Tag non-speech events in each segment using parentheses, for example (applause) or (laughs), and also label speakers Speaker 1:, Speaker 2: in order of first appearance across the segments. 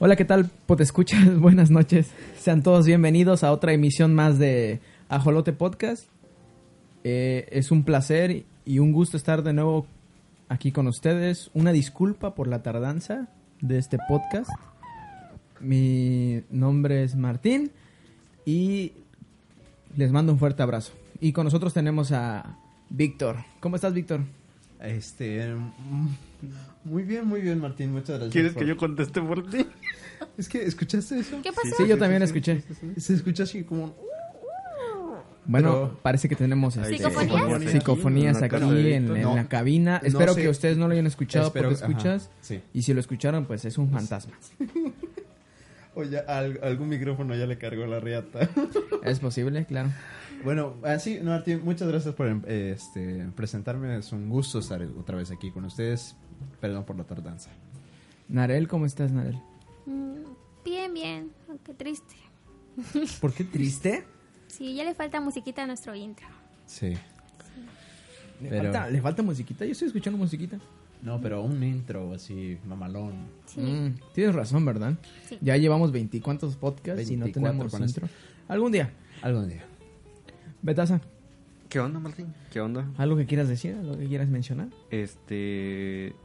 Speaker 1: Hola, ¿qué tal? escuchas? (laughs) buenas noches. Sean todos bienvenidos a otra emisión más de Ajolote Podcast. Eh, es un placer y un gusto estar de nuevo aquí con ustedes. Una disculpa por la tardanza de este podcast. Mi nombre es Martín y les mando un fuerte abrazo. Y con nosotros tenemos a Víctor. ¿Cómo estás, Víctor?
Speaker 2: Este. mm, Muy bien, muy bien, Martín. Muchas gracias.
Speaker 3: ¿Quieres
Speaker 2: por- Ah,
Speaker 3: que yo conteste por ti?
Speaker 2: Es que, ¿escuchaste eso?
Speaker 4: ¿Qué pasó?
Speaker 1: Sí, yo también escuché.
Speaker 2: Se escucha así como. un-
Speaker 1: Bueno,
Speaker 2: Pero-
Speaker 1: parece que tenemos este,
Speaker 4: ¿Psicofonías?
Speaker 1: psicofonías, psicofonías
Speaker 3: En la
Speaker 1: aquí
Speaker 3: casa de
Speaker 1: en,
Speaker 2: Víctor.
Speaker 1: en
Speaker 2: No,
Speaker 1: la cabina.
Speaker 2: no
Speaker 1: Espero
Speaker 2: sé.
Speaker 1: que ustedes no lo hayan escuchado
Speaker 2: Espero-
Speaker 1: porque
Speaker 2: ajá,
Speaker 1: escuchas.
Speaker 2: sí.
Speaker 1: Y si lo escucharon, pues es un fantasma.
Speaker 2: O ya, al- algún micrófono ya le cargó la riata. (laughs)
Speaker 1: Es posible, claro.
Speaker 2: bueno, así, no, Martín, muchas gracias por em, eh, este, presentarme. Es un gusto estar otra vez aquí con ustedes. Perdón por la tardanza.
Speaker 1: Narel, ¿cómo estás, Narel?
Speaker 4: Mm, Bien, bien, aunque triste.
Speaker 1: ¿Por qué triste?
Speaker 4: Sí, ya le falta musiquita a nuestro intro.
Speaker 2: Sí.
Speaker 1: ¿Le,
Speaker 2: Pero-
Speaker 1: falta, le falta musiquita. Yo estoy escuchando musiquita.
Speaker 2: No, pero un intro así, mamalón.
Speaker 4: Sí.
Speaker 1: Mm, tienes razón, ¿verdad?
Speaker 4: Sí.
Speaker 1: Ya llevamos veinticuantos podcasts y no
Speaker 2: 24
Speaker 1: tenemos
Speaker 2: con esto.
Speaker 1: intro. Algún día.
Speaker 2: Algún día.
Speaker 1: Betasa,
Speaker 3: ¿Qué onda, Martín? ¿Qué onda?
Speaker 1: ¿algo que quieras decir? ¿Algo que quieras mencionar?
Speaker 3: Este.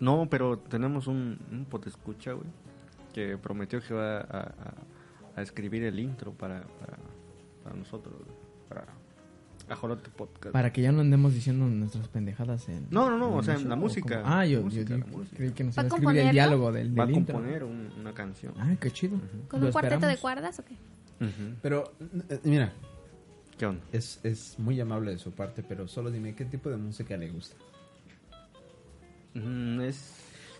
Speaker 3: No, pero tenemos un, un potescucha, güey. Que prometió que va a, a- a escribir el intro para, para, para nosotros, güey, Para Ajolote Podcast.
Speaker 1: Para que ya no andemos diciendo nuestras pendejadas en...
Speaker 3: No, no, no,
Speaker 1: en
Speaker 3: o sea, en
Speaker 1: eso,
Speaker 3: la
Speaker 1: o
Speaker 3: música.
Speaker 1: cómo. Ah, yo, yo-
Speaker 3: Música,
Speaker 1: yo
Speaker 3: la música.
Speaker 1: creí que nos iba
Speaker 4: ¿Va
Speaker 1: a
Speaker 4: a
Speaker 1: escribir el
Speaker 4: componerlo?
Speaker 1: diálogo del,
Speaker 3: Va a
Speaker 1: del intro.
Speaker 3: componer un- una canción.
Speaker 1: Ah, qué chido.
Speaker 4: ¿Con
Speaker 1: Lo
Speaker 4: un cuarteto de
Speaker 1: esperamos.
Speaker 4: cuerdas o qué?
Speaker 3: Ujú.
Speaker 2: Pero, eh, mira,
Speaker 3: ¿Qué onda?
Speaker 2: es, es muy amable de su parte, pero solo dime qué tipo de música le gusta.
Speaker 3: Mm, es.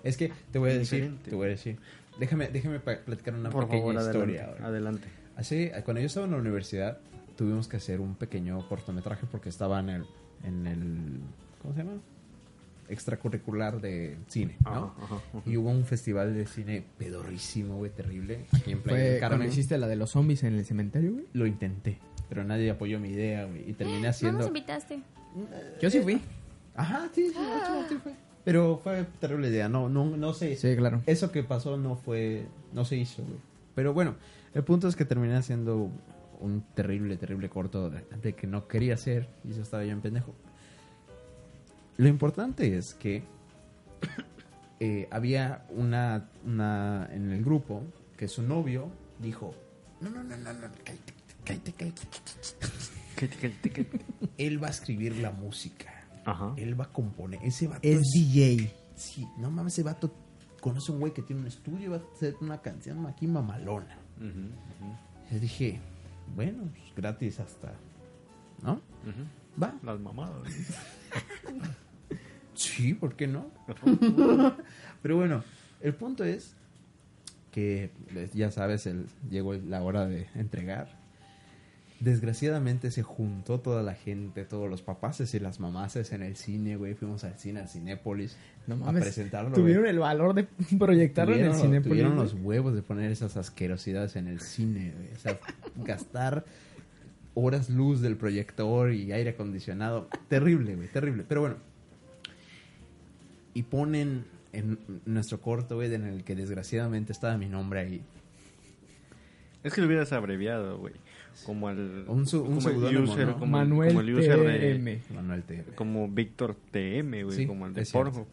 Speaker 2: Es que te voy a decir,
Speaker 3: Diferente.
Speaker 2: te voy a decir. Déjame, déjame pa- platicar una
Speaker 3: Por
Speaker 2: pequeña
Speaker 3: favor, adelante.
Speaker 2: historia. ahora.
Speaker 3: adelante.
Speaker 2: Así, cuando yo estaba en la universidad, tuvimos que hacer un pequeño cortometraje porque estaba en el, en el ¿cómo se llama? Extracurricular de cine, ¿no?
Speaker 3: Ajá, ajá, ajá.
Speaker 2: Y hubo un festival de cine pedorrísimo, güey, terrible, aquí en Playa
Speaker 1: Fue
Speaker 2: del
Speaker 1: cuando
Speaker 2: Carmen.
Speaker 1: hiciste la de los zombies en el cementerio, güey.
Speaker 2: Lo intenté, pero nadie apoyó mi idea, güey, y terminé
Speaker 4: No nos
Speaker 2: haciendo...
Speaker 4: invitaste.
Speaker 1: Yo sí fui.
Speaker 2: Ajá, sí, sí, sí, sí, fue. Pero fue terrible idea, no, no, no sé.
Speaker 1: Sí, claro.
Speaker 2: Eso que pasó no fue, no se hizo, güey. Pero bueno, el punto es que terminé haciendo un terrible, terrible corto de, de que no quería hacer y yo estaba yo en pendejo. Lo importante es que (coughs) eh, había una, una en el grupo que su novio dijo, no, no, no, no, no, cállate, cállate, cállate.
Speaker 3: ¿Qué- qué- qué- qué?
Speaker 2: Él va a escribir la música.
Speaker 3: Ajá.
Speaker 2: Él va a componer. Ese vato
Speaker 1: Es DJ.
Speaker 2: Sí, no mames, ese vato conoce un güey que tiene un estudio y va a hacer una canción aquí mamalona.
Speaker 3: Ujú,
Speaker 2: Le dije, bueno, pues, gratis hasta. ¿No?
Speaker 3: ujú.
Speaker 2: Va.
Speaker 3: Las mamadas. (laughs)
Speaker 2: Sí, ¿por qué no? Pero bueno, el punto es que les- ya sabes, el- llegó la hora de entregar. Desgraciadamente se juntó toda la gente, todos los papaces y las mamases en el cine, güey. Fuimos al cine, al Cinépolis,
Speaker 1: No
Speaker 2: a
Speaker 1: mames.
Speaker 2: presentarlo. güey.
Speaker 1: Tuvieron el valor de proyectarlo en el
Speaker 2: Tuvieron-
Speaker 1: cine.
Speaker 2: Tuvieron los huevos de poner esas asquerosidades en el cine, güey. O sea, (laughs) gastar horas luz del proyector y aire acondicionado. Terrible, güey, terrible. Pero bueno. Y ponen en nuestro corto, güey, en el que desgraciadamente estaba mi nombre ahí.
Speaker 3: Es que lo hubieras abreviado, güey. Como el.
Speaker 2: Un su- un
Speaker 3: como el
Speaker 2: seudónimo,
Speaker 3: user,
Speaker 2: ¿no?
Speaker 3: como,
Speaker 1: Manuel
Speaker 3: como el user de.
Speaker 1: TM.
Speaker 2: Manuel T.
Speaker 3: Como Víctor TM, güey.
Speaker 2: Sí,
Speaker 3: como el de
Speaker 2: es cierto.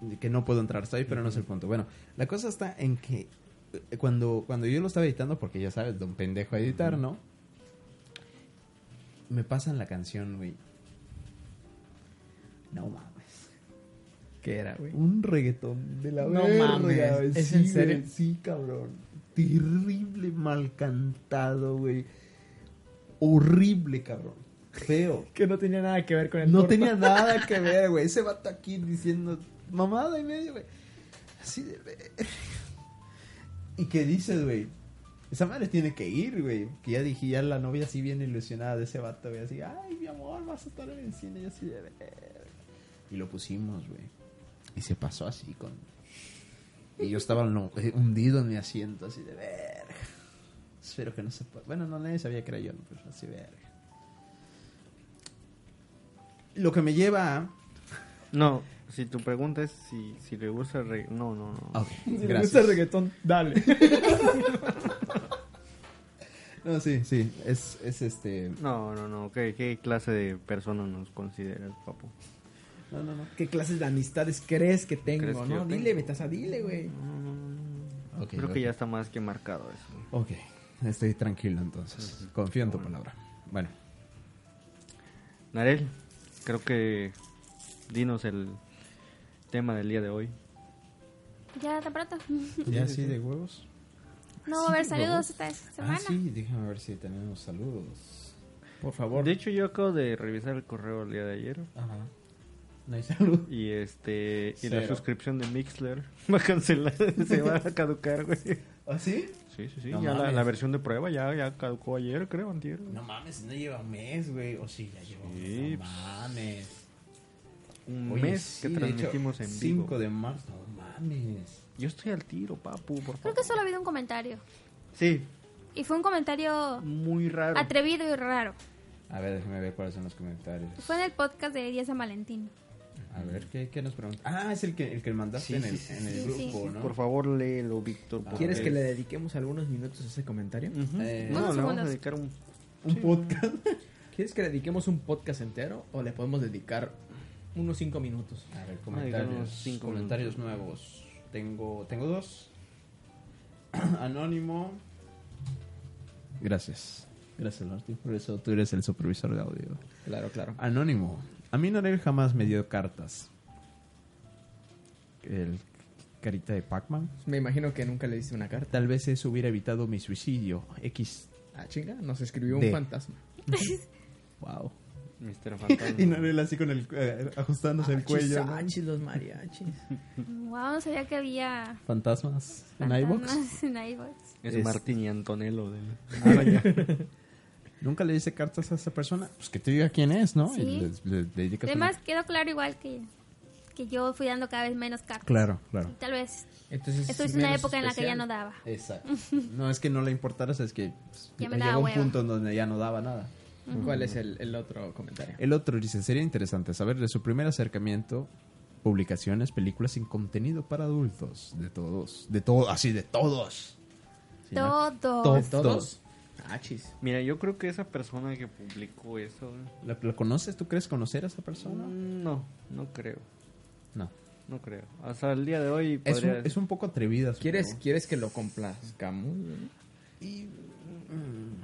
Speaker 3: Pornhub.
Speaker 2: que no puedo entrar estoy, pero no es el punto. Bueno, la cosa está en que eh, cuando, cuando yo lo estaba editando, porque ya sabes, don pendejo a editar, ¿no? Me pasan la canción, güey. No mames.
Speaker 1: ¿Qué era, güey?
Speaker 2: Un reggaetón de la
Speaker 1: No
Speaker 2: verga,
Speaker 1: mames,
Speaker 2: güey.
Speaker 1: ¿es
Speaker 2: Sí,
Speaker 1: en serio?
Speaker 2: güey, sí, cabrón. Terrible, mal cantado, güey. Horrible, cabrón. feo.
Speaker 1: Que no tenía nada que ver con el
Speaker 2: No
Speaker 1: corto.
Speaker 2: tenía nada (laughs) que ver, güey. Ese vato aquí diciendo mamada y medio, güey. Así de ver. ¿Y qué dices, güey? Esa madre tiene que ir, güey. Que ya dije, ya la novia así bien ilusionada de ese vato, güey. Así, ay, mi amor, vas a estar en el cine. Y así de ver. Y lo pusimos, güey. Y se pasó así con... Y yo estaba no- eh, hundido en mi asiento, así de verga. Espero que no se pueda. Bueno, no, nadie sabía que era yo, ¿no? pero así verga. Lo que me lleva a...
Speaker 3: No, si tu pregunta es si, si le gusta re... No, no, no.
Speaker 1: (laughs)
Speaker 2: Ah.
Speaker 1: Si le gusta
Speaker 2: (laughs) Gracias.
Speaker 1: el reggaetón, dale.
Speaker 2: (laughs) No, sí, sí. Es, es este.
Speaker 3: No, no, no. ¿Qué, qué clase de persona nos consideras, papu?
Speaker 2: No, no, no.
Speaker 1: ¿Qué clases de amistades crees que tengo,
Speaker 3: ¿Crees que
Speaker 1: no?
Speaker 3: yo
Speaker 1: dile,
Speaker 3: tengo?
Speaker 1: metas a dile, güey.
Speaker 2: Ok,
Speaker 3: Creo que
Speaker 2: ok.
Speaker 3: ya está más que marcado eso. güey.
Speaker 2: Ok, estoy tranquilo entonces. Confío en tu palabra. Bueno,
Speaker 3: Narel, creo que dinos el tema del día de hoy.
Speaker 4: Ya tan pronto. (laughs)
Speaker 2: ya sí de huevos.
Speaker 4: No va a haber
Speaker 2: Sí,
Speaker 4: saludos
Speaker 2: huevos.
Speaker 4: esta
Speaker 2: Ah,
Speaker 4: semana.
Speaker 2: sí, déjame ver si tenemos saludos.
Speaker 1: Por favor.
Speaker 3: De hecho, yo acabo de revisar el correo el día de ayer.
Speaker 2: Ajá. No hay saludos.
Speaker 3: Y este y la
Speaker 2: Cero.
Speaker 3: suscripción de Mixler (laughs) va a cancelar, (laughs) se va a caducar, güey.
Speaker 2: ¿Ah, sí?
Speaker 3: Sí, sí, sí.
Speaker 2: No
Speaker 3: ya la,
Speaker 2: mames.
Speaker 3: la versión de prueba ya, ya caducó ayer, creo, antier.
Speaker 2: No mames, no lleva un mes, güey. O sí, ya lleva.
Speaker 3: Sí,
Speaker 2: No
Speaker 3: pues.
Speaker 2: mames.
Speaker 3: Un
Speaker 2: Oye,
Speaker 3: mes
Speaker 2: sí,
Speaker 3: que
Speaker 2: de hecho,
Speaker 3: transmitimos en
Speaker 2: 5
Speaker 3: vivo.
Speaker 2: de marzo. No mames.
Speaker 3: Yo estoy al tiro, papu, por
Speaker 4: Creo
Speaker 3: favor.
Speaker 4: que solo ha habido un comentario.
Speaker 3: Sí,
Speaker 4: Y fue un comentario
Speaker 3: muy raro.
Speaker 4: atrevido y raro.
Speaker 2: A ver, déjame ver cuáles son los comentarios.
Speaker 4: Fue en el podcast de Día San Valentín.
Speaker 2: A ver, ¿qué, qué nos pregunta? Ah, es el que, el que mandaste
Speaker 3: Sí,
Speaker 2: en
Speaker 3: sí,
Speaker 2: el,
Speaker 3: sí,
Speaker 2: en el
Speaker 4: sí,
Speaker 2: grupo, ¿no?
Speaker 3: Por favor, léelo, Víctor. por
Speaker 1: ¿Quieres
Speaker 3: favor.
Speaker 1: que le dediquemos algunos minutos a ese comentario?
Speaker 3: Ujú.
Speaker 2: Eh,
Speaker 3: no,
Speaker 4: Unos
Speaker 3: le vamos a
Speaker 4: segundos.
Speaker 3: dedicar un...
Speaker 2: Un podcast.
Speaker 1: ¿Quieres que le dediquemos un podcast entero o le podemos dedicar unos cinco minutos?
Speaker 2: A ver,
Speaker 3: Ay,
Speaker 2: comentarios.
Speaker 3: danos cinco
Speaker 2: comentarios nuevos. Tengo, tengo dos. (clears throat) Anónimo. Gracias. Gracias, Martín. Por eso tú eres el supervisor de audio.
Speaker 1: Claro, claro.
Speaker 2: Anónimo. A mí Norel jamás me dio cartas. El carita de Pac-Man.
Speaker 1: Me imagino que nunca le diste una carta.
Speaker 2: Tal vez eso hubiera evitado mi suicidio. X.
Speaker 1: Ah, chinga, nos escribió un
Speaker 2: De.
Speaker 1: fantasma.
Speaker 2: Wow.
Speaker 3: (laughs) Mr. Fantasma.
Speaker 2: (laughs) Y Norel así con el eh, ajustándose
Speaker 3: Ah,
Speaker 2: el cuello. ¿no?
Speaker 1: Achis, achis, los mariachis.
Speaker 4: Wow, no sabía que había
Speaker 2: Fantasmas en iBox.
Speaker 4: fantasmas en iVox.
Speaker 3: Es,
Speaker 2: Es-
Speaker 3: Martín y Antonello. De...
Speaker 2: Nunca le dice cartas a esa persona. Pues que te diga quién es, ¿no?
Speaker 4: Sí.
Speaker 2: Y les- le- le dedicas una-
Speaker 4: Además, quedó claro igual que, que yo fui dando cada vez menos cartas.
Speaker 2: Claro, claro.
Speaker 4: Tal vez.
Speaker 1: Entonces,
Speaker 4: Esto es una
Speaker 1: menos
Speaker 4: época en la que ya
Speaker 1: especial.
Speaker 4: no daba.
Speaker 2: Exacto. No es que no le importaras, es que pues,
Speaker 4: Ya me
Speaker 2: llegó
Speaker 4: daba
Speaker 2: un
Speaker 4: hueva.
Speaker 2: punto en donde ya no daba nada.
Speaker 1: ¿Cuál es el, el otro comentario?
Speaker 2: El otro dice, sería interesante saber de su primer acercamiento, publicaciones, películas sin contenido para adultos, de todos, de todos, así de todos. Sí, ¿no?
Speaker 4: Todo.
Speaker 2: Todos.
Speaker 1: ¿Todos? Achis.
Speaker 3: (laughs) Mira, yo creo que esa persona que publicó eso...
Speaker 2: ¿La, la conoces? ¿Tú crees conocer a esa persona?
Speaker 4: Mm.
Speaker 3: Mm, No, no creo.
Speaker 2: No.
Speaker 3: No creo. Hasta el día de hoy
Speaker 2: Es un,
Speaker 3: podría-
Speaker 2: es un poco atrevida. supongo.
Speaker 1: ¿Quieres, ¿Quieres que lo complazcamos?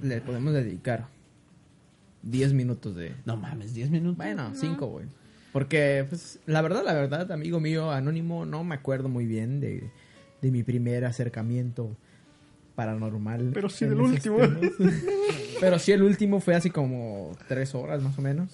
Speaker 1: Le podemos dedicar 10 minutos de...
Speaker 2: No mames, 10 minutos.
Speaker 1: Bueno, 5, güey. Porque, pues, la verdad, la verdad, amigo mío, anónimo, no me acuerdo muy bien de, de mi primer acercamiento paranormal.
Speaker 3: Pero
Speaker 1: (laughs)
Speaker 3: sí
Speaker 1: en
Speaker 3: del
Speaker 1: esos
Speaker 3: último. (laughs) Este
Speaker 1: temas. Pero sí, el último fue así como 3 horas más o menos.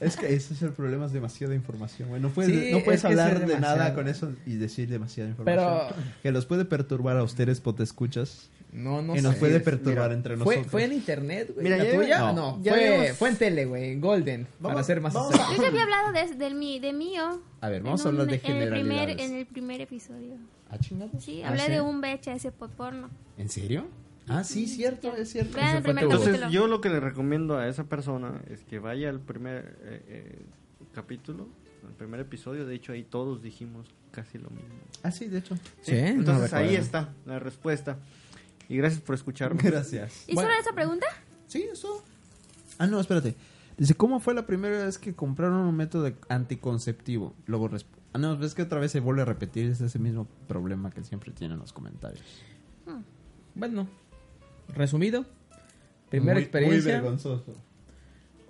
Speaker 2: Es que ese es el problema, es demasiada información, güey. No puedes,
Speaker 1: Sí,
Speaker 2: no puedes
Speaker 1: es que es
Speaker 2: hablar de
Speaker 1: demasiado.
Speaker 2: nada con eso y decir demasiada información.
Speaker 1: Pero-
Speaker 2: Que los puede perturbar a ustedes, escuchas.
Speaker 1: No, no
Speaker 2: Que
Speaker 1: sé.
Speaker 2: nos puede
Speaker 1: Es-
Speaker 2: perturbar
Speaker 1: mira,
Speaker 2: entre
Speaker 1: fue-
Speaker 2: nosotros.
Speaker 1: Fue en internet, güey.
Speaker 3: Mira,
Speaker 1: ¿La
Speaker 3: ya-
Speaker 1: tuya?
Speaker 2: no.
Speaker 1: No,
Speaker 3: ya
Speaker 1: fue,
Speaker 3: llevamos-
Speaker 1: fue en tele, güey. Golden, para
Speaker 2: Vamos-
Speaker 1: ser más
Speaker 2: vamos
Speaker 1: exacto.
Speaker 4: Yo te había hablado de, del mí- de mío.
Speaker 2: A ver, vamos
Speaker 4: en
Speaker 2: a hablar
Speaker 4: un-
Speaker 2: de
Speaker 4: En el
Speaker 2: generalidades.
Speaker 4: primer, en el primer episodio.
Speaker 2: ¿Ah, chingados?
Speaker 4: Sí,
Speaker 2: ¿Ah,
Speaker 4: hablé
Speaker 2: sí?
Speaker 4: de un VHS por porno.
Speaker 2: ¿En serio? Ah, sí, cierto, es cierto.
Speaker 4: Vean
Speaker 2: Ese
Speaker 4: el
Speaker 2: fue
Speaker 4: primer
Speaker 2: tu-
Speaker 4: capítulo.
Speaker 3: Entonces, yo lo que le recomiendo a esa persona es que vaya al primer eh, eh, capítulo, al primer episodio. De hecho, ahí todos dijimos casi lo mismo.
Speaker 2: Ah, sí, de hecho.
Speaker 1: Sí, no
Speaker 3: Entonces, ahí
Speaker 1: recuerdo.
Speaker 3: está la respuesta. Y gracias por escucharme.
Speaker 2: (laughs) Gracias.
Speaker 4: ¿Y
Speaker 1: Bueno.
Speaker 4: solo esa pregunta?
Speaker 2: Sí, eso. Ah, no, espérate. Dice, ¿cómo fue la primera vez que compraron un método anticonceptivo? Luego, resp- ah, no, ves que otra vez se vuelve a repetir es ese mismo problema que siempre tienen los comentarios.
Speaker 1: Bueno, resumido. Primera
Speaker 2: Muy-
Speaker 1: experiencia.
Speaker 2: Muy vergonzoso.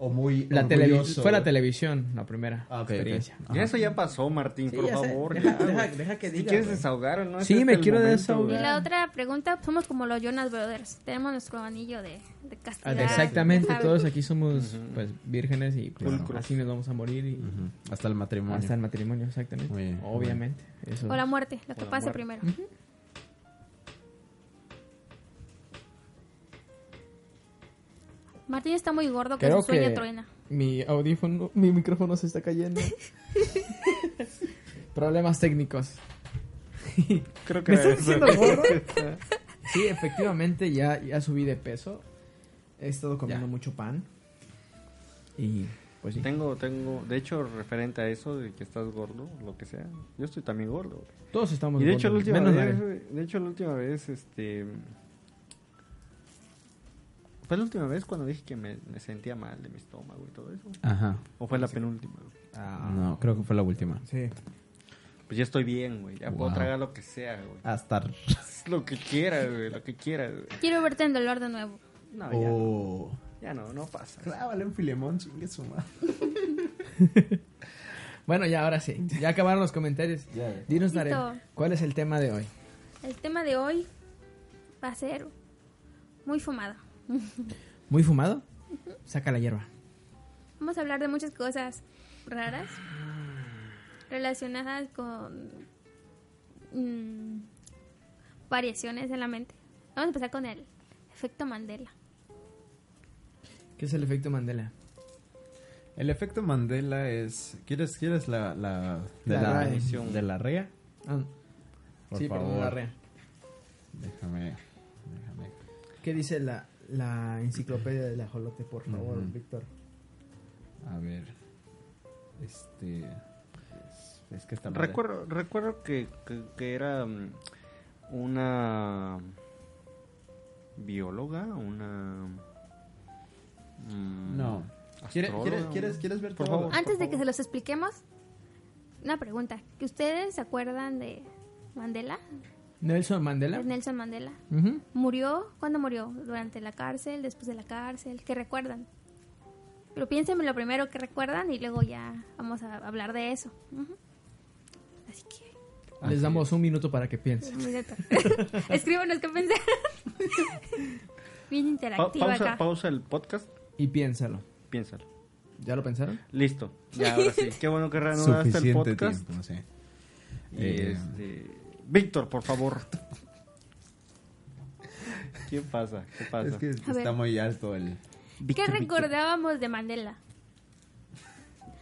Speaker 2: o muy
Speaker 1: La televi-
Speaker 2: orgulloso,
Speaker 1: fue la
Speaker 2: güey.
Speaker 1: televisión, la primera
Speaker 2: Ah, ok, ok.
Speaker 1: experiencia.
Speaker 2: Ajá.
Speaker 3: (laughs) Ya eso ya pasó, Martín,
Speaker 1: Sí,
Speaker 3: por
Speaker 1: ya sé.
Speaker 3: favor.
Speaker 1: Deja-
Speaker 3: ya,
Speaker 1: deja-
Speaker 3: güey.
Speaker 1: deja que
Speaker 3: Si
Speaker 1: diga,
Speaker 3: quieres
Speaker 1: güey.
Speaker 3: desahogar, ¿no?
Speaker 1: Sí,
Speaker 3: Este
Speaker 1: me
Speaker 3: es el
Speaker 1: quiero
Speaker 3: momento,
Speaker 4: Y
Speaker 1: desahogar.
Speaker 3: güey.
Speaker 4: la otra pregunta, somos como los Jonas Brothers. Tenemos nuestro anillo de, de
Speaker 1: Ah,
Speaker 4: castidad.
Speaker 1: de- Exactamente,
Speaker 4: ¿sabes?
Speaker 1: todos aquí somos pues vírgenes y pues,
Speaker 3: Pulcros.
Speaker 1: así nos vamos a morir y
Speaker 2: Ujú. Hasta el matrimonio.
Speaker 1: hasta el matrimonio, exactamente.
Speaker 2: Muy bien,
Speaker 1: Obviamente. Eso.
Speaker 4: O la muerte, lo que
Speaker 3: la
Speaker 4: pase
Speaker 3: muerte.
Speaker 4: primero. Martín está muy gordo con
Speaker 1: Creo
Speaker 4: su sueño
Speaker 1: que
Speaker 4: truena.
Speaker 1: mi audífono, mi micrófono se está cayendo. (laughs) Problemas técnicos.
Speaker 3: Creo que
Speaker 1: ¿Me
Speaker 3: (laughs)
Speaker 1: estás
Speaker 3: era eso,
Speaker 1: diciendo
Speaker 3: güey.
Speaker 1: Sí, efectivamente, ya, ya subí de peso. He estado comiendo mucho pan. Y pues sí.
Speaker 3: Tengo, tengo, de hecho, referente a eso de que estás gordo, lo que sea. Yo estoy también gordo. güey.
Speaker 1: Todos estamos
Speaker 3: Y de hecho, la
Speaker 1: gordos,
Speaker 3: última
Speaker 1: menos
Speaker 3: vez,
Speaker 1: Darren.
Speaker 3: de hecho, la última vez, este. Fue la última vez cuando dije que me, me sentía mal de mi estómago y todo eso.
Speaker 2: Ajá.
Speaker 3: O fue la penúltima. güey?
Speaker 2: No, creo que fue la última.
Speaker 1: Ah, Sí.
Speaker 3: Pues ya estoy bien, güey. Ya puedo
Speaker 2: Wow.
Speaker 3: tragar lo que sea, güey. (laughs)
Speaker 2: Hasta.
Speaker 3: Lo que quiera, güey. Lo que quiera, güey.
Speaker 4: Quiero verte en dolor de nuevo.
Speaker 3: No,
Speaker 2: Oh.
Speaker 3: ya, ya no, no pasa.
Speaker 2: Clávale un filemón, chingue su madre.
Speaker 1: Bueno, ya ahora sí. Ya acabaron los comentarios.
Speaker 2: Ya, ya.
Speaker 1: Dinos,
Speaker 4: Listo.
Speaker 1: Darren, ¿cuál es el tema de hoy?
Speaker 4: El tema de hoy va a ser muy fumado.
Speaker 1: ¿Muy fumado? Saca la hierba.
Speaker 4: Vamos a hablar de muchas cosas raras
Speaker 3: Mm.
Speaker 4: relacionadas con mm, variaciones en la mente. Vamos a empezar con el efecto Mandela.
Speaker 1: ¿Qué es el efecto Mandela?
Speaker 2: El efecto Mandela es. ¿Quieres, quieres la, la, de
Speaker 1: La
Speaker 2: la,
Speaker 3: REA.
Speaker 2: de la REA?
Speaker 1: Ah,
Speaker 2: Por
Speaker 1: sí, perdón,
Speaker 2: favor.
Speaker 1: la rea.
Speaker 2: Déjame. Déjame.
Speaker 1: ¿Qué dice la, la enciclopedia del ajolote, por favor, Víctor?
Speaker 2: A ver. Este. Es, es que está
Speaker 3: Recuerdo, recuerdo que, que- que era mm, una bióloga, una... mm,
Speaker 2: No. ¿Quieres,
Speaker 3: astróloga,
Speaker 2: quieres,
Speaker 3: ¿no?
Speaker 2: quieres, quieres ver
Speaker 3: Por
Speaker 2: todo?
Speaker 3: favor.
Speaker 4: Antes de que se los expliquemos, una pregunta. ¿Que ustedes se acuerdan de Mandela?
Speaker 1: Nelson Mandela.
Speaker 4: Nelson Mandela.
Speaker 1: Ujú.
Speaker 4: ¿Murió? ¿Cuándo murió? ¿Durante la cárcel? ¿Después de la cárcel? ¿Qué recuerdan? Pero piénsenme lo primero que recuerdan y luego ya vamos a hablar de eso. Ujú. Así que
Speaker 1: Les damos un minuto para que piensen.
Speaker 4: Un minuto. (laughs) Escríbanos qué pensaron. (laughs) Bien
Speaker 3: Pa-
Speaker 4: interactiva
Speaker 3: pausa,
Speaker 4: acá.
Speaker 3: pausa el podcast,
Speaker 1: Y piénsalo.
Speaker 3: piénsalo.
Speaker 1: ¿Ya lo pensaron?
Speaker 3: Listo, ya ahora sí. Qué bueno que reanudaste el
Speaker 2: Suficiente
Speaker 3: podcast.
Speaker 2: tiempo, sí.
Speaker 3: Y
Speaker 2: Eh,
Speaker 3: este... Víctor, por favor. ¿Qué pasa? ¿Qué pasa?
Speaker 2: Es que
Speaker 4: A
Speaker 2: está
Speaker 4: ver.
Speaker 2: muy alto el.
Speaker 4: ¿Qué recordábamos de Mandela?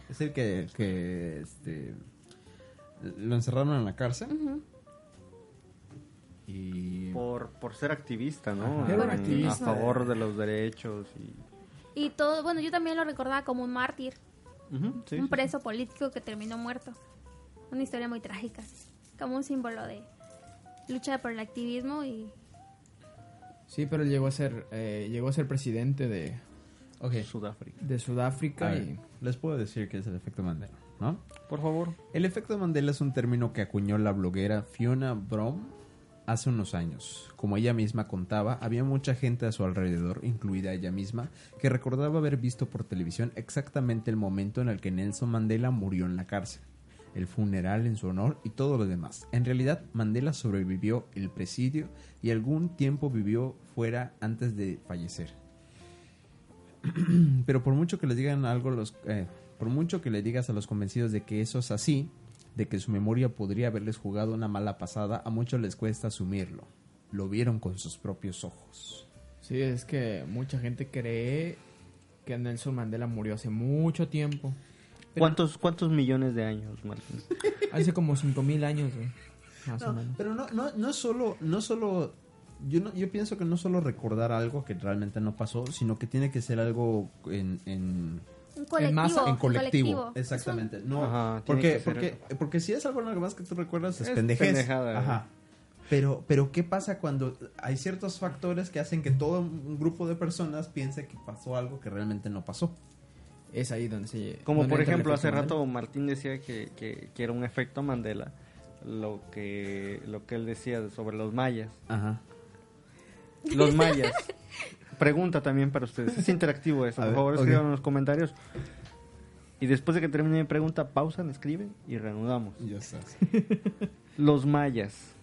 Speaker 2: Es el que, que este, lo encerraron en la cárcel. Y
Speaker 3: Por, por ser activista, ¿no?
Speaker 1: Ajá. Era un
Speaker 3: Mm, A
Speaker 1: activista.
Speaker 3: favor de los derechos y...
Speaker 4: Y todo, bueno, yo también lo recordaba como un mártir,
Speaker 3: Ujú, sí,
Speaker 4: un
Speaker 3: sí, sí.
Speaker 4: preso político que terminó muerto. Una historia muy trágica, como un símbolo de lucha por el activismo y
Speaker 1: Sí, pero él llegó a ser, eh, llegó a ser presidente de,
Speaker 2: Ok.
Speaker 3: Sudáfrica.
Speaker 1: de
Speaker 2: a
Speaker 1: Sudáfrica.
Speaker 2: ver,
Speaker 1: Y,
Speaker 2: les puedo decir que es el efecto Mandela, ¿no?
Speaker 3: Por favor.
Speaker 2: El efecto Mandela es un término que acuñó la bloguera Fiona Brom hace unos años. Como ella misma contaba, había mucha gente a su alrededor, incluida ella misma, que recordaba haber visto por televisión exactamente el momento en el que Nelson Mandela murió en la cárcel, el funeral en su honor y todo lo demás. En realidad, Mandela sobrevivió el presidio y algún tiempo vivió fuera antes de fallecer pero por mucho que les digan algo los eh, por mucho que le digas a los convencidos de que eso es así de que su memoria podría haberles jugado una mala pasada a muchos les cuesta asumirlo lo vieron con sus propios ojos
Speaker 1: sí, es que mucha gente cree que Nelson Mandela murió hace mucho tiempo.
Speaker 3: ¿Cuántos, ¿Cuántos millones de años, Martín?
Speaker 1: Hace como 5000 años, güey. Más o menos.
Speaker 2: pero no no no solo no solo yo no- yo pienso que no solo recordar algo que realmente no pasó sino que tiene que ser algo en- en
Speaker 4: un colectivo.
Speaker 1: masa,
Speaker 2: en colectivo,
Speaker 4: colectivo.
Speaker 2: exactamente no
Speaker 3: Ajá, tiene
Speaker 2: porque
Speaker 3: que ser-
Speaker 2: porque porque si es algo nada más que tú recuerdas es,
Speaker 3: Es
Speaker 2: pendejez
Speaker 3: pendejada, ¿eh? güey.
Speaker 2: ajá pero pero qué pasa cuando hay ciertos factores que hacen que todo un grupo de personas piense que pasó algo que realmente no pasó
Speaker 1: Es ahí donde se...
Speaker 3: Como
Speaker 1: donde entra
Speaker 3: por
Speaker 1: el
Speaker 3: ejemplo, hace
Speaker 1: efecto
Speaker 3: rato Martín decía que, que, que era un efecto Mandela lo que, lo que él decía sobre los mayas.
Speaker 2: ajá
Speaker 3: Los mayas. pregunta también para ustedes. Es interactivo eso.
Speaker 2: A
Speaker 3: Por
Speaker 2: ver,
Speaker 3: favor,
Speaker 2: ok.
Speaker 3: escriban en los comentarios. Y después de que termine mi pregunta, pausan, escriben y reanudamos.
Speaker 2: Ya
Speaker 3: (laughs)
Speaker 2: estás.
Speaker 3: Los mayas.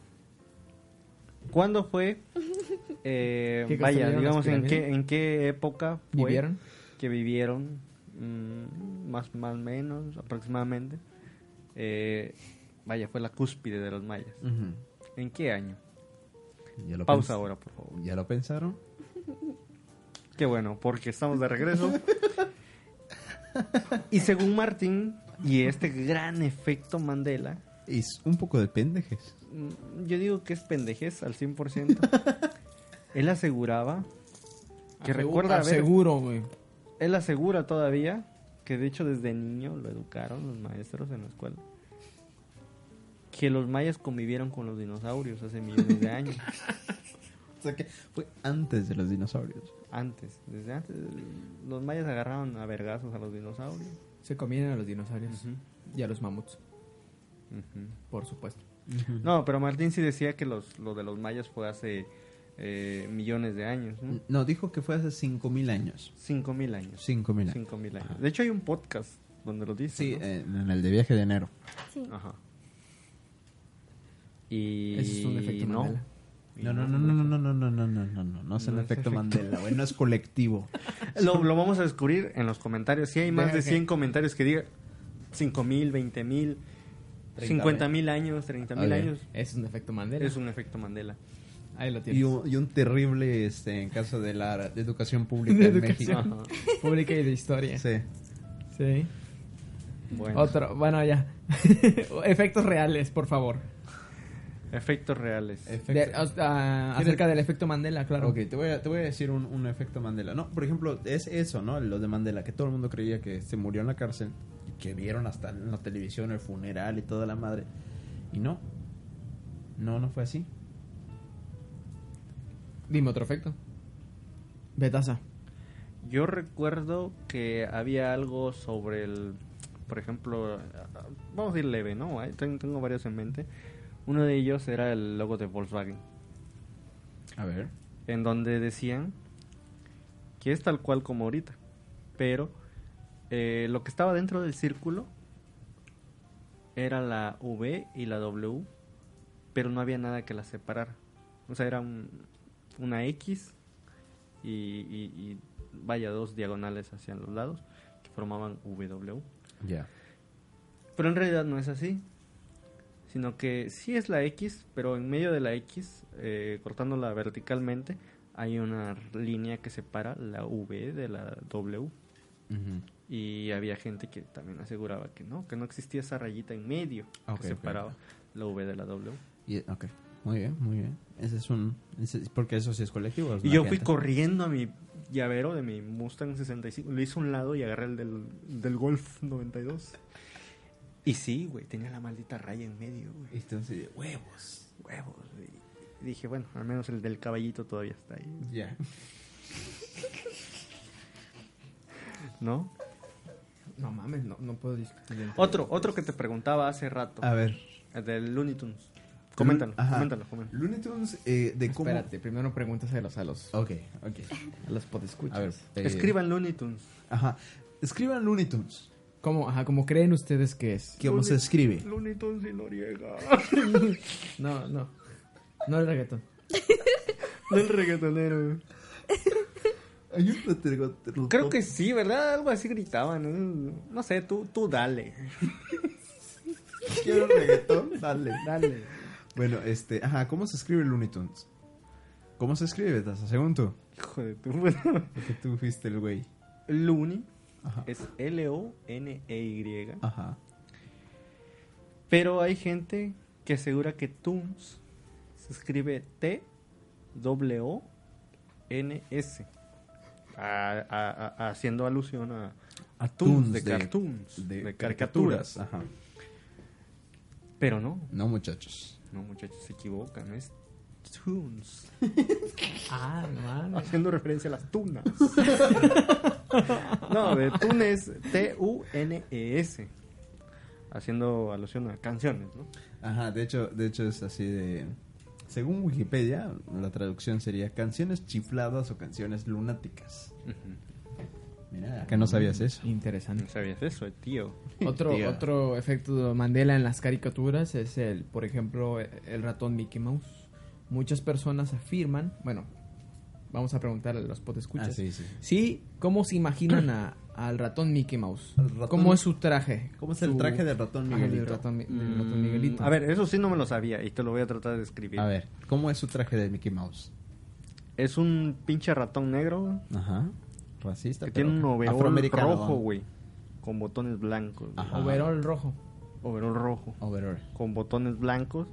Speaker 3: ¿Cuándo
Speaker 2: (laughs)
Speaker 3: fue? eh,
Speaker 1: ¿Qué
Speaker 3: vaya,
Speaker 1: construyeron
Speaker 3: digamos,
Speaker 1: las
Speaker 3: en qué,
Speaker 1: pirámides?
Speaker 3: en qué época fue
Speaker 1: ¿Vivieron?
Speaker 3: que vivieron, mm, más más menos aproximadamente. Eh, vaya, fue la cúspide de los mayas. ¿En qué año?
Speaker 2: Ya lo
Speaker 3: Pausa
Speaker 2: pens-
Speaker 3: ahora, por favor.
Speaker 2: ¿Ya lo pensaron?
Speaker 3: Qué bueno, porque estamos de regreso. y según Martín y este gran efecto Mandela,
Speaker 2: Es un poco de pendejes.
Speaker 3: mm, yo digo que es pendejez al 100%. él aseguraba que
Speaker 1: Asegu-
Speaker 3: recuerda haber-
Speaker 1: Seguro, güey.
Speaker 3: él asegura todavía que de hecho desde niño lo educaron los maestros en la escuela. Que los mayas convivieron con los dinosaurios hace millones de años.
Speaker 2: O sea que fue antes de los dinosaurios.
Speaker 3: Antes, desde antes. Los mayas agarraron a vergazos a los dinosaurios.
Speaker 1: Se comían a los dinosaurios y a los mamuts, por supuesto.
Speaker 3: No, pero Martín sí decía que los, lo de los mayas fue hace eh, millones de años, ¿no?
Speaker 2: No, dijo que fue hace 5000 años.
Speaker 3: Cinco mil años.
Speaker 2: 5000 años.
Speaker 3: Cinco mil años. De hecho hay un podcast donde lo dice.
Speaker 2: Sí,
Speaker 3: ¿no?
Speaker 2: eh, en el de viaje de enero.
Speaker 4: Sí.
Speaker 3: Ajá. Y
Speaker 1: Ese es un efecto
Speaker 3: no.
Speaker 1: Mandela.
Speaker 3: Y
Speaker 2: No, no, no, no, no, no, no, no, no, no, no, no es el
Speaker 3: No
Speaker 2: efecto
Speaker 3: es efecto.
Speaker 2: Mandela, güey, no es colectivo.
Speaker 3: Lo, lo vamos a descubrir en los comentarios. Si hay más de 100 comentarios que digan 5 mil, 20 mil, 50 mil años, 30 mil
Speaker 2: Ok.
Speaker 3: años,
Speaker 1: Es un efecto Mandela.
Speaker 3: es un efecto Mandela.
Speaker 1: Ahí lo tienes. (laughs)
Speaker 2: Y un, y un terrible este, en caso de la de educación pública en
Speaker 1: educación.
Speaker 2: (laughs) México.
Speaker 3: Ajá.
Speaker 1: Pública y de historia. Sí.
Speaker 2: Sí.
Speaker 3: Bueno,
Speaker 1: Otro, bueno, ya. (laughs) Efectos reales, por favor.
Speaker 3: efectos reales.
Speaker 1: De- o- ah, acerca del efecto Mandela, claro.
Speaker 2: Ok, te voy a, te voy a decir un, un efecto Mandela. No, por ejemplo, es eso, ¿no? Lo de Mandela, que todo el mundo creía que se murió en la cárcel, y que vieron hasta en la televisión el funeral y toda la madre. Y no. No, no fue así.
Speaker 1: Dime otro efecto. Betasa.
Speaker 3: Yo recuerdo que había algo sobre el, por ejemplo, vamos a ir leve, ¿no? Ahí ten- Tengo varios en mente. Uno de ellos era el logo de Volkswagen,
Speaker 2: A ver.
Speaker 3: en donde decían que es tal cual como ahorita, pero eh, lo que estaba dentro del círculo era la V y la W, pero no había nada que las separara. O sea, era un- una X y, y- y vaya dos diagonales hacia los lados que formaban W.
Speaker 2: Ya.
Speaker 3: Pero en realidad no es así. Sino que sí es la X, pero en medio de la X, eh, cortándola verticalmente, hay una línea que separa la V de la W. Y había gente que también aseguraba que no, que no existía esa rayita en medio
Speaker 2: Ok,
Speaker 3: que
Speaker 2: ok,
Speaker 3: separaba
Speaker 2: ok.
Speaker 3: la V de la W.
Speaker 2: Y- ok, muy bien, muy bien. Ese es un. ese es- porque eso sí es colectivo. es
Speaker 3: Y
Speaker 2: la
Speaker 3: yo fui
Speaker 2: gente.
Speaker 3: corriendo a mi llavero de mi Mustang 65, lo hice a un lado y agarré el del, del Golf 92. Y sí, güey, tenía la maldita raya en medio, güey.
Speaker 2: Y tú así de huevos.
Speaker 3: pues, huevos. güey. Y dije, bueno, al menos el del caballito todavía está ahí,
Speaker 2: Ya.
Speaker 3: ¿no?
Speaker 1: No mames, no, no puedo discutir. entre-
Speaker 3: Otro, otro que te preguntaba hace rato,
Speaker 2: A ver.
Speaker 3: el del Looney Tunes. Coméntalo,
Speaker 2: Ajá.
Speaker 3: coméntalo, coméntalo.
Speaker 2: Looney Tunes, eh, de cómo.
Speaker 1: Espérate, primero preguntas a los, a los,
Speaker 2: Ok, ok.
Speaker 1: a los podescuchas.
Speaker 2: A ver. eh,
Speaker 3: Escriban Looney Tunes.
Speaker 2: Ajá. Escriban Looney Tunes.
Speaker 1: ¿Cómo, ajá, ¿Cómo creen ustedes que
Speaker 2: (laughs)
Speaker 1: es?
Speaker 2: ¿Cómo se escribe?
Speaker 3: Looney Tunes y Noriega.
Speaker 1: No, no. No el reggaetón.
Speaker 3: no el reggaetonero.
Speaker 2: (laughs)
Speaker 3: güey. (laughs) Creo que sí, ¿verdad? Algo así gritaban. ¿no? No sé, tú, tú dale.
Speaker 2: quiero reggaetón. Dale.
Speaker 3: Dale.
Speaker 2: Bueno, este. Ajá, ¿cómo se escribe Looney Tunes? ¿Cómo se escribe, Taza? Según tú.
Speaker 3: Hijo de tu (laughs) puta.
Speaker 2: Porque tú fuiste el güey.
Speaker 3: Looney
Speaker 2: Ajá.
Speaker 3: es E L-O-N-E-Y.
Speaker 2: Ajá.
Speaker 3: Pero hay gente que asegura que Tunes se escribe T W N S. a- a- a- haciendo alusión a,
Speaker 2: A
Speaker 3: Tunes de cartoons, de caricaturas.
Speaker 2: Ajá.
Speaker 3: Pero no,
Speaker 2: No, muchachos.
Speaker 3: no muchachos, se equivocan, es Tunes.
Speaker 1: Ah, no mames.
Speaker 3: Haciendo referencia a las tunas. no, de Tunes, T-U-N-E-S. Haciendo alusión a canciones, ¿no?
Speaker 2: Ajá, de hecho, de hecho es así de Según Wikipedia, la traducción sería canciones chifladas o canciones lunáticas. Mira, Ah, acá no sabías eso.
Speaker 1: Interesante.
Speaker 3: No sabías eso, eh, tío.
Speaker 1: Otro,
Speaker 2: Tía.
Speaker 1: otro efecto de Mandela en las caricaturas es el, por ejemplo, e- el ratón Mickey Mouse. Muchas personas afirman, bueno, vamos a preguntarle a los potescuchas.
Speaker 2: Ah, sí, sí.
Speaker 1: Sí, ¿cómo se imaginan a- al ratón Mickey Mouse?
Speaker 2: Al ratón-
Speaker 1: ¿Cómo es su traje?
Speaker 2: ¿Cómo es el
Speaker 1: Su-
Speaker 2: traje del ratón
Speaker 1: Ajá, del
Speaker 2: Miguelito?
Speaker 1: ratón Mi- del ratón
Speaker 3: Mm,
Speaker 1: Miguelito.
Speaker 3: A ver, eso sí no me lo sabía y te lo voy a tratar de describir.
Speaker 2: A ver, ¿cómo es su traje de Mickey Mouse?
Speaker 3: Es un pinche ratón negro
Speaker 2: Ajá. Racista.
Speaker 3: que
Speaker 2: pero
Speaker 3: tiene un overol
Speaker 2: afroamericano,
Speaker 3: rojo,
Speaker 2: ¿no?
Speaker 3: güey. Con botones blancos. güey.
Speaker 2: Ajá.
Speaker 1: Overol rojo.
Speaker 3: Overol rojo.
Speaker 2: Overall.
Speaker 3: Con botones blancos.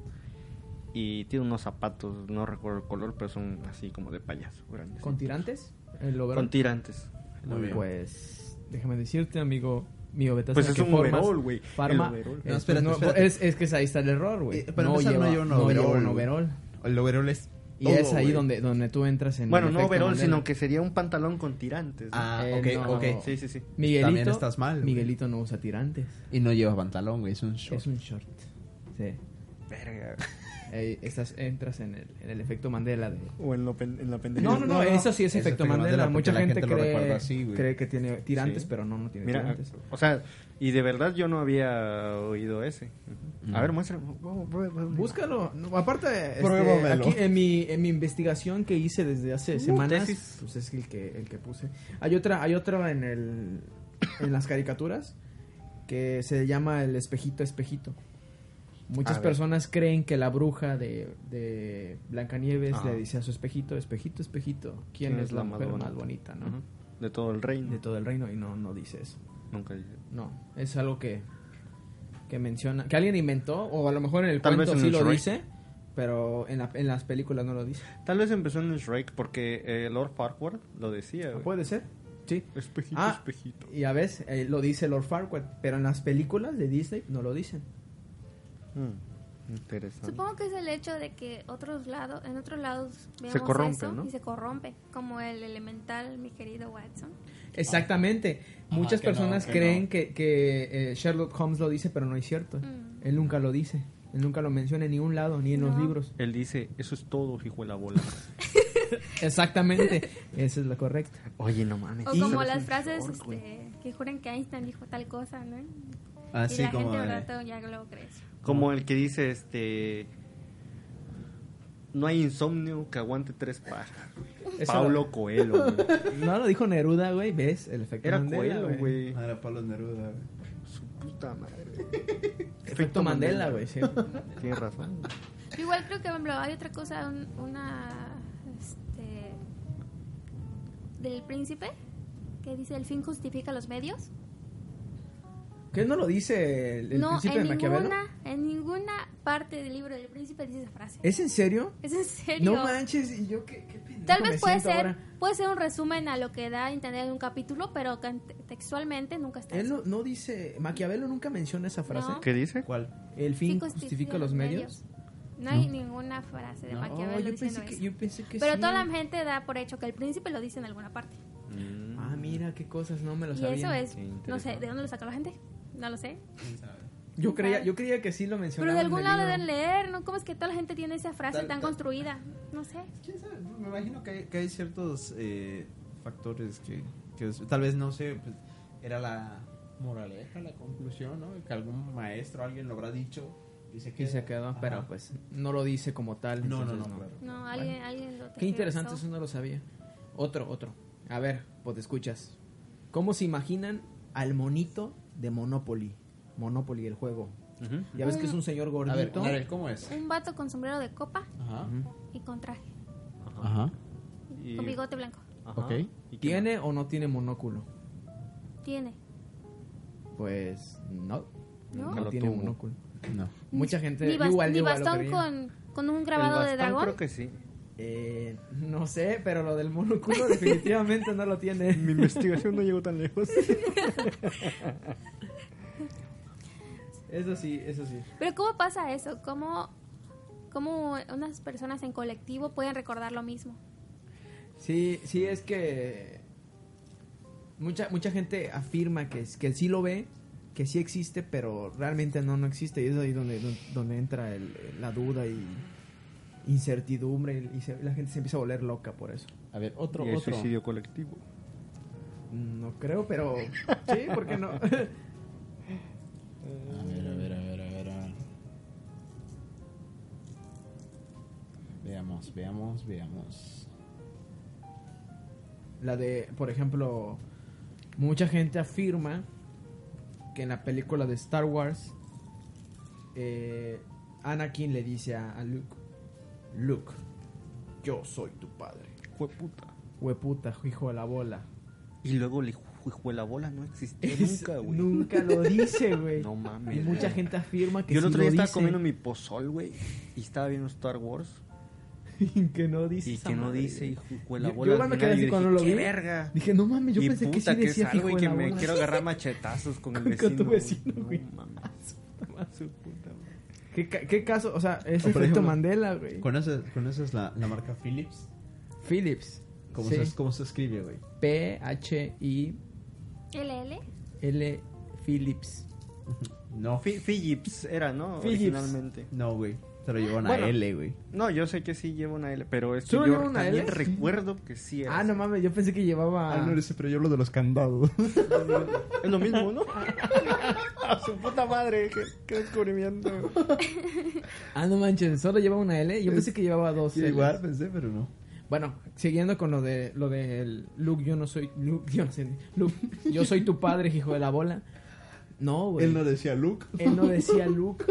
Speaker 3: Y tiene unos zapatos, no recuerdo el color, pero son así como de payaso. Grandes.
Speaker 1: ¿Con tirantes? El overol.
Speaker 3: Con tirantes.
Speaker 1: Muy bien. Pues, déjame decirte, amigo mío, Betas,
Speaker 3: Pues es
Speaker 1: que
Speaker 3: un
Speaker 1: formas
Speaker 3: overol, güey.
Speaker 1: Farma,
Speaker 3: El overol.
Speaker 1: Eh,
Speaker 2: No, espérate,
Speaker 1: no,
Speaker 2: espérate.
Speaker 1: Es, es que es- ahí está el error, güey.
Speaker 2: Eh, para empezar, no lleva un
Speaker 1: lleva
Speaker 2: overol,
Speaker 1: un
Speaker 2: güey.
Speaker 1: overol.
Speaker 2: El overall es.
Speaker 1: Y
Speaker 2: todo,
Speaker 1: es ahí
Speaker 2: güey.
Speaker 1: donde, donde tú entras en.
Speaker 3: Bueno,
Speaker 1: el
Speaker 3: no
Speaker 1: efecto
Speaker 3: overol,
Speaker 1: Mandela.
Speaker 3: sino que sería un pantalón con tirantes. ¿no?
Speaker 2: Ah,
Speaker 1: Eh,
Speaker 2: ok,
Speaker 1: no.
Speaker 2: ok.
Speaker 3: sí, sí, sí.
Speaker 1: Miguelito,
Speaker 2: También estás mal, güey.
Speaker 1: Miguelito no usa tirantes.
Speaker 2: Y no lleva pantalón, güey. Es un short.
Speaker 1: Es un short. Sí.
Speaker 3: Verga.
Speaker 1: Ahí estás, entras en el, en el efecto Mandela. De...
Speaker 3: O en, lo pen- en la pendeja.
Speaker 1: No, no, no,
Speaker 2: no,
Speaker 1: eso sí es
Speaker 2: es
Speaker 1: efecto
Speaker 2: efecto
Speaker 1: Mandela.
Speaker 2: Mandela, porque
Speaker 1: Mucha
Speaker 2: la
Speaker 1: gente,
Speaker 2: gente lo
Speaker 1: cree,
Speaker 2: recuerda así, güey.
Speaker 1: cree que tiene tirantes,
Speaker 3: Sí.
Speaker 1: pero no, no tiene
Speaker 3: Mira,
Speaker 1: tirantes.
Speaker 3: o sea, y de verdad yo no había oído ese.
Speaker 2: Mm.
Speaker 3: Ujú. A ver, muéstrame. Vamos, vamos, vamos.
Speaker 1: Búscalo. No, aparte, este,
Speaker 2: Pruébamelo.
Speaker 1: aquí en mi, en mi investigación que hice desde hace semanas,
Speaker 3: Uh, tesis.
Speaker 1: pues es el que, el que puse. Hay otra, hay otra en el en las caricaturas que se llama el espejito espejito. Muchas
Speaker 3: A ver.
Speaker 1: personas creen que la bruja de, de Blancanieves
Speaker 3: Ah.
Speaker 1: le dice a su espejito, espejito, espejito, ¿quién, es, la, mujer
Speaker 3: Madonna?
Speaker 1: más bonita, no?
Speaker 3: Ujú. De todo el reino.
Speaker 1: De todo el reino y no no dice eso.
Speaker 3: Nunca dije.
Speaker 1: No, es algo que, que menciona, que alguien inventó, o a lo mejor en el
Speaker 3: Tal
Speaker 1: cuento
Speaker 3: vez en
Speaker 1: sí
Speaker 3: el
Speaker 1: lo
Speaker 3: Shrek.
Speaker 1: dice, pero en, la- en las películas no lo dice.
Speaker 3: Tal vez empezó en Shrek porque eh, Lord Farquaad lo decía. güey.
Speaker 1: Puede ser, sí.
Speaker 3: Espejito,
Speaker 1: Ah.
Speaker 3: espejito.
Speaker 1: Y a veces eh, lo dice Lord Farquaad, pero en las películas de Disney no lo dicen.
Speaker 3: Mm, Interesante.
Speaker 4: Supongo que es el hecho de que otros lados, en otros lados vemos
Speaker 3: corrompe,
Speaker 4: eso
Speaker 3: ¿no?
Speaker 4: y se corrompe, como el elemental, mi querido Watson.
Speaker 1: Exactamente. Muchas
Speaker 2: que no,
Speaker 1: personas
Speaker 2: que
Speaker 1: creen
Speaker 2: no.
Speaker 1: que, que, eh, Sherlock Holmes lo dice, pero no es cierto.
Speaker 4: Mm.
Speaker 1: Él nunca lo dice. Él nunca lo menciona en ningún lado, ni en los
Speaker 4: No.
Speaker 1: libros.
Speaker 3: Él dice, eso es todo, hijo de la bola.
Speaker 1: Exactamente.
Speaker 4: (laughs)
Speaker 1: Esa es la correcta.
Speaker 3: Oye, no mames.
Speaker 4: O
Speaker 3: eso
Speaker 4: como
Speaker 3: es
Speaker 4: las
Speaker 3: un
Speaker 4: frases
Speaker 3: short, güey.
Speaker 4: este, que juran que Einstein dijo tal cosa, ¿no? y
Speaker 2: Así
Speaker 1: Ah,
Speaker 4: la
Speaker 2: como.
Speaker 4: gente al
Speaker 2: eh,
Speaker 4: rato ya lo crees.
Speaker 3: Como el que dice, este... No hay insomnio que aguante tres pajas. güey.
Speaker 1: Esa-
Speaker 3: Pablo Coelho, güey.
Speaker 1: No lo dijo Neruda, güey. ¿Ves? El efecto
Speaker 3: Era
Speaker 1: Mandela,
Speaker 3: Coelho, güey.
Speaker 2: Ah, era Pablo Neruda, güey.
Speaker 3: Su puta madre.
Speaker 1: Efecto Mandela, güey. sí.
Speaker 3: Tienes razón.
Speaker 4: Pero igual creo que, por ejemplo, hay otra cosa, un- una... Este, del príncipe, que dice, el fin justifica los medios.
Speaker 1: ¿Qué no lo dice el, el
Speaker 4: no,
Speaker 1: príncipe
Speaker 4: en
Speaker 1: de Maquiavelo?
Speaker 4: ninguna, en ninguna parte del libro del príncipe dice esa frase.
Speaker 1: ¿Es en serio?
Speaker 4: Es en serio.
Speaker 1: No manches, y yo qué, qué pendejo
Speaker 4: Tal vez
Speaker 1: me
Speaker 4: puede
Speaker 1: siento
Speaker 4: ser,
Speaker 1: ahora.
Speaker 4: puede ser un resumen a lo que da a entender en un capítulo, pero can- textualmente nunca está.
Speaker 1: Él
Speaker 4: eso.
Speaker 1: no, no dice, Maquiavelo nunca menciona esa frase.
Speaker 4: No.
Speaker 3: ¿Qué dice?
Speaker 2: ¿Cuál?
Speaker 1: El
Speaker 4: Sí
Speaker 1: fin justifica los medios.
Speaker 4: No hay ninguna frase de
Speaker 1: No,
Speaker 4: Maquiavelo
Speaker 1: yo, pensé
Speaker 4: diciendo
Speaker 1: que,
Speaker 4: eso.
Speaker 1: yo pensé que
Speaker 4: pero
Speaker 1: sí.
Speaker 4: toda la gente da por hecho que el príncipe lo dice en alguna parte.
Speaker 1: Ah, mira qué cosas, no me lo
Speaker 4: Y
Speaker 1: sabía.
Speaker 4: eso es,
Speaker 3: Qué
Speaker 4: no sé,
Speaker 3: interesante.
Speaker 4: ¿de dónde lo sacó la gente? No lo sé.
Speaker 1: Yo creía, yo creía que sí lo mencionaba.
Speaker 4: Pero de algún lado deben
Speaker 1: del
Speaker 4: leer, ¿no? ¿Cómo es que toda la gente tiene esa frase
Speaker 2: Tal-
Speaker 4: tan
Speaker 2: tal-
Speaker 4: construida? No sé.
Speaker 2: ¿Quién sabe? Me imagino que hay, que hay ciertos eh, factores que, que es- tal vez no sé, pues, era la moraleja, la conclusión, ¿no? Que algún maestro, alguien lo habrá dicho y se
Speaker 1: Y
Speaker 2: quedó.
Speaker 1: se quedó,
Speaker 2: Ajá.
Speaker 1: pero pues no lo dice como tal.
Speaker 2: No, no,
Speaker 1: entonces
Speaker 2: no, claro.
Speaker 4: No, alguien, alguien lo
Speaker 1: Qué interesante,
Speaker 4: tergiversó.
Speaker 1: eso no lo sabía. Otro, otro. A ver, pues te escuchas. ¿Cómo se imaginan al monito de Monopoly? Monopoly, el juego. Ya ves que es un señor
Speaker 2: A ver,
Speaker 1: gordito.
Speaker 2: a ver, ¿cómo es?
Speaker 4: Un vato con sombrero de copa
Speaker 2: Ajá.
Speaker 4: y con traje,
Speaker 2: Ajá.
Speaker 3: Y-
Speaker 4: con bigote blanco.
Speaker 3: Ajá.
Speaker 2: Ok.
Speaker 3: ¿Y qué
Speaker 1: ¿Tiene o no tiene monóculo?
Speaker 4: Tiene,
Speaker 1: Pues no.
Speaker 4: ¿no?
Speaker 3: Nunca
Speaker 1: No
Speaker 3: lo
Speaker 1: tiene
Speaker 3: tuvo.
Speaker 1: monóculo.
Speaker 2: No.
Speaker 1: Mucha gente.
Speaker 4: Ni, bas-
Speaker 1: igual,
Speaker 4: ni
Speaker 1: igual lo
Speaker 4: bastón
Speaker 1: creía.
Speaker 4: con, con un
Speaker 3: más?
Speaker 4: grabado
Speaker 3: El
Speaker 4: de
Speaker 3: bastón
Speaker 4: dragón.
Speaker 3: Creo que sí.
Speaker 1: Eh, no sé, pero lo del monóculo (laughs) definitivamente no lo
Speaker 3: Mi (laughs)
Speaker 1: tiene.
Speaker 3: investigación no llegó tan (laughs) lejos.
Speaker 1: Eso sí, eso sí.
Speaker 4: Pero ¿cómo pasa eso? ¿Cómo, ¿Cómo unas personas en colectivo pueden recordar lo mismo?
Speaker 1: Sí, sí, es que mucha, mucha gente afirma que, es- que sí lo ve, que sí existe, pero realmente no, no existe. Y es ahí donde, donde entra el- la duda y incertidumbre y se- la gente se empieza a volver loca por eso.
Speaker 2: A ver, otro,
Speaker 3: y el
Speaker 2: otro.
Speaker 3: suicidio colectivo.
Speaker 1: No creo, pero sí, ¿por qué no?
Speaker 2: A ver, a ver, a ver, a ver, a ver. Veamos, veamos, veamos.
Speaker 1: la de, por ejemplo, mucha gente afirma que en la película de Star Wars, eh, Anakin le dice a, a Luke, Luke, yo soy tu padre.
Speaker 3: Fue puta.
Speaker 1: Hueputa, hijo de la bola.
Speaker 3: Y luego el hijo de la bola no existió
Speaker 1: Es-
Speaker 3: nunca, güey.
Speaker 1: nunca lo dice, güey.
Speaker 3: (laughs) No mames,
Speaker 1: Y mucha
Speaker 3: güey.
Speaker 1: gente afirma que
Speaker 3: Yo el
Speaker 1: sí
Speaker 3: otro día
Speaker 1: lo
Speaker 3: estaba
Speaker 1: dice.
Speaker 3: comiendo mi pozol, güey, y estaba viendo Star Wars
Speaker 1: (laughs) Y que no dice.
Speaker 3: y
Speaker 1: esa
Speaker 3: que no
Speaker 1: madre,
Speaker 3: dice
Speaker 1: güey.
Speaker 3: hijo de la
Speaker 1: Yo-
Speaker 3: bola.
Speaker 1: Yo igual me
Speaker 3: al
Speaker 1: quedé
Speaker 3: final,
Speaker 1: así
Speaker 3: y
Speaker 1: cuando
Speaker 3: dije,
Speaker 1: lo vi.
Speaker 3: "Qué verga.
Speaker 1: Dije, no mames, yo
Speaker 3: y
Speaker 1: pensé que
Speaker 3: puta
Speaker 1: sí
Speaker 3: que
Speaker 1: decía
Speaker 3: salgo
Speaker 1: hijo
Speaker 3: y
Speaker 1: de
Speaker 3: que
Speaker 1: la
Speaker 3: me
Speaker 1: bola.
Speaker 3: quiero agarrar machetazos con el
Speaker 1: Con tu
Speaker 3: vecino.
Speaker 1: vecino, güey.
Speaker 3: No
Speaker 1: (laughs)
Speaker 3: mames. Su puta madre.
Speaker 1: ¿Qué, ca- qué caso? O sea, es
Speaker 2: O por
Speaker 1: efecto
Speaker 2: ejemplo,
Speaker 1: Mandela, güey.
Speaker 2: ¿Conoces, conoces la, la marca Philips?
Speaker 1: Philips.
Speaker 2: ¿Cómo,
Speaker 1: Sí.
Speaker 2: se, ¿Cómo se escribe, güey?
Speaker 1: P-H-I-L
Speaker 4: LL.
Speaker 1: Philips.
Speaker 2: No,
Speaker 3: Fi- Philips era, ¿no?
Speaker 1: Philips.
Speaker 3: Originalmente.
Speaker 2: no, güey. Se lo llevó una
Speaker 1: Bueno.
Speaker 2: L, güey.
Speaker 3: No, yo sé que sí lleva una L, pero es que
Speaker 1: ¿Solo
Speaker 3: yo
Speaker 1: lleva una
Speaker 3: también
Speaker 1: L?
Speaker 3: recuerdo que sí era.
Speaker 1: Ah, no mames, yo pensé que llevaba.
Speaker 2: pero Ah, yo hablo de los candados. (laughs)
Speaker 3: (laughs) Es lo mismo, ¿no? A su puta madre, qué, qué descubrimiento.
Speaker 1: Ah, no manches, solo llevaba una L. Yo pensé que llevaba dos. Ls.
Speaker 2: igual pensé, pero no.
Speaker 1: Bueno, siguiendo con lo de lo del Luke, yo no soy Luke, yo no sé. Luke, yo soy tu padre, hijo de la bola. No, güey. Él no,
Speaker 2: decía Luke.
Speaker 1: decía Luke.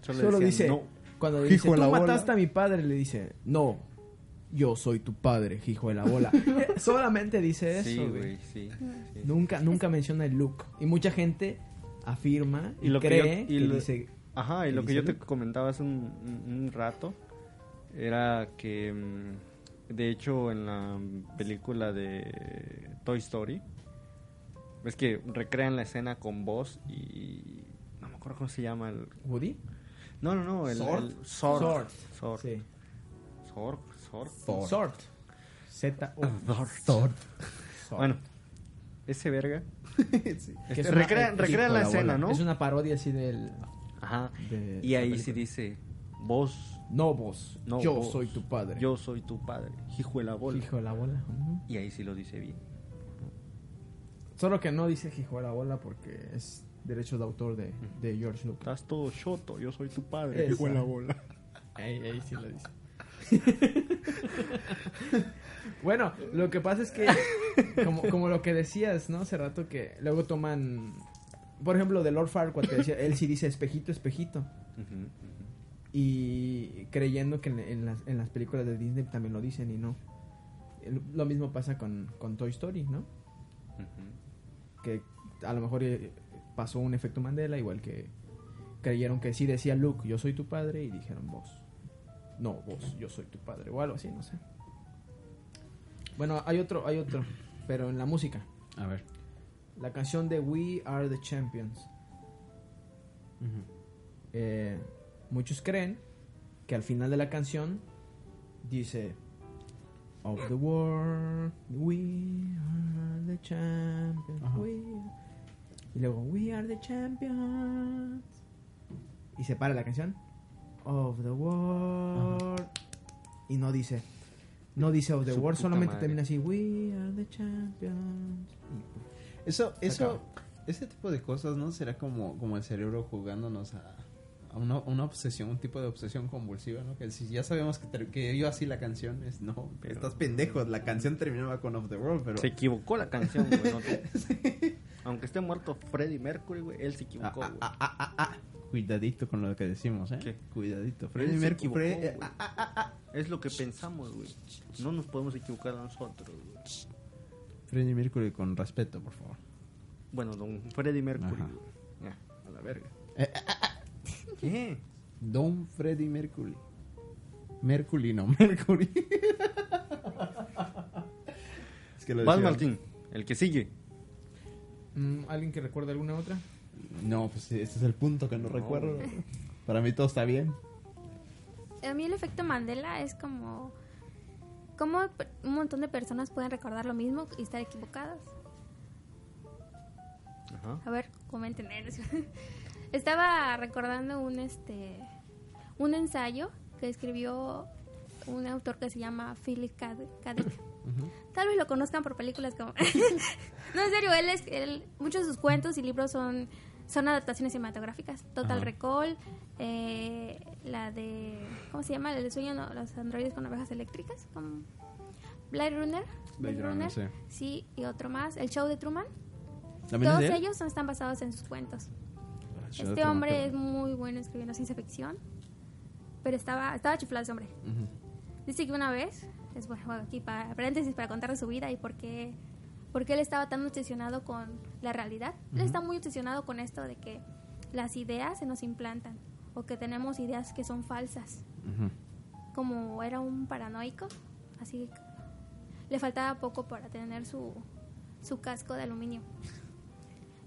Speaker 3: Solo,
Speaker 1: Solo,
Speaker 3: decían,
Speaker 1: dice
Speaker 3: no.
Speaker 1: cuando
Speaker 2: Hijo
Speaker 1: dice,
Speaker 2: de
Speaker 1: "Tú
Speaker 2: la bola".
Speaker 1: mataste a mi padre", le dice, "No. Yo soy tu padre, hijo de la bola." Eh, Solamente dice eso,
Speaker 3: Sí,
Speaker 1: güey.
Speaker 3: güey, sí. sí.
Speaker 1: Nunca, nunca menciona el Luke. Y mucha gente afirma y,
Speaker 3: Y lo que
Speaker 1: cree
Speaker 3: yo- y
Speaker 1: que
Speaker 3: lo-
Speaker 1: dice,
Speaker 3: Ajá, y lo
Speaker 1: ¿Qué
Speaker 3: que
Speaker 1: dice
Speaker 3: yo te
Speaker 1: Luke?
Speaker 3: comentaba hace un, un- un rato era que, mm, de hecho, en la película de Toy Story, es que recrean la escena con voz y... No me acuerdo cómo se llama el...
Speaker 1: Woody.
Speaker 3: No, no, no, el...
Speaker 2: ¿Sort?
Speaker 3: el- Sort.
Speaker 1: Sort.
Speaker 3: Sort.
Speaker 1: Sí.
Speaker 3: Sort. Sort.
Speaker 2: Thor.
Speaker 1: Sort. Z O.
Speaker 2: Thor.
Speaker 1: Sort.
Speaker 3: Bueno,
Speaker 2: (laughs)
Speaker 3: ese verga.
Speaker 1: Que es
Speaker 3: Este,
Speaker 1: una-
Speaker 3: recrean
Speaker 1: es-
Speaker 3: recrean
Speaker 2: hijo de
Speaker 3: la
Speaker 2: la
Speaker 3: escena,
Speaker 2: bola.
Speaker 3: ¿no?
Speaker 1: Es una parodia así del
Speaker 3: Ajá.
Speaker 1: de
Speaker 3: Y
Speaker 1: la
Speaker 3: ahí
Speaker 1: película.
Speaker 3: sí dice voz.
Speaker 1: No vos,
Speaker 3: No,
Speaker 1: yo
Speaker 3: vos.
Speaker 1: soy tu padre.
Speaker 3: Yo soy tu padre. Hijo de la bola.
Speaker 1: Hijo de la bola. Ujú.
Speaker 3: Y ahí sí lo dice bien.
Speaker 1: Solo que no dice hijo de la bola porque es derecho de autor de, de George Lucas.
Speaker 3: Estás todo choto, yo soy tu padre.
Speaker 1: Esa.
Speaker 3: bola.
Speaker 1: Ahí, ahí sí lo dice. (laughs) bueno, lo que pasa es que, como, como lo que decías, ¿no? Hace rato que luego toman, por ejemplo, de Lord Farquaad, que decía, él sí dice espejito, espejito. Y creyendo que en, en las, en las películas de Disney también lo dicen y no. El- Lo mismo pasa con, con Toy Story, ¿no? Que a lo mejor eh, pasó un efecto Mandela, igual que creyeron que sí decía Luke, yo soy tu padre, y dijeron vos. No, vos, yo soy tu padre, o algo así, no sé. Bueno, hay otro, hay otro, pero en la música.
Speaker 2: A ver.
Speaker 1: La canción de We Are the Champions. Eh, muchos creen que al final de la canción dice Of the world, we are the champions.
Speaker 2: Ajá.
Speaker 1: we are-" Y luego We are the champions. Y se para la canción. Of the world. Y no dice. No dice of the
Speaker 3: Su
Speaker 1: world,
Speaker 3: puta
Speaker 1: solamente
Speaker 3: madre.
Speaker 1: termina así. We are the champions. Y
Speaker 2: Eso, eso,
Speaker 1: acaba.
Speaker 2: ese tipo de cosas, ¿no? Será como, como el cerebro jugándonos a, a una, una obsesión, un tipo de obsesión convulsiva, ¿no? Que si ya sabemos que, ter- que yo así la canción es, no,
Speaker 3: Pero-
Speaker 2: estás pendejo, la canción terminaba con Off the World, pero...
Speaker 3: Se equivocó la canción, güey. no
Speaker 2: (laughs)
Speaker 3: tú. Aunque esté muerto Freddie Mercury, güey, él se
Speaker 2: Ah,
Speaker 3: equivocó,
Speaker 2: ah,
Speaker 3: güey.
Speaker 2: ah, ah, ah, ah. Cuidadito con lo que decimos, ¿eh?
Speaker 3: ¿Qué?
Speaker 2: Cuidadito.
Speaker 3: Él
Speaker 2: Freddie
Speaker 3: se
Speaker 2: Mercury.
Speaker 3: equivocó,
Speaker 2: Fre-
Speaker 3: güey.
Speaker 2: ah, ah,
Speaker 3: Es lo que pensamos, güey. No nos podemos equivocar nosotros, güey.
Speaker 2: Freddie Mercury con respeto, por favor.
Speaker 3: Bueno, don Freddie Mercury.
Speaker 2: Ajá.
Speaker 3: güey. Ya, a la verga.
Speaker 2: Eh,
Speaker 3: ¿Qué?
Speaker 2: Don Freddie Mercury. Mercury, no, (laughs) Mercury. es que lo
Speaker 3: Vas,
Speaker 2: decía-
Speaker 3: Martín, el que sigue.
Speaker 1: Mm, ¿Alguien que recuerde alguna otra?
Speaker 2: No, pues ese es el punto que no, recuerdo. Para mí todo está bien.
Speaker 4: A mí el efecto Mandela es como. Como per- un montón de personas pueden recordar lo mismo y estar equivocadas.
Speaker 3: Ajá.
Speaker 4: A ver, comenten. (laughs) eh, no es cierto. Estaba recordando un este un ensayo que escribió un autor que se llama Philip K. K. Dick. Tal vez lo conozcan por películas como... (laughs) no, en serio, él es... Él, muchos de sus cuentos y libros son, son adaptaciones cinematográficas. Total
Speaker 2: Ajá.
Speaker 4: Recall, eh, la de... ¿Cómo se llama? El sueño de los androides con ovejas eléctricas. como Blade Runner.
Speaker 2: Blade Runner, sí.
Speaker 4: Sí, y otro más. El show de Truman.
Speaker 2: ¿También es
Speaker 4: Todos
Speaker 2: de él?
Speaker 4: ellos son- están basados en sus cuentos.
Speaker 2: Ah, yo
Speaker 4: Este
Speaker 2: tengo
Speaker 4: hombre
Speaker 2: que-
Speaker 4: es muy bueno escribiendo ciencia ficción, pero estaba, estaba chiflado ese hombre.
Speaker 2: Ujú.
Speaker 4: Dice que una vez, es bueno, bueno, aquí para paréntesis para contar de su vida y por qué, por qué él estaba tan obsesionado con la realidad. Él está muy obsesionado con esto de que las ideas se nos implantan o que tenemos ideas que son falsas.
Speaker 2: Ujú.
Speaker 4: Como era un paranoico, así le faltaba poco para tener su, su casco de aluminio.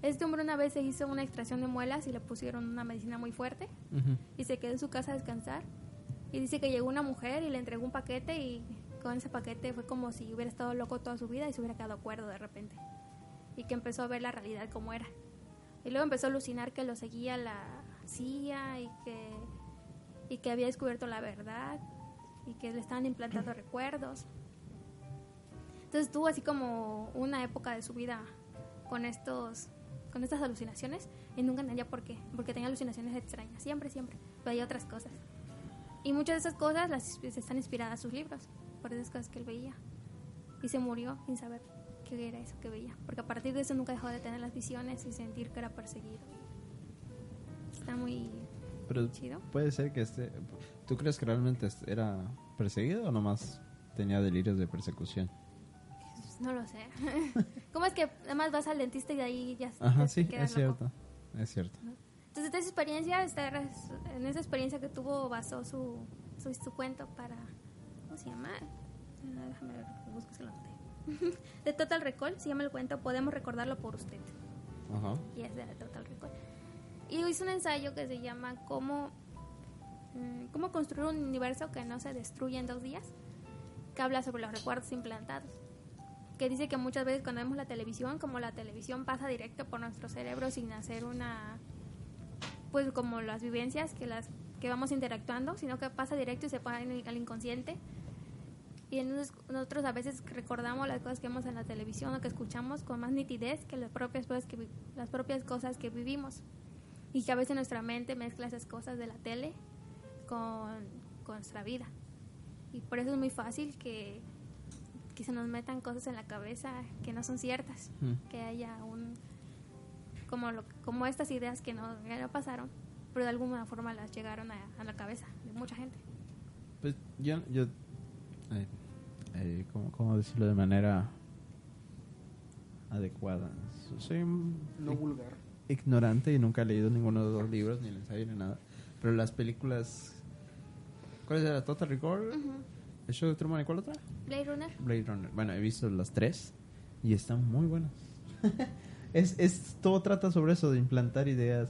Speaker 4: Este hombre una vez se hizo una extracción de muelas y le pusieron una medicina muy fuerte
Speaker 2: Ujú.
Speaker 4: y se quedó en su casa a descansar. Y dice que llegó una mujer y le entregó un paquete y con ese paquete fue como si hubiera estado loco toda su vida y se hubiera quedado acuerdo de repente. Y que empezó a ver la realidad como era. Y luego empezó a alucinar que lo seguía la CIA y que, y que había descubierto la verdad y que le estaban implantando recuerdos. Entonces tuvo así como una época de su vida con estos con estas alucinaciones y nunca entendía por qué, porque tenía alucinaciones extrañas, siempre, siempre, veía otras cosas. Y muchas de esas cosas las están inspiradas a sus libros, por esas cosas que él veía. Y se murió sin saber qué era eso que veía, porque a partir de eso nunca dejó de tener las visiones y sentir que era perseguido. Está muy...
Speaker 2: Pero
Speaker 4: Chido.
Speaker 2: puede ser que este. ¿Tú crees que realmente este- era perseguido o nomás tenía delirios de persecución?
Speaker 4: No lo sé. (laughs) ¿Cómo es que además vas al dentista y de ahí ya
Speaker 2: Ajá,
Speaker 4: ya
Speaker 2: sí,
Speaker 4: quedas
Speaker 2: es
Speaker 4: pues, loco?
Speaker 2: cierto. Es cierto.
Speaker 4: Entonces, de esa experiencia, esta res- en esa experiencia que tuvo, basó su, su, su cuento para. ¿Cómo se llama? Ah, déjame ver, busco si lo noté. (laughs) De Total Recall, se llama el cuento Podemos recordarlo por usted.
Speaker 2: Ajá.
Speaker 4: Y es de Total Recall. Y hizo un ensayo que se llama Cómo, mm, cómo construir un universo que no se destruye en dos días, que habla sobre los recuerdos implantados. Que dice que muchas veces cuando vemos la televisión, como la televisión pasa directo por nuestro cerebro sin hacer una pues como las vivencias que las que vamos interactuando, sino que pasa directo y se pone en el- al inconsciente. Y entonces nosotros a veces recordamos las cosas que vemos en la televisión o que escuchamos con más nitidez que las propias cosas que vi- las propias cosas que vivimos. Y que a veces nuestra mente mezcla esas cosas de la tele con, con nuestra vida. Y por eso es muy fácil que, que se nos metan cosas en la cabeza que no son ciertas,
Speaker 2: Mm.
Speaker 4: que haya un como lo- como estas ideas que no, que no pasaron, pero de alguna forma las llegaron a, a la cabeza de mucha gente.
Speaker 2: Pues yo. yo eh, eh, ¿cómo, cómo decirlo de manera adecuada? So- Soy un
Speaker 5: No
Speaker 2: ig-
Speaker 5: vulgar.
Speaker 2: ignorante y nunca he leído ninguno de los dos libros, ni el ensayo, ni nada. Pero las películas. ¿Cuál era? ¿Total Record? ¿El show de Truman y cuál otra?
Speaker 4: Blade Runner.
Speaker 2: Blade Runner. Bueno, he visto las tres y están muy buenas. (laughs) es, es- todo trata sobre eso, de implantar ideas.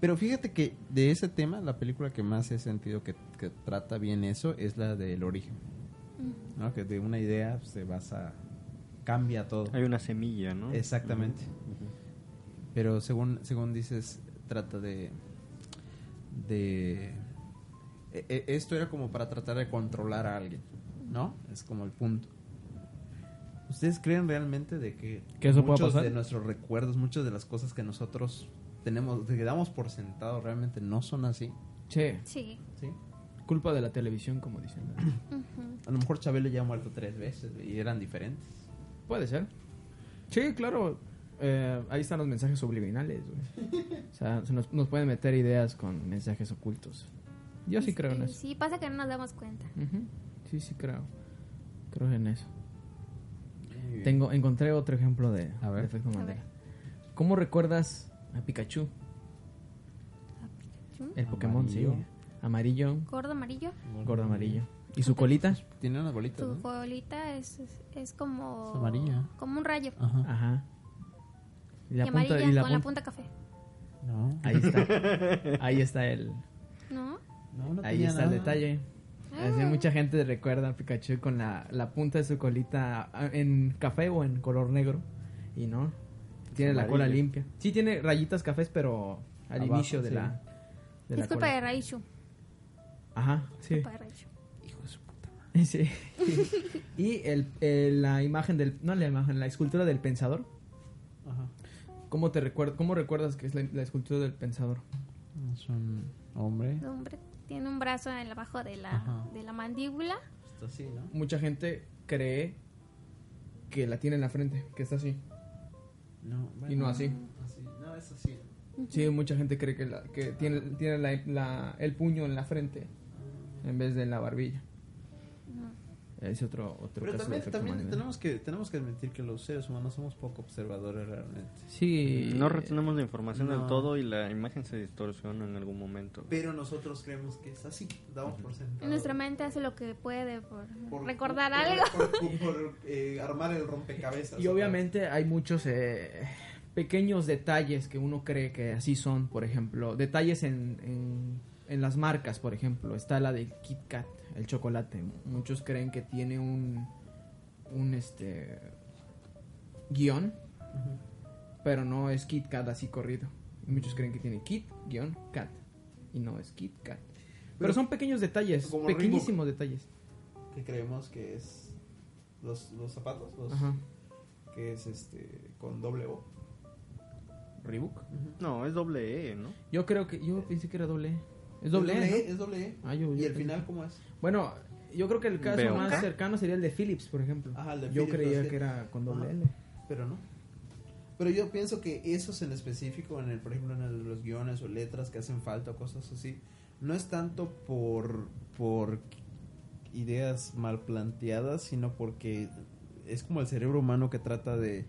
Speaker 2: Pero fíjate que de ese tema, la película que más he sentido que, que trata bien eso es la del origen. ¿no? Que de una idea se basa, cambia todo.
Speaker 3: Hay una semilla, ¿no?
Speaker 2: Exactamente. Pero según, según dices, trata de... de e- e- esto era como para tratar de controlar a alguien, ¿no? Es como el punto. ¿Ustedes creen realmente de que,
Speaker 1: ¿Que eso pueda
Speaker 2: muchos
Speaker 1: pasar?
Speaker 2: de nuestros recuerdos, muchas de las cosas que nosotros tenemos, que damos por sentado realmente no son así?
Speaker 1: Che,
Speaker 4: Sí.
Speaker 2: ¿Sí?
Speaker 1: culpa de la televisión, como dicen.
Speaker 4: Ujú.
Speaker 2: A lo mejor Chabelo ya ha muerto tres veces y eran diferentes.
Speaker 1: (clears throat) Puede ser. Sí, claro. eh, ahí están los mensajes subliminales, güey. O sea, se nos, nos pueden meter ideas con mensajes ocultos. Yo sí creo en
Speaker 4: Este,
Speaker 1: eso.
Speaker 4: Sí, pasa que no nos damos cuenta.
Speaker 1: Ujú. Sí, sí creo. Creo en eso. Tengo, encontré otro ejemplo de,
Speaker 2: A ver.
Speaker 1: de efecto
Speaker 4: ver.
Speaker 1: Mandela. ¿Cómo recuerdas a Pikachu,
Speaker 4: ¿Sí?
Speaker 1: el Pokémon sí,
Speaker 2: Amarillo.
Speaker 1: güey? amarillo,
Speaker 4: Gordo amarillo,
Speaker 1: gordo amarillo? ¿Y su colita?
Speaker 2: Tiene unas bolitas,
Speaker 4: tu
Speaker 2: ¿no?
Speaker 4: colita es, es, es como.
Speaker 2: Es amarilla.
Speaker 4: Como un rayo.
Speaker 2: Ajá.
Speaker 1: Ajá. Y
Speaker 4: Y
Speaker 1: la punta-
Speaker 4: amarilla
Speaker 1: y la
Speaker 4: con la
Speaker 1: punta-
Speaker 4: punta café.
Speaker 2: No.
Speaker 1: Ahí está.
Speaker 2: (laughs)
Speaker 1: Ahí está el,
Speaker 4: ¿No?
Speaker 2: No, no
Speaker 1: ahí
Speaker 2: tenía
Speaker 1: está el
Speaker 2: nada.
Speaker 1: detalle.
Speaker 4: Ah.
Speaker 1: Así mucha gente recuerda a Pikachu con la, la punta de su colita ah, en café o en color negro. Y no, tiene la cola
Speaker 3: amarillo.
Speaker 1: limpia. Sí tiene rayitas cafés, pero al
Speaker 2: Abajo,
Speaker 1: inicio de
Speaker 2: sí.
Speaker 1: la... De la
Speaker 4: es culpa
Speaker 1: cola.
Speaker 4: de Raichu.
Speaker 1: Ajá, sí.
Speaker 4: Culpa de Raichu.
Speaker 2: Hijo de su puta
Speaker 1: (laughs)
Speaker 2: madre.
Speaker 1: Sí. y el, el- la imagen del. No la imagen, la escultura del pensador.
Speaker 2: Ajá.
Speaker 1: ¿Cómo, te recuer- ¿Cómo recuerdas que es la, la escultura del pensador?
Speaker 2: Es un hombre.
Speaker 4: El hombre tiene un brazo en el abajo de la,
Speaker 2: Ajá.
Speaker 4: de la mandíbula.
Speaker 1: Ah.
Speaker 2: Está así, ¿no?
Speaker 1: Mucha gente cree que la tiene en la frente, que está así.
Speaker 2: No,
Speaker 1: Y no así.
Speaker 2: así. No, es así.
Speaker 1: Sí, mucha gente cree que, la, que tiene, tiene la- la- el puño en la frente en vez de en la barbilla. Es otro, otro caso
Speaker 2: Pero
Speaker 1: de
Speaker 2: también,
Speaker 1: efecto
Speaker 2: también
Speaker 1: Mandela.
Speaker 2: tenemos, que, tenemos que admitir que los seres humanos somos poco observadores realmente.
Speaker 1: Sí.
Speaker 3: No retenemos la información
Speaker 2: No.
Speaker 3: del todo y la imagen se distorsiona en algún momento.
Speaker 2: Pero nosotros creemos que es así. Damos por sentado.
Speaker 4: Nuestra mente hace lo que puede por,
Speaker 2: Por-
Speaker 4: recordar
Speaker 2: por-
Speaker 4: algo.
Speaker 2: Por, por, eh, armar el rompecabezas.
Speaker 1: Y obviamente hay muchos eh, pequeños detalles que uno cree que así son, por ejemplo, detalles en, en, en las marcas, por ejemplo, está la del Kit Kat, el chocolate. Muchos creen que tiene un, un este guión, pero no es Kit Kat así corrido. Y muchos creen que tiene Kit guión Kat y no es Kit Kat. Pero,
Speaker 2: Pero
Speaker 1: son pequeños detalles,
Speaker 2: como Reebok.
Speaker 1: pequeñísimos detalles.
Speaker 2: Que creemos que es los, los zapatos, los-
Speaker 1: Ajá.
Speaker 2: que es este con doble O.
Speaker 1: Reebok.
Speaker 3: No, es doble E, ¿no?
Speaker 1: Yo creo que yo pensé que era doble. E. Es doble. E, ¿no?
Speaker 2: E, Es doble E.
Speaker 1: Ah, yo-
Speaker 2: y
Speaker 1: yo
Speaker 2: el
Speaker 1: pensé.
Speaker 2: final, ¿cómo es?
Speaker 1: Bueno, yo creo que el caso
Speaker 3: Veo.
Speaker 1: más
Speaker 3: Ajá.
Speaker 1: cercano sería el de Phillips, por ejemplo.
Speaker 2: Ajá, el de
Speaker 1: yo
Speaker 2: Philips,
Speaker 1: creía
Speaker 2: así.
Speaker 1: que era con doble
Speaker 2: Ajá.
Speaker 1: L.
Speaker 2: Pero no. Pero yo pienso que esos en específico, en el, por ejemplo, en el- los guiones o letras que hacen falta o cosas así, no es tanto por, por ideas mal planteadas, sino porque es como el cerebro humano que trata de,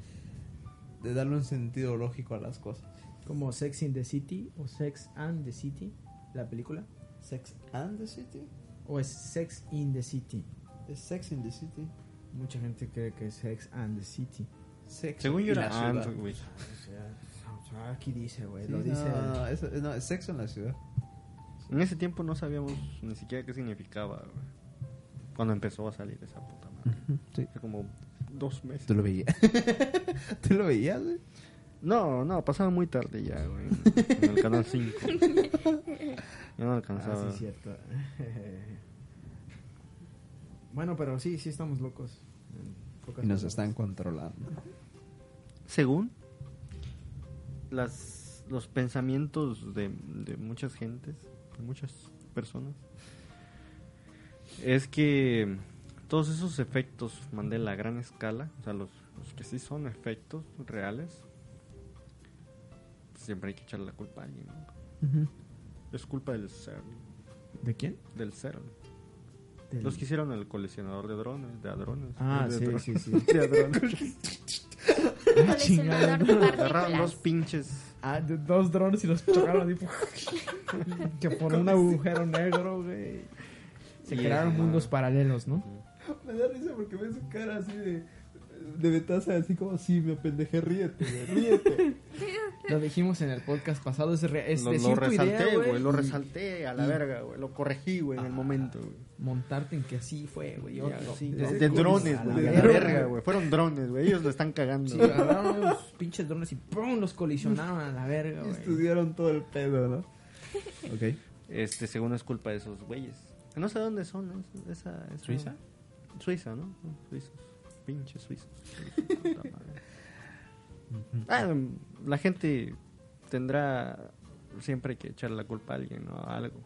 Speaker 2: de darle un sentido lógico a las cosas.
Speaker 1: Como Sex in the City o Sex and the City, la película.
Speaker 2: Sex and the City.
Speaker 1: O es Sex in the City.
Speaker 2: Es Sex in the City.
Speaker 1: Mucha gente cree que es Sex and the City.
Speaker 2: Sex
Speaker 3: Según yo
Speaker 2: y
Speaker 3: era
Speaker 2: la ciudad.
Speaker 3: Ant, güey.
Speaker 1: O sea, o sea, aquí dice, güey.
Speaker 2: Sí,
Speaker 1: lo dice.
Speaker 2: no, no, no, eso- no, es sexo en la ciudad.
Speaker 3: En ese tiempo no sabíamos ni siquiera qué significaba, güey. Cuando empezó a salir esa puta madre.
Speaker 2: Sí.
Speaker 3: Hace como dos meses.
Speaker 2: Tú lo veías. (laughs) Tú lo veías, güey.
Speaker 3: No, no, pasaba muy tarde ya, güey. en- En el
Speaker 2: (laughs)
Speaker 3: canal 5. Yo no alcanzaba.
Speaker 1: Ah, sí, cierto. (laughs) bueno, pero sí, sí estamos locos. en pocas
Speaker 2: Y nos
Speaker 1: palabras.
Speaker 2: están controlando.
Speaker 3: Según las, los pensamientos de, de muchas gentes, de muchas personas, es que todos esos efectos Mandela a gran escala, o sea, los, los que sí son efectos reales, siempre hay que echarle la culpa a alguien. ¿no? Es culpa del ser,
Speaker 1: ¿De quién?
Speaker 3: del ser.
Speaker 1: Del-
Speaker 3: Los que hicieron el coleccionador de drones, de hadrones.
Speaker 1: Ah,
Speaker 3: de
Speaker 1: sí,
Speaker 3: dro-
Speaker 1: sí, sí.
Speaker 3: (laughs) de hadrones.
Speaker 4: (laughs) Coleccionador de
Speaker 3: Agarraron dos
Speaker 4: partículas.
Speaker 3: pinches
Speaker 1: Ah, de- dos drones y los chocaron así. que por un agujero negro, güey. Se
Speaker 3: Y
Speaker 1: crearon
Speaker 3: es-
Speaker 1: mundos paralelos, ¿no?
Speaker 2: Me da risa porque ve su cara así de. De vetaza, así como si me pendejé, ríete, güey, ríete.
Speaker 1: Lo dijimos en el podcast pasado. Es, re- es
Speaker 3: lo, lo
Speaker 1: decir tu idea,
Speaker 3: resalté, Este, güey. Mm. Lo
Speaker 1: y
Speaker 3: resalté a la verga, güey. Lo corregí, güey, en el momento, güey.
Speaker 1: Montarte en que así fue, güey.
Speaker 3: Ya,
Speaker 1: otro.
Speaker 3: sí,
Speaker 1: Sí,
Speaker 3: de,
Speaker 2: ese
Speaker 3: de
Speaker 2: colis-
Speaker 3: drones,
Speaker 2: a
Speaker 3: güey.
Speaker 2: la
Speaker 3: A la
Speaker 2: verga.
Speaker 3: verga, güey. Fueron drones, güey. Ellos lo están cagando. güey.
Speaker 1: agarraron unos pinches drones y ¡pum! los colisionaron a la verga,
Speaker 2: Y
Speaker 1: güey.
Speaker 2: estudiaron todo el pedo, ¿no? Ok.
Speaker 3: Este, según es culpa de esos güeyes. Que No sé dónde son. es- Esa, esa-
Speaker 2: ¿Suiza?
Speaker 3: Suiza, ¿no? Suizos. Pinches suizos. Puta madre. (laughs) Ah, la gente tendrá siempre que echar la culpa a alguien o a algo.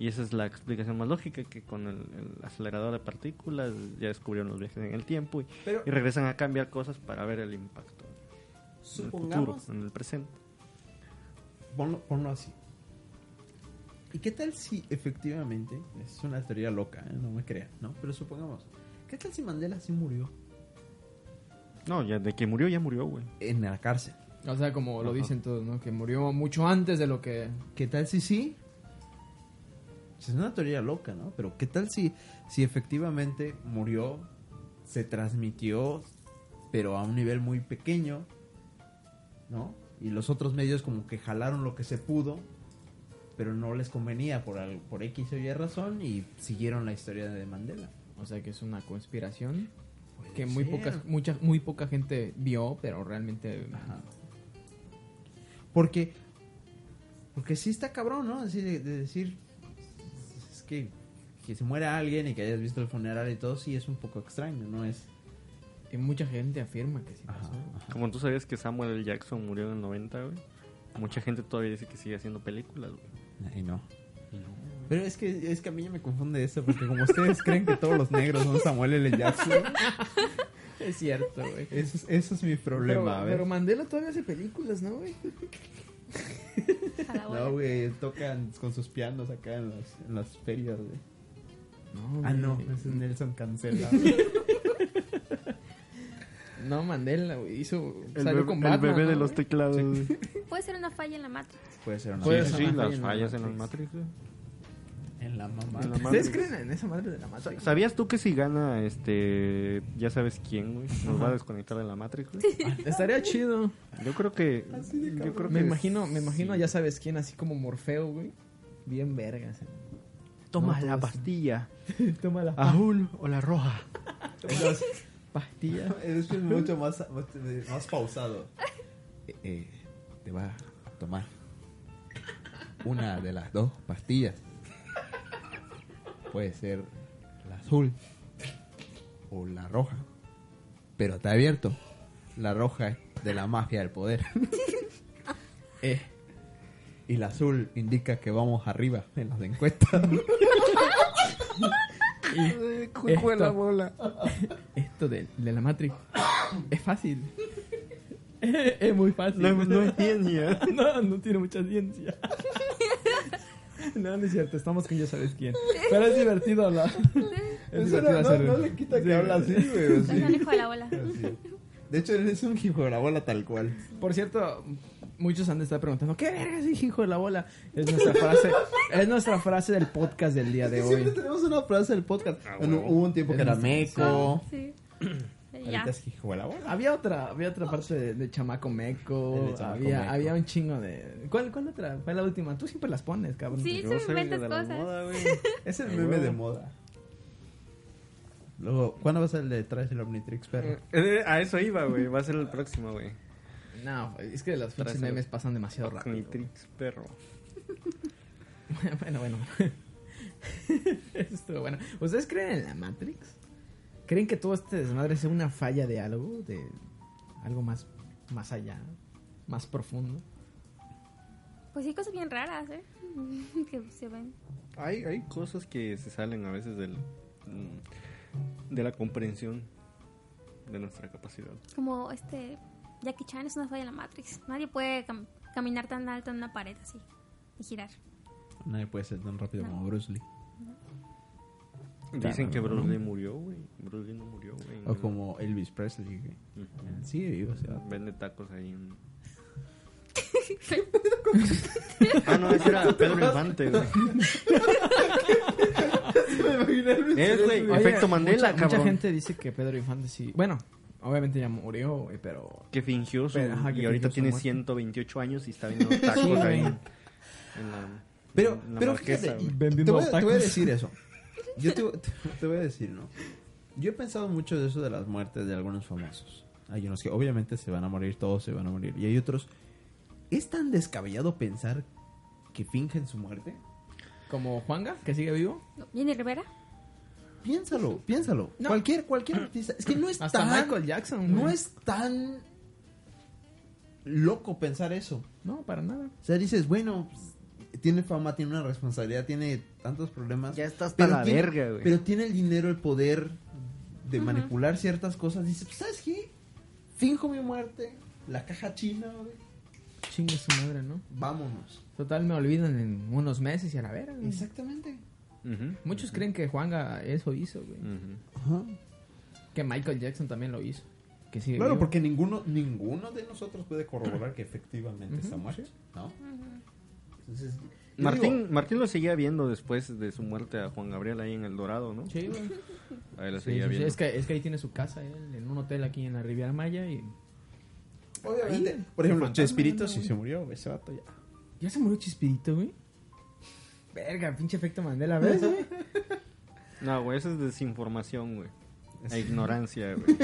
Speaker 3: Y, y esa es la explicación más lógica que con el, el acelerador de partículas ya descubrieron los viajes en el tiempo y,
Speaker 2: Pero-
Speaker 3: y regresan a cambiar cosas para ver el impacto en el futuro,
Speaker 2: Supongamos.
Speaker 3: en el presente.
Speaker 2: Ponlo, ponlo así. ¿Y qué tal si efectivamente. Es una teoría loca, ¿eh? no me crean, ¿no? Pero supongamos. ¿Qué tal si Mandela sí murió?
Speaker 3: No, ya de que murió, ya murió, güey.
Speaker 2: En la cárcel.
Speaker 1: O sea, como lo
Speaker 3: Ajá.
Speaker 1: dicen todos, ¿no? Que murió mucho antes de lo que.
Speaker 2: ¿Qué tal si sí? Es una teoría loca, ¿no? Pero ¿qué tal si, si efectivamente murió, se transmitió, pero a un nivel muy pequeño, ¿no? Y los otros medios como que jalaron lo que se pudo, pero no les convenía por, al- por X o Y razón y siguieron la historia de Mandela.
Speaker 1: O sea, que es una conspiración.
Speaker 2: Puede
Speaker 1: Que muy,
Speaker 2: ser.
Speaker 1: pocas, mucha, muy poca gente vio, pero realmente.
Speaker 2: Ajá. Porque, porque sí está cabrón, ¿no? Así de, de decir, es que que se muera alguien y que hayas visto el funeral y todo, sí es un poco extraño, ¿no es?
Speaker 1: Y mucha gente afirma que sí pasó.
Speaker 3: Como tú sabías que Samuel L. Jackson murió en el 90, güey. Mucha gente todavía dice que sigue haciendo películas, güey.
Speaker 2: Y no. Pero es que, es que a mí ya me confunde eso, porque como ustedes creen que todos los negros son Samuel L. Jackson,
Speaker 1: Es cierto,
Speaker 3: (laughs)
Speaker 1: güey.
Speaker 2: eso es, eso es mi problema.
Speaker 1: Pero,
Speaker 2: a ver.
Speaker 1: pero Mandela todavía hace películas, ¿no, güey?
Speaker 4: A la hora.
Speaker 2: No, güey, tocan con sus pianos acá en las, en las ferias, güey.
Speaker 1: No,
Speaker 2: Ah, no, ese es Nelson Cancela. güey.
Speaker 1: No, Mandela, güey. Hizo.
Speaker 3: El,
Speaker 1: salió
Speaker 3: bebé,
Speaker 1: con Batman,
Speaker 3: el bebé de
Speaker 1: ¿no,
Speaker 3: los
Speaker 1: güey?
Speaker 3: teclados.
Speaker 4: Puede ser una falla en la matriz.
Speaker 2: Puede ser una
Speaker 1: Puede
Speaker 3: Sí,
Speaker 1: ser. Ajá,
Speaker 3: Pues, sí, las
Speaker 1: en la
Speaker 3: fallas en las
Speaker 2: Matrix.
Speaker 3: Matrix, güey.
Speaker 2: En la mamá.
Speaker 3: En la ma-
Speaker 1: ¿Ustedes
Speaker 3: Matrix.
Speaker 1: creen en esa madre de la mata?
Speaker 3: Sa- ¿Sabías tú que si gana, este, ya sabes quién, güey, nos va a desconectar de la Matrix, güey?
Speaker 1: (laughs) Estaría chido.
Speaker 3: Yo creo que, yo creo
Speaker 1: Me
Speaker 3: que
Speaker 1: imagino, me imagino,
Speaker 3: sí.
Speaker 1: ya sabes quién, así como Morfeo, güey. Bien vergas. ¿eh?
Speaker 3: Toma
Speaker 1: No,
Speaker 3: la
Speaker 1: todo
Speaker 3: pastilla,
Speaker 1: (laughs) Toma la
Speaker 3: azul o la roja.
Speaker 1: pastilla.
Speaker 2: Es que es mucho más, más, más pausado. Eh, eh, te va a tomar una de las dos pastillas. Puede ser la azul o la roja. Pero está abierto. La roja es de la mafia del poder. (laughs)
Speaker 1: Eh,
Speaker 2: Y la azul indica que vamos arriba en las encuestas. (laughs)
Speaker 1: esto, Esto de, de la Matrix es fácil. (laughs) es, es muy fácil.
Speaker 3: No, no es ciencia.
Speaker 1: (laughs) No, no tiene mucha ciencia. (laughs) No, no es cierto, estamos con ya sabes quién. Pero es divertido hablar. (laughs) Es divertido hacerlo.
Speaker 2: quita que habla así, güey.
Speaker 4: Es el hijo de
Speaker 2: (laughs)
Speaker 4: la bola.
Speaker 2: De hecho, eres un hijo de la bola tal cual.
Speaker 1: Por cierto, muchos han de estar preguntando, ¿qué verga es hijo de la bola? Es nuestra frase, es nuestra frase del podcast del día de
Speaker 2: Siempre
Speaker 1: hoy.
Speaker 2: tenemos una frase del podcast. Bueno,
Speaker 3: huevo.
Speaker 2: Hubo Ah, un tiempo que era meco.
Speaker 1: (clears throat)
Speaker 4: Sí. Ya.
Speaker 2: Ahorita es que hijo de la bola.
Speaker 1: Había otra, había otra parte de, de Chamaco Meco,
Speaker 2: El de Chamaco
Speaker 1: había,
Speaker 2: Meco.
Speaker 1: había un chingo de... ¿Cuál, ¿Cuál otra? Fue la última. Tú siempre las pones, cabrón.
Speaker 4: Sí,
Speaker 3: Yo
Speaker 4: se me
Speaker 3: soy el
Speaker 4: inventas
Speaker 3: de la
Speaker 4: cosas.
Speaker 3: moda, güey.
Speaker 2: Es el
Speaker 3: Ah,
Speaker 2: meme
Speaker 3: huevo.
Speaker 2: de moda. Luego, ¿cuándo vas a el de traes el Omnitrix, perro?
Speaker 3: Eh, A eso iba, güey. Va a ser el próximo, güey.
Speaker 1: No, es que las pinches
Speaker 3: Traes el-
Speaker 1: memes pasan demasiado rápido.
Speaker 3: Nitrix, perro.
Speaker 1: (laughs) Bueno, bueno. (laughs) Esto, bueno. ¿Ustedes creen en la Matrix? ¿Creen que todo este desmadre sea una falla de algo? De algo más, más allá, más profundo.
Speaker 4: Pues sí, hay cosas bien raras, ¿eh? (laughs) que se ven.
Speaker 3: Hay, hay cosas que se salen a veces del, mm, de la comprensión de nuestra capacidad.
Speaker 4: Como este. Jackie Chan es una falla en la Matrix. Nadie puede cam- caminar tan alto en una pared así. Y girar.
Speaker 2: Nadie puede ser tan rápido como Bruce Lee.
Speaker 3: Dicen que Bruce Lee murió, güey. Bruce Lee no murió, güey.
Speaker 2: O como Elvis Presley. güey.
Speaker 3: Ujú.
Speaker 2: Sigue vivo, o sea.
Speaker 3: Vende tacos
Speaker 1: (laughs)
Speaker 3: ahí en... ah, no, ese era Pedro
Speaker 1: (laughs)
Speaker 3: Infante, güey. Es, güey,
Speaker 1: Oye,
Speaker 3: efecto Mandela,
Speaker 1: mucha, mucha
Speaker 3: cabrón.
Speaker 1: gente dice que Pedro Infante sí. Bueno, obviamente ya murió, güey, pero.
Speaker 3: Que fingió su...
Speaker 1: Pero, ajá, que
Speaker 3: y ahorita
Speaker 1: fingió su
Speaker 3: tiene
Speaker 1: muerte.
Speaker 3: 128 años y está vendiendo tacos
Speaker 1: Sí,
Speaker 3: ahí.
Speaker 1: güey.
Speaker 3: En, en la,
Speaker 2: Pero,
Speaker 3: en la
Speaker 2: pero
Speaker 3: marquesa,
Speaker 2: fíjate,
Speaker 3: güey.
Speaker 2: te
Speaker 1: Vendiendo
Speaker 2: voy, a- te voy a
Speaker 1: tacos. (laughs)
Speaker 2: decir eso. Yo te, te- te voy a decir, ¿no? Yo he pensado mucho de eso de las muertes de algunos famosos. Hay unos que obviamente se van a morir, todos se van a morir. Y hay otros... ¿Es tan descabellado pensar que fingen su muerte?
Speaker 1: Como Juanga, que sigue vivo.
Speaker 4: Jenny Rivera.
Speaker 2: Piénsalo, piénsalo.
Speaker 1: No.
Speaker 2: Cualquier, cualquier artista. Es que no es
Speaker 1: Hasta
Speaker 2: tan...
Speaker 1: Michael Jackson,
Speaker 2: No
Speaker 1: güey.
Speaker 2: es tan... Loco pensar eso.
Speaker 1: No, para nada.
Speaker 2: O sea, dices, bueno, pues, tiene fama, tiene una responsabilidad, tiene tantos problemas.
Speaker 3: Ya está hasta
Speaker 2: Pero
Speaker 3: la
Speaker 2: tiene-
Speaker 3: verga, güey.
Speaker 2: Pero tiene el dinero, el poder de manipular ciertas cosas. Dices, pues, ¿sabes qué? Finjo mi muerte, la caja china, güey.
Speaker 1: Chingue su madre, ¿no?
Speaker 2: Vámonos.
Speaker 1: Total, me olvidan en unos meses y a la verga. güey.
Speaker 2: Exactamente.
Speaker 3: Ujú.
Speaker 1: Muchos creen que Juanga eso hizo, güey.
Speaker 3: Ujú.
Speaker 2: Ajá.
Speaker 1: Que Michael Jackson también lo hizo. Que sigue
Speaker 2: Claro,
Speaker 1: vivo.
Speaker 2: porque ninguno, ninguno de nosotros puede corroborar que efectivamente está muerto, ¿no? Entonces, yo
Speaker 3: Martín,
Speaker 2: digo,
Speaker 3: Martín lo seguía viendo después de su muerte a Juan Gabriel ahí en El Dorado, ¿no?
Speaker 1: Sí, güey.
Speaker 3: Ahí lo
Speaker 1: Sí,
Speaker 3: seguía
Speaker 1: sí, sí,
Speaker 3: viendo.
Speaker 1: es, que, es que ahí tiene su casa, él, en un hotel aquí en la Riviera Maya y...
Speaker 2: obviamente,
Speaker 1: Ahí,
Speaker 2: por ejemplo,
Speaker 1: el fantasma,
Speaker 2: Chespirito
Speaker 1: no,
Speaker 2: sí
Speaker 1: güey.
Speaker 2: se murió, güey, ese vato ya.
Speaker 1: ¿Ya se murió Chispirito, güey? Verga, pinche efecto Mandela, ¿ves, güey?
Speaker 3: No, güey, eso es desinformación, güey. E ignorancia, güey.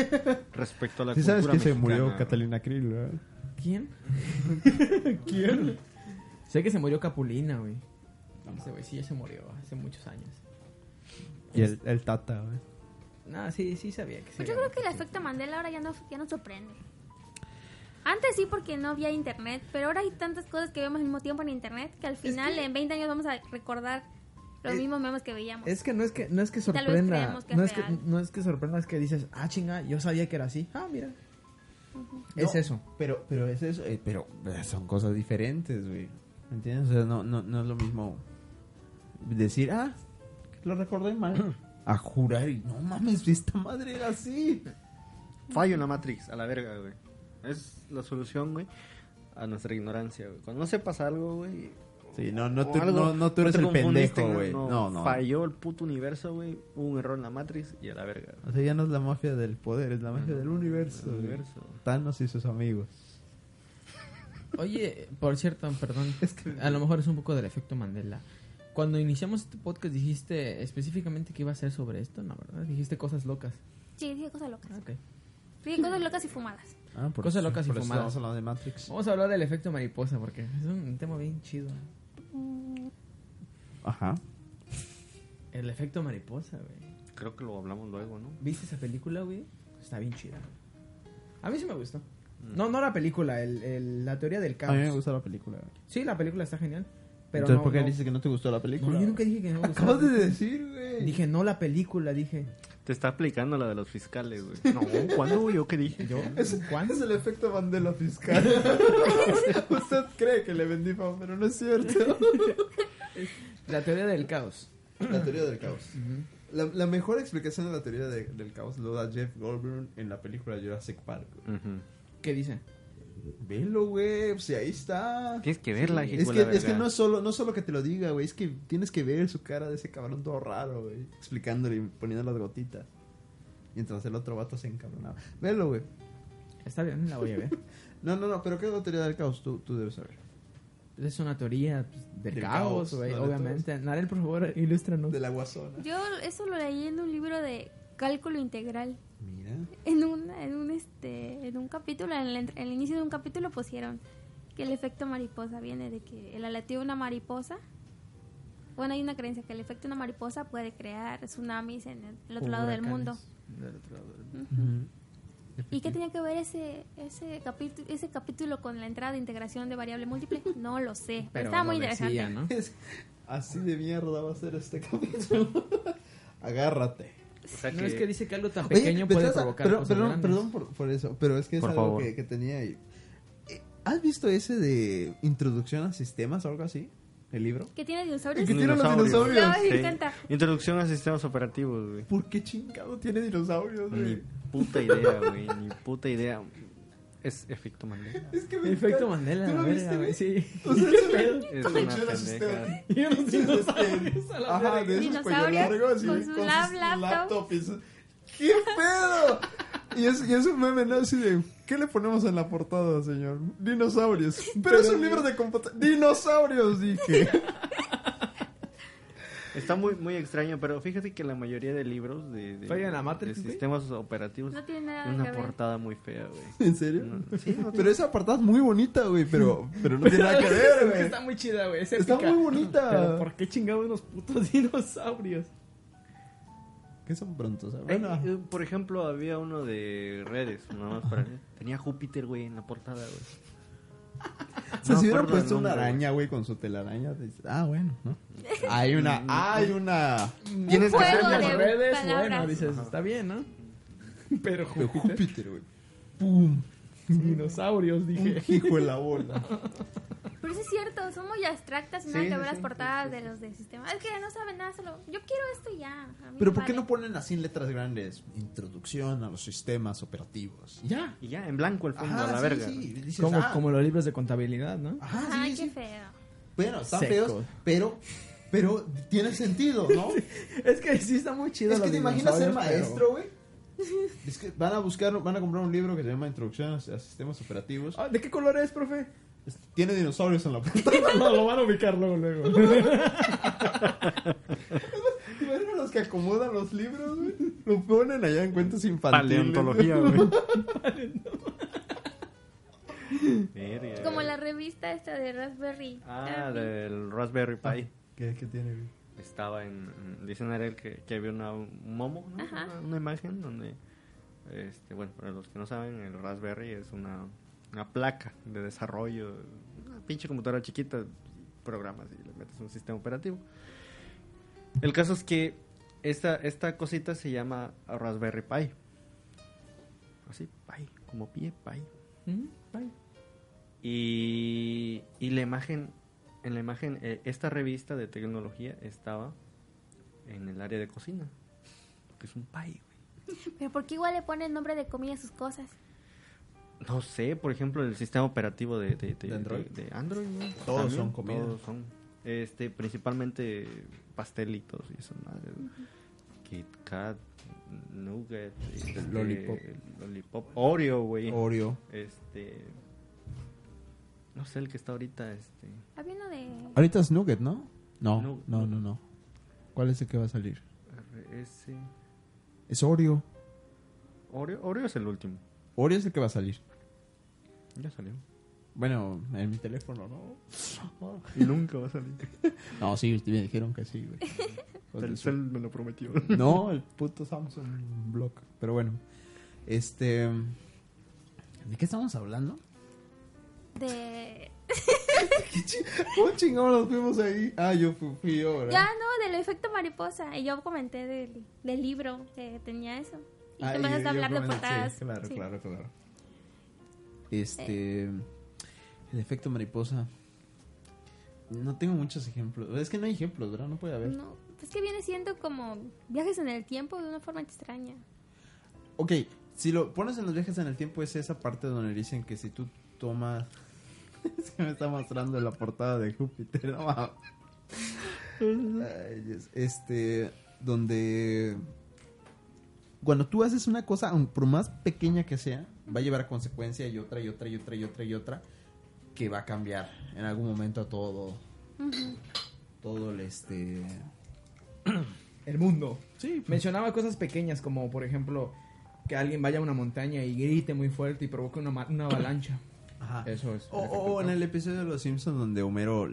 Speaker 3: Respecto a la cultura mexicana, güey.
Speaker 2: Krill, ¿verdad?
Speaker 1: ¿Quién? (laughs) ¿Quién? Sé que se murió Capulina, güey. Ese güey sí ya se murió hace muchos años.
Speaker 2: Y el, el Tata, güey.
Speaker 1: No, sí, sí sabía que sí.
Speaker 4: Pues yo creo que el efecto Mandela ahora ya no, ya no sorprende. Antes sí porque no había internet, pero ahora hay tantas cosas que vemos al mismo tiempo en internet que al final en 20 años vamos a recordar los
Speaker 1: Es-
Speaker 4: mismos memes que veíamos.
Speaker 1: Es que no es que no es que
Speaker 4: Tal vez
Speaker 1: sorprenda,
Speaker 4: creemos que
Speaker 1: no
Speaker 4: es
Speaker 1: es que
Speaker 4: real.
Speaker 1: no es que sorprenda, es que dices, "Ah, chinga, yo sabía que era así." Ah, mira. Es
Speaker 2: No,
Speaker 1: eso.
Speaker 2: Pero, pero es eso. eh, pero eh, son cosas diferentes, güey. ¿Me entiendes? O sea, no, no, no es lo mismo decir, ah, lo recordé (clears throat) mal. A jurar y no mames, esta madre era así.
Speaker 3: Fallo en la Matrix, a la verga, güey. Es la solución, güey, a nuestra ignorancia, güey. Cuando no sepas algo, güey.
Speaker 2: Sí, no, no,
Speaker 3: o
Speaker 2: tú,
Speaker 3: algo,
Speaker 2: no, no tú eres
Speaker 3: te
Speaker 2: el
Speaker 3: confundiste,
Speaker 2: pendejo, güey. No, no.
Speaker 3: Falló el puto universo, güey. Hubo un error en la Matrix y a la verga. güey.
Speaker 2: O sea, ya no es la mafia del poder, es la mafia del universo.
Speaker 3: El
Speaker 2: güey.
Speaker 3: universo.
Speaker 2: Thanos y sus amigos.
Speaker 1: Oye, por cierto, perdón. a lo mejor (laughs) es un poco del efecto Mandela. Cuando iniciamos este podcast dijiste específicamente que iba a ser sobre esto, ¿no? ¿Verdad? Dijiste cosas locas. Ah,
Speaker 4: Sí, dije cosas locas.
Speaker 1: Ok.
Speaker 4: Dije cosas locas y fumadas.
Speaker 2: Ah, por
Speaker 1: Cosas
Speaker 2: eso-
Speaker 1: locas y
Speaker 2: por eso
Speaker 1: fumadas.
Speaker 2: Estamos hablando de Matrix.
Speaker 1: Vamos a hablar del efecto mariposa porque es un tema bien chido.
Speaker 2: Ajá.
Speaker 1: El efecto mariposa, güey.
Speaker 3: Creo que lo hablamos luego, ¿no?
Speaker 1: ¿Viste esa película, güey? Está bien chida. Mm. A mí sí me gustó. No, no la película, el, el- la teoría del
Speaker 2: A mí me
Speaker 1: caos.
Speaker 2: gusta la película. güey.
Speaker 1: Sí, la película está genial. Pero
Speaker 2: Entonces,
Speaker 1: no,
Speaker 2: ¿por qué
Speaker 1: no.
Speaker 2: dices que no te gustó la
Speaker 1: No,
Speaker 2: película?
Speaker 1: yo nunca dije que no me gustaba.
Speaker 2: (laughs) Acabas de decir, güey.
Speaker 1: Dije, no la película, dije.
Speaker 3: Te está aplicando la de los fiscales, güey. No, ¿cuándo, güey? ¿Yo qué dije?
Speaker 1: Yo,
Speaker 2: ¿Cuál
Speaker 1: ¿cuándo?
Speaker 2: es el efecto Mandela fiscal? (laughs) Usted cree que le vendí fama, pero no es cierto.
Speaker 1: La teoría del caos.
Speaker 2: La teoría del caos. La, la mejor explicación de la teoría de- del caos lo da Jeff Goldblum en la película Jurassic Park.
Speaker 3: Ujú.
Speaker 1: ¿Qué dice?
Speaker 2: Velo, güey, pues, si ahí está.
Speaker 3: Tienes que verla, hijo
Speaker 2: es
Speaker 3: de
Speaker 2: que,
Speaker 3: la
Speaker 2: es que
Speaker 3: verga.
Speaker 2: no, es solo, no solo que te lo diga, güey, es que tienes que ver su cara de ese cabrón todo raro, güey, explicándole y poniendo las gotitas. Mientras el otro vato se encabronaba. Velo, güey.
Speaker 1: Está bien, la voy a ver.
Speaker 2: No, no, no, pero ¿qué es la teoría del caos? Tú, tú debes saber.
Speaker 1: (laughs) Es una teoría pues, del,
Speaker 2: Del
Speaker 1: caos,
Speaker 2: caos,
Speaker 1: güey,
Speaker 2: ¿no? De
Speaker 1: obviamente. Narel, por favor, ilústranos.
Speaker 2: De la guasona.
Speaker 4: Yo eso lo leí en un libro de cálculo integral.
Speaker 2: Mira.
Speaker 4: En un, en un, este, en un capítulo, en el, en el inicio de un capítulo pusieron que el efecto mariposa viene de que el aleteo de una mariposa. Bueno, hay una creencia que el efecto de una mariposa puede crear tsunamis en el, el otro lado del mundo.
Speaker 1: Del otro lado del mundo.
Speaker 4: ¿Y qué tenía que ver ese ese capítulo ese capítulo con la entrada de integración de variable múltiple? No lo sé, pero
Speaker 1: Pero
Speaker 4: estaba muy
Speaker 1: lo decía,
Speaker 4: interesante.
Speaker 1: ¿no?
Speaker 2: Es- así de mierda va a ser este (laughs) capítulo. Agárrate.
Speaker 3: O sea
Speaker 1: No es que dice que algo tan
Speaker 2: Oye,
Speaker 1: pequeño
Speaker 2: pero
Speaker 1: puede
Speaker 2: estás-
Speaker 1: provocar
Speaker 2: pero,
Speaker 1: cosas
Speaker 2: perdón,
Speaker 1: grandes.
Speaker 2: perdón por, por eso, pero es que es
Speaker 3: Por
Speaker 2: algo
Speaker 3: favor.
Speaker 2: Que, que tenía ahí. Eh, ¿Has visto ese de Introducción a Sistemas o algo así? ¿El libro?
Speaker 4: ¿Qué tiene
Speaker 2: Es
Speaker 4: dinosaurios?
Speaker 2: que tiene los dinosaurios.
Speaker 4: Ay, me encanta.
Speaker 3: Introducción a sistemas operativos, güey.
Speaker 2: ¿Por qué chingado tiene dinosaurios,
Speaker 3: Ni
Speaker 2: güey?
Speaker 3: (laughs) puta idea, güey. Ni puta idea. Es efecto Mandela.
Speaker 2: Es que me
Speaker 1: Efecto
Speaker 2: encanta.
Speaker 1: Mandela,
Speaker 2: ¿Tú
Speaker 1: la
Speaker 2: lo
Speaker 1: verga,
Speaker 2: viste,
Speaker 1: güey.
Speaker 2: güey?
Speaker 1: Sí.
Speaker 2: (laughs) O sea, es una
Speaker 3: Es
Speaker 2: introducción
Speaker 3: una
Speaker 2: a sistemas.
Speaker 3: pendeja.
Speaker 1: Y unos dinosaurios a la
Speaker 2: Ajá, de
Speaker 1: verga.
Speaker 2: esos cuello
Speaker 4: Dinosaurios
Speaker 2: largos y
Speaker 4: con
Speaker 2: con
Speaker 4: su
Speaker 2: su
Speaker 4: lab- laptop.
Speaker 2: laptop y su- ¡Qué pedo! Y es, y es un meme, ¿no? Así de, ¿qué le ponemos en la portada, señor? Dinosaurios. Pero es un libro de computación. ¡Dinosaurios! Dije.
Speaker 3: Está muy, muy extraño, pero fíjate que la mayoría de libros de, de-
Speaker 1: Fallan la Matrix,
Speaker 3: de
Speaker 1: güey.
Speaker 3: sistemas operativos
Speaker 4: No tiene nada
Speaker 3: una
Speaker 4: que ver.
Speaker 3: portada muy fea, güey.
Speaker 2: (laughs) ¿En serio? pero esa portada es muy bonita, güey. Pero, pero no tiene nada (laughs) que ver,
Speaker 1: Es que
Speaker 2: güey.
Speaker 1: Está muy chida, güey. es
Speaker 2: Está
Speaker 1: épica.
Speaker 2: muy bonita.
Speaker 1: Pero ¿por qué chingados unos putos (laughs) dinosaurios?
Speaker 2: ¿Qué son prontos?
Speaker 3: Eh, eh, por ejemplo, había uno de redes, nada más para leer. Tenía Júpiter, güey, en la portada, güey.
Speaker 2: O sea,
Speaker 3: No
Speaker 2: si hubiera
Speaker 3: acuerdo del
Speaker 2: puesto una
Speaker 3: nombre,
Speaker 2: araña, güey, con su telaraña, dices, ah, bueno, ¿no? Mm, Hay una, hay una.
Speaker 3: Tienes que
Speaker 4: Juego
Speaker 3: ser
Speaker 4: de
Speaker 1: Las redes,
Speaker 4: palabras.
Speaker 1: bueno, dices, está bien, ¿no? (laughs) Pero
Speaker 2: Pero
Speaker 1: Júpiter.
Speaker 2: Júpiter, güey. ¡Pum!
Speaker 1: Dinosaurios, dije.
Speaker 2: Hijo de la bola.
Speaker 4: Pero sí es cierto, son muy abstractas y nada que ver las portadas de los del sistema. Es que no saben nada, solo yo quiero esto y ya. a mí
Speaker 2: Pero
Speaker 4: me
Speaker 2: ¿por qué
Speaker 4: vale.
Speaker 2: no ponen así en letras grandes? Introducción a los sistemas operativos. ah,
Speaker 1: Ya.
Speaker 3: Y ya, en blanco el fondo, a la verga. güey.
Speaker 2: Dices,
Speaker 1: Como,
Speaker 2: ah,
Speaker 1: como los libros de contabilidad, ¿no?
Speaker 2: ajá, Ah, sí,
Speaker 4: Ay,
Speaker 2: sí.
Speaker 4: qué feo.
Speaker 2: Bueno, están
Speaker 1: Seco.
Speaker 2: feos, pero, pero tiene sentido, ¿no?
Speaker 1: Es que sí está muy chido.
Speaker 2: es que
Speaker 1: los
Speaker 2: te imaginas ser
Speaker 1: dinosaurios, pero-
Speaker 2: maestro, güey. Es que van a buscar, van a comprar un libro que se llama Introducción a a Sistemas Operativos.
Speaker 1: Ah, ¿De qué color es, profe? (laughs)
Speaker 2: Tiene dinosaurios en la puerta.
Speaker 1: No, lo van a ubicar luego,
Speaker 2: (laughs)
Speaker 1: luego.
Speaker 2: Imagina los que acomodan los libros, güey. Lo ponen allá en cuentos infantiles.
Speaker 3: Paleontología, güey. Verga,
Speaker 4: Como
Speaker 3: güey.
Speaker 4: la revista esta de Raspberry.
Speaker 3: Ah, del Raspberry Pi.
Speaker 2: ¿Qué, qué tiene, güey?
Speaker 3: estaba en, en- dice Narel que, que había una, un momo, ¿no?
Speaker 4: Ajá.
Speaker 3: una, una imagen donde, este, bueno, para los que no saben, el Raspberry es una, una placa de desarrollo, una pinche computadora chiquita, programas y le metes un sistema operativo. El caso es que esta, esta cosita se llama Raspberry Pi. Así, Pi, como pie, Pi.
Speaker 1: Ujú.
Speaker 3: Y, y la imagen, en la imagen, eh, esta revista de tecnología estaba en el área de cocina, que es un pie, güey.
Speaker 4: Pero ¿por qué igual le pone el nombre de comida a sus cosas?
Speaker 3: No sé, por ejemplo, el sistema operativo de, de, de-
Speaker 6: ¿De Android?
Speaker 3: de- de Android, güey.
Speaker 6: Todos son comida.
Speaker 3: Todos son. Este, principalmente pastelitos y eso, madre. Kit Kat, Nugget, este,
Speaker 6: Lollipop.
Speaker 3: Lollipop, Oreo, güey.
Speaker 6: Oreo.
Speaker 3: Este. No sé, el que está ahorita, este.
Speaker 4: Había uno de...
Speaker 2: Ahorita es Nugget, ¿no? No,
Speaker 3: Nu-
Speaker 2: no, no, no. ¿Cuál es el que va a salir?
Speaker 3: RS.
Speaker 2: Es Oreo.
Speaker 3: Oreo, Oreo es el último.
Speaker 2: Oreo es el que va a salir.
Speaker 3: Ya salió.
Speaker 2: Bueno, en mi teléfono, ¿no?
Speaker 3: Y nunca va a salir.
Speaker 2: No, sí, me dijeron que sí, (laughs) güey. Con su-
Speaker 3: Telcel me lo prometió.
Speaker 2: (laughs) No, el puto Samsung Block. Pero bueno, este. ¿De qué estamos hablando?
Speaker 4: de...
Speaker 2: ¿Cómo chingados nos fuimos ahí? Ah, yo fui, fui yo, ¿verdad?
Speaker 4: Ya, no, del efecto mariposa. Y yo comenté del, del libro que tenía eso. Y tú
Speaker 2: Ah,
Speaker 4: empezaste
Speaker 2: yo-
Speaker 4: a
Speaker 2: yo
Speaker 4: hablar de
Speaker 2: comenté, sí,
Speaker 4: portadas.
Speaker 2: claro,
Speaker 4: Sí.
Speaker 2: claro, claro. Este. El efecto mariposa. No tengo muchos ejemplos. Es que no hay ejemplos, ¿verdad? No puede haber.
Speaker 4: No, es que viene siendo como viajes en el tiempo de una forma extraña.
Speaker 2: Ok, si lo pones en los viajes en el tiempo, es esa parte donde le dicen que si tú tomas. (laughs) es que me está mostrando la portada de Júpiter, no mames. Ay, Dios. Este, donde. Cuando tú haces una cosa, aun por más pequeña que sea, va a llevar a consecuencia y otra y otra y otra y otra y otra, que va a cambiar en algún momento a todo. Todo el este.
Speaker 1: El mundo.
Speaker 2: Sí, pues.
Speaker 1: Mencionaba cosas pequeñas como, por ejemplo, que alguien vaya a una montaña y grite muy fuerte y provoque una, ma- una avalancha.
Speaker 2: Ajá.
Speaker 1: Eso es.
Speaker 2: Ah. O, o en el episodio de Los Simpsons donde Homero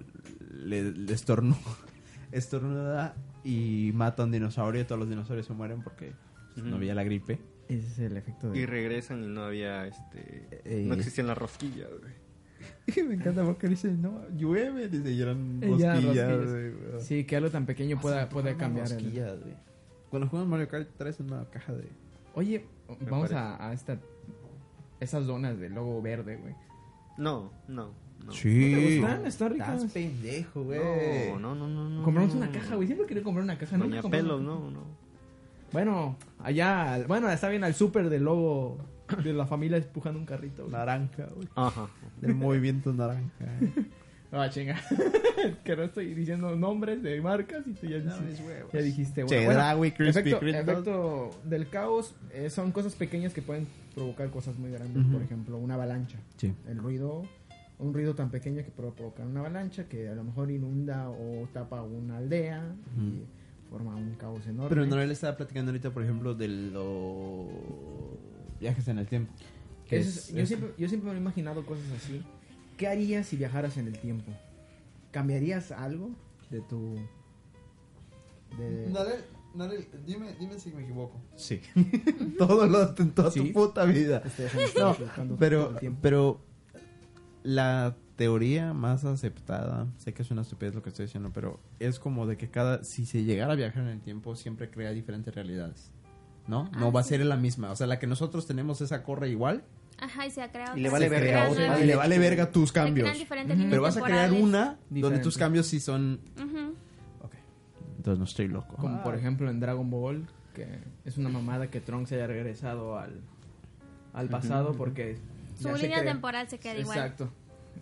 Speaker 2: le, le estornu- (laughs) estornuda y mata a un dinosaurio y todos los dinosaurios se mueren porque pues, no
Speaker 3: Ujú.
Speaker 2: había la gripe.
Speaker 1: Ese es el efecto
Speaker 3: (laughs) Y regresan y no había este.
Speaker 2: Eh,
Speaker 3: no existían las rosquillas, güey.
Speaker 2: (laughs) Me encanta porque dice, no, llueve, dice, y eran
Speaker 1: Eh, ya, (laughs)
Speaker 2: rosquillas.
Speaker 1: rosquillas.
Speaker 2: güey, güey.
Speaker 1: Sí, que algo tan pequeño pueda, pueda
Speaker 2: Eran
Speaker 1: cambiar. el-
Speaker 2: rosquillas, güey. Cuando jugamos Mario Kart traes una caja de...
Speaker 1: Oye, vamos
Speaker 3: parece.
Speaker 1: a, a esta... Esas donas de logo verde, güey.
Speaker 3: No, no. no.
Speaker 2: Sí.
Speaker 1: gustan? Están ricas.
Speaker 2: Estás pendejo, güey.
Speaker 3: No, no, no, no, no.
Speaker 1: Compramos
Speaker 3: no,
Speaker 1: una
Speaker 2: Mm.
Speaker 3: no.
Speaker 1: caja, güey. Siempre quería comprar una caja. nunca
Speaker 3: Doña
Speaker 1: compré una
Speaker 3: Pelos,
Speaker 1: caja.
Speaker 3: no, no.
Speaker 1: Bueno, allá... al- Bueno, está bien al súper del logo de la familia empujando un carrito, güey.
Speaker 2: Naranja, güey.
Speaker 3: Ajá.
Speaker 2: Del movimiento naranja.
Speaker 1: Ah, chinga. (laughs) que no estoy diciendo nombres de marcas y tú ya, dices- ya dijiste, bueno,
Speaker 2: Chedraui, Krispy
Speaker 1: efecto,
Speaker 2: Kreme,
Speaker 1: efecto del caos eh, son cosas pequeñas que pueden provocar cosas muy grandes, por ejemplo, una avalancha.
Speaker 2: (laughs) Sí.
Speaker 1: El ruido, un ruido tan pequeño que puede provocar una avalancha que a lo mejor inunda o tapa una aldea y forma un caos enorme.
Speaker 2: Pero Noel estaba platicando ahorita, por ejemplo, de los viajes en el tiempo. que
Speaker 1: Eso
Speaker 2: es-
Speaker 1: es- yo,
Speaker 2: es-
Speaker 1: siempre, yo siempre me he imaginado cosas así. ¿Qué harías si viajaras en el tiempo? ¿Cambiarías algo de tu... de-
Speaker 2: Narel, Narel, dime, dime si me equivoco. Sí. (laughs) Todo lo en toda
Speaker 1: Sí.
Speaker 2: tu puta vida.
Speaker 1: Ustedes han estado
Speaker 2: No,
Speaker 1: buscando todo
Speaker 2: pero,
Speaker 1: el tiempo.
Speaker 2: pero la teoría más aceptada, sé que es una estupidez lo que estoy diciendo, pero es como de que cada, si se llegara a viajar en el tiempo, siempre crea diferentes realidades. ¿No? No
Speaker 4: Ah,
Speaker 2: va a
Speaker 4: sí.
Speaker 2: ser la misma. O sea, la que nosotros tenemos, esa corre igual.
Speaker 4: Ajá, y se ha creado.
Speaker 3: Y le
Speaker 4: otra.
Speaker 3: vale
Speaker 2: se
Speaker 4: Se
Speaker 3: verga
Speaker 4: crean
Speaker 2: crea
Speaker 3: otra,
Speaker 4: nuevas-
Speaker 2: otra. Y le vale verga tus
Speaker 4: se crean
Speaker 2: cambios.
Speaker 4: diferentes líneas
Speaker 2: Pero vas a crear
Speaker 4: Mm, temporales.
Speaker 2: una donde
Speaker 1: Diferente.
Speaker 2: tus cambios sí son.
Speaker 4: Ujú.
Speaker 2: Ok. Entonces no estoy loco.
Speaker 4: Ah.
Speaker 1: Como por ejemplo en Dragon Ball, que es una mamada que Trunks haya regresado al, al pasado porque...
Speaker 4: Su
Speaker 1: ya se
Speaker 4: línea
Speaker 1: cre-
Speaker 4: temporal se queda igual.
Speaker 1: Exacto.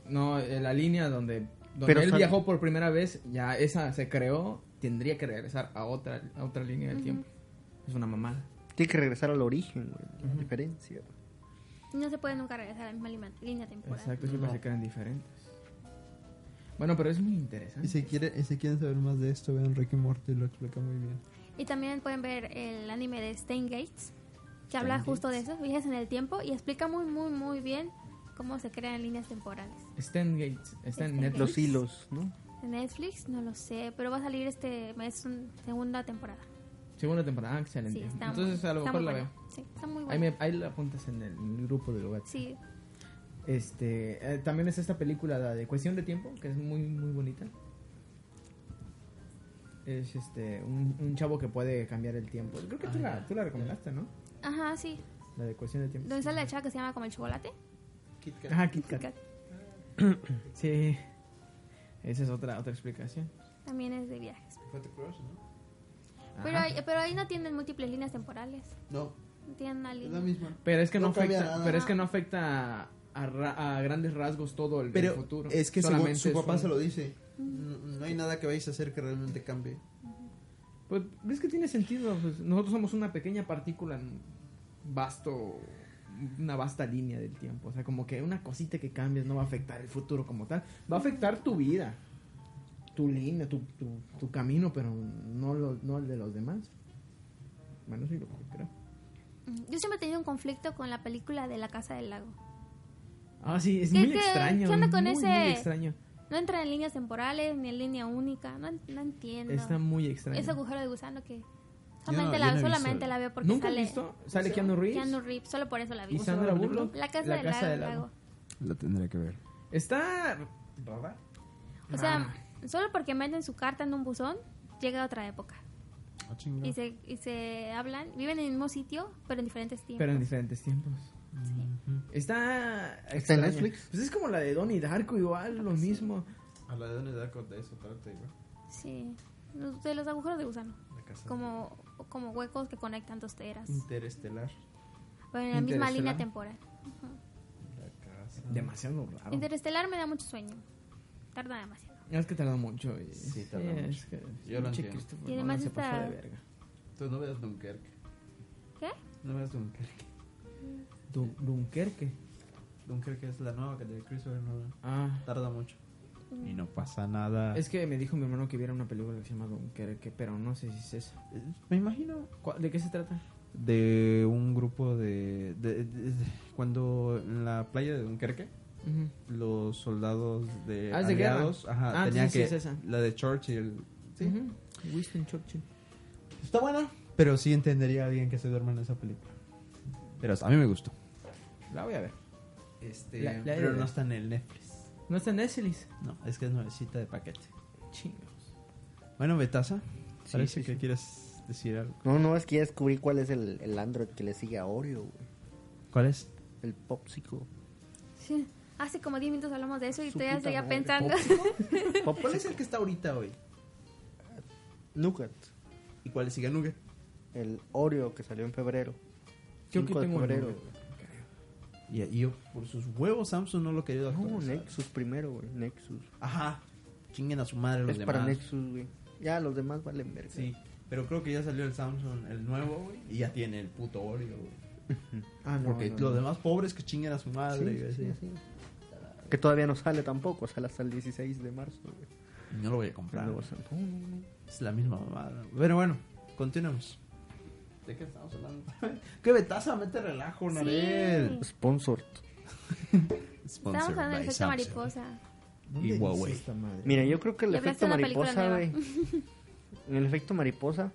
Speaker 1: No, eh, la línea donde, donde
Speaker 3: Pero
Speaker 1: él
Speaker 3: sal-
Speaker 1: viajó por primera vez, ya esa se creó, tendría que regresar a otra, a otra línea del tiempo. Es una mamada.
Speaker 3: Tiene que regresar al origen, güey. La diferencia.
Speaker 4: No se puede nunca regresar a la misma lima- línea temporal.
Speaker 1: Exacto, siempre se quedan diferentes. Bueno, pero es muy interesante.
Speaker 2: Y si, quiere- y si quieren saber más de esto, vean Ricky Morty, lo explica muy bien.
Speaker 4: Y también pueden ver el anime de Stain Gates, que habla justo de eso, viajes en el tiempo, y explica muy, muy, muy bien cómo se crean líneas temporales.
Speaker 1: Stan Gates, está en
Speaker 4: Stan
Speaker 1: Netflix.
Speaker 3: Los hilos, ¿no?
Speaker 4: ¿En Netflix? No lo sé, pero va a salir este mes un- segunda temporada.
Speaker 1: Segunda temporada, ah,
Speaker 4: Sí,
Speaker 1: excelente.
Speaker 4: está muy-
Speaker 1: Entonces a lo
Speaker 4: está
Speaker 1: mejor
Speaker 4: muy
Speaker 1: la veo.
Speaker 4: buena. Sí, está muy
Speaker 1: Ahí,
Speaker 4: buena.
Speaker 1: me, ahí la apuntas en el, en el grupo de Logat.
Speaker 4: Sí,
Speaker 1: Este, eh, también es esta película la de Cuestión de Tiempo, que es muy, muy bonita. Es este, un, un chavo que puede cambiar el tiempo. Creo que tú, la, tú la recomendaste, ¿no?
Speaker 4: ajá, sí.
Speaker 1: La de Cuestión de Tiempo.
Speaker 4: ¿Dónde sale la chava que se llama como el chocolate?
Speaker 1: Ajá, Kit Kat.
Speaker 4: Kit Kat.
Speaker 1: Sí. Esa es otra, otra explicación.
Speaker 4: También es de viajes.
Speaker 2: Fue The Crush, ¿no?
Speaker 4: Pero,
Speaker 1: Ajá.
Speaker 4: ahí- pero ahí no tienen múltiples líneas temporales.
Speaker 2: No,
Speaker 4: No tienen una
Speaker 2: es la
Speaker 4: línea.
Speaker 2: misma.
Speaker 1: Pero es que no,
Speaker 2: No cambia
Speaker 1: afecta,
Speaker 2: nada.
Speaker 1: pero es que no afecta a, ra- a grandes rasgos todo el, el
Speaker 2: Pero
Speaker 1: futuro.
Speaker 2: es que su-
Speaker 1: Solamente
Speaker 2: su,
Speaker 1: es
Speaker 2: papá
Speaker 1: un-
Speaker 2: se lo dice. No,
Speaker 4: Mm.
Speaker 2: no hay nada que vayas a hacer que realmente cambie.
Speaker 1: Pues ves que tiene sentido. pues, nosotros somos una pequeña partícula en un vasto una vasta línea del tiempo, o sea, como que una cosita que cambies no va a afectar el futuro como tal, va a afectar tu vida, tu línea, tu, tu, tu camino, pero no, lo- no el de los demás. Bueno, sí lo creo.
Speaker 4: Mm, Yo siempre he tenido un conflicto con la película de La Casa del Lago.
Speaker 1: Ah, sí, es
Speaker 4: ¿Qué-
Speaker 1: muy
Speaker 4: qué-
Speaker 1: extraño.
Speaker 4: qué onda con
Speaker 1: muy,
Speaker 4: ese-
Speaker 1: muy extraño.
Speaker 4: No entra en líneas temporales ni en línea única. No, en- no entiendo.
Speaker 1: Está muy extraño.
Speaker 4: Ese agujero de gusano que
Speaker 2: no-
Speaker 4: solamente,
Speaker 2: yo no he
Speaker 4: la,
Speaker 2: visto.
Speaker 4: solamente la veo porque
Speaker 1: ¿Nunca has
Speaker 4: sale
Speaker 1: visto? Sale Keanu Reeves.
Speaker 4: Keanu Reeves. Solo por eso la vi.
Speaker 1: ¿Y Sandra Bullock?
Speaker 4: La Casa,
Speaker 1: La
Speaker 4: del,
Speaker 1: Casa
Speaker 4: lago,
Speaker 1: del Lago.
Speaker 2: La tendré que ver.
Speaker 1: Está rara.
Speaker 4: O sea,
Speaker 1: Ah.
Speaker 4: solo porque meten su carta en un buzón, llega a otra época.
Speaker 2: Ah,
Speaker 4: Y se, y se hablan, viven en el mismo sitio, pero en diferentes tiempos.
Speaker 1: Pero en diferentes tiempos. Está.
Speaker 3: ¿Está en
Speaker 1: extraña.
Speaker 3: Netflix?
Speaker 1: Pues es como la de Donnie Darko, igual, lo mismo.
Speaker 2: A la de Donnie Darko de eso trata, igual.
Speaker 4: Sí. Los- De los agujeros de gusano.
Speaker 2: La casa.
Speaker 4: Como, como huecos que conectan dos teras.
Speaker 1: Mm.
Speaker 2: Interestelar.
Speaker 4: Pero en la misma
Speaker 1: Interestelar.
Speaker 4: línea temporal.
Speaker 2: La casa.
Speaker 1: Demasiado raro.
Speaker 4: Interestelar me da mucho sueño. Tarda demasiado.
Speaker 1: es que tarda mucho. y-
Speaker 2: Sí, tarda mucho.
Speaker 1: Es que,
Speaker 2: Yo lo
Speaker 1: pinche
Speaker 2: entiendo.
Speaker 1: Christopher
Speaker 4: Y
Speaker 1: Nolan
Speaker 4: además
Speaker 1: se
Speaker 4: está-
Speaker 1: pasó de verga.
Speaker 2: Tú no veas Dunkerque.
Speaker 4: ¿Qué?
Speaker 2: No veas Dunkerque.
Speaker 1: Dun- Dunkerque.
Speaker 2: Dunkerque es la nueva que de Christopher Nolan.
Speaker 1: Ah.
Speaker 2: Tarda mucho.
Speaker 7: Y no pasa nada.
Speaker 1: Es que me dijo mi hermano que viera una película que se llama Dunkerque, pero no sé si es esa.
Speaker 2: Me imagino
Speaker 1: ¿Cuál- ¿De qué se trata?
Speaker 2: de un grupo de, de- de- de- cuando en la playa de Dunkerque
Speaker 1: Ujú.
Speaker 2: los soldados de
Speaker 1: Ah, es de guerra.
Speaker 2: aliados ajá,
Speaker 1: Ah,
Speaker 2: tenían
Speaker 1: sí, sí,
Speaker 2: que
Speaker 1: es esa.
Speaker 2: la de Churchill sí
Speaker 1: Ujú. Winston Churchill.
Speaker 2: está buena pero sí entendería a alguien que se duerma en esa película pero a mí me gustó
Speaker 1: La voy a ver.
Speaker 2: este
Speaker 1: La- la
Speaker 2: pero
Speaker 1: de-
Speaker 2: no está en el Netflix
Speaker 1: No está en Netflix.
Speaker 2: no es que es nuevecita de paquete
Speaker 1: Chingos.
Speaker 2: bueno Betasa
Speaker 3: Sí,
Speaker 2: parece
Speaker 3: sí,
Speaker 2: que
Speaker 3: sí.
Speaker 2: quieres decir algo
Speaker 3: No, no, es que ya descubrí cuál es el, el Android que le sigue a Oreo, güey.
Speaker 2: cuál es
Speaker 1: (laughs)
Speaker 3: El Popsico.
Speaker 4: Sí. Hace como 10 minutos hablamos de eso y
Speaker 3: Su
Speaker 4: todavía
Speaker 3: puta
Speaker 4: seguía
Speaker 3: madre,
Speaker 4: pensando.
Speaker 3: Pop-
Speaker 2: cuál es el que está ahorita hoy
Speaker 3: Nougat.
Speaker 2: y cuál sigue Nugget
Speaker 3: El Oreo que salió en febrero.
Speaker 1: Yo aquí
Speaker 3: Cinco de
Speaker 1: tengo el
Speaker 3: febrero.
Speaker 1: nombre.
Speaker 2: y, y yo por sus huevos Samsung no lo quería
Speaker 3: No,
Speaker 2: actualizar.
Speaker 3: Nexus primero, güey. Nexus.
Speaker 2: Ajá. Chinguen a su madre los
Speaker 3: es
Speaker 2: demás.
Speaker 3: para Nexus, güey. Ya, los demás valen verga.
Speaker 2: Sí. Pero creo que ya salió el Samsung, el nuevo, güey. Y ya tiene el puto Oreo, güey.
Speaker 1: Ah, no.
Speaker 2: Porque
Speaker 1: no,
Speaker 2: los
Speaker 1: no.
Speaker 2: demás pobres que chinguen a su
Speaker 3: Sí,
Speaker 2: madre. güey,
Speaker 3: sí,
Speaker 2: así.
Speaker 3: sí, sí. Que todavía no sale tampoco. Sale hasta el 16 de marzo, güey.
Speaker 2: No lo voy a comprar.
Speaker 3: Luego sale- No, no, no.
Speaker 2: Es la misma mamada. Pero bueno, continuemos. ¿De qué estamos hablando? (laughs) ¡Qué betaza! ¡Mete relajo, Narel!
Speaker 3: Oh, Sponsored.
Speaker 4: (laughs) Estábamos hablando del efecto mariposa.
Speaker 1: ¿Dónde
Speaker 2: Y
Speaker 1: dice
Speaker 2: Huawei.
Speaker 1: esta madre?
Speaker 3: Mira, yo creo que el
Speaker 4: Y
Speaker 3: efecto
Speaker 4: hablaste de una película
Speaker 3: mariposa, güey.
Speaker 4: nueva. (laughs)
Speaker 3: En el efecto mariposa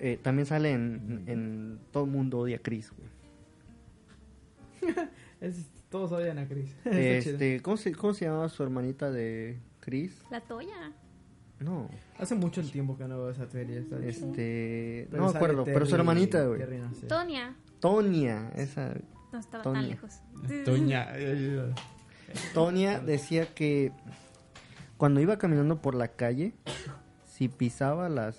Speaker 3: eh, también sale en, en Todo el mundo odia a Chris, güey.
Speaker 1: Es- todos odian a Chris. (laughs) Está chido.
Speaker 3: Este, ¿cómo se, ¿Cómo se llamaba su hermanita de Chris?
Speaker 4: La toya.
Speaker 3: No,
Speaker 1: Hace mucho el tiempo que no veo esa serie. está chido.
Speaker 3: este.
Speaker 1: Pero
Speaker 3: no me
Speaker 1: sale
Speaker 3: acuerdo, pero su
Speaker 1: Terry-
Speaker 3: hermanita, güey.
Speaker 1: Terry, no sé.
Speaker 4: Tonia.
Speaker 3: Tonia, esa.
Speaker 4: No estaba
Speaker 3: Tonia.
Speaker 4: tan lejos.
Speaker 2: Toña. eh,
Speaker 3: Tonia decía que cuando iba caminando por la calle, si pisaba las.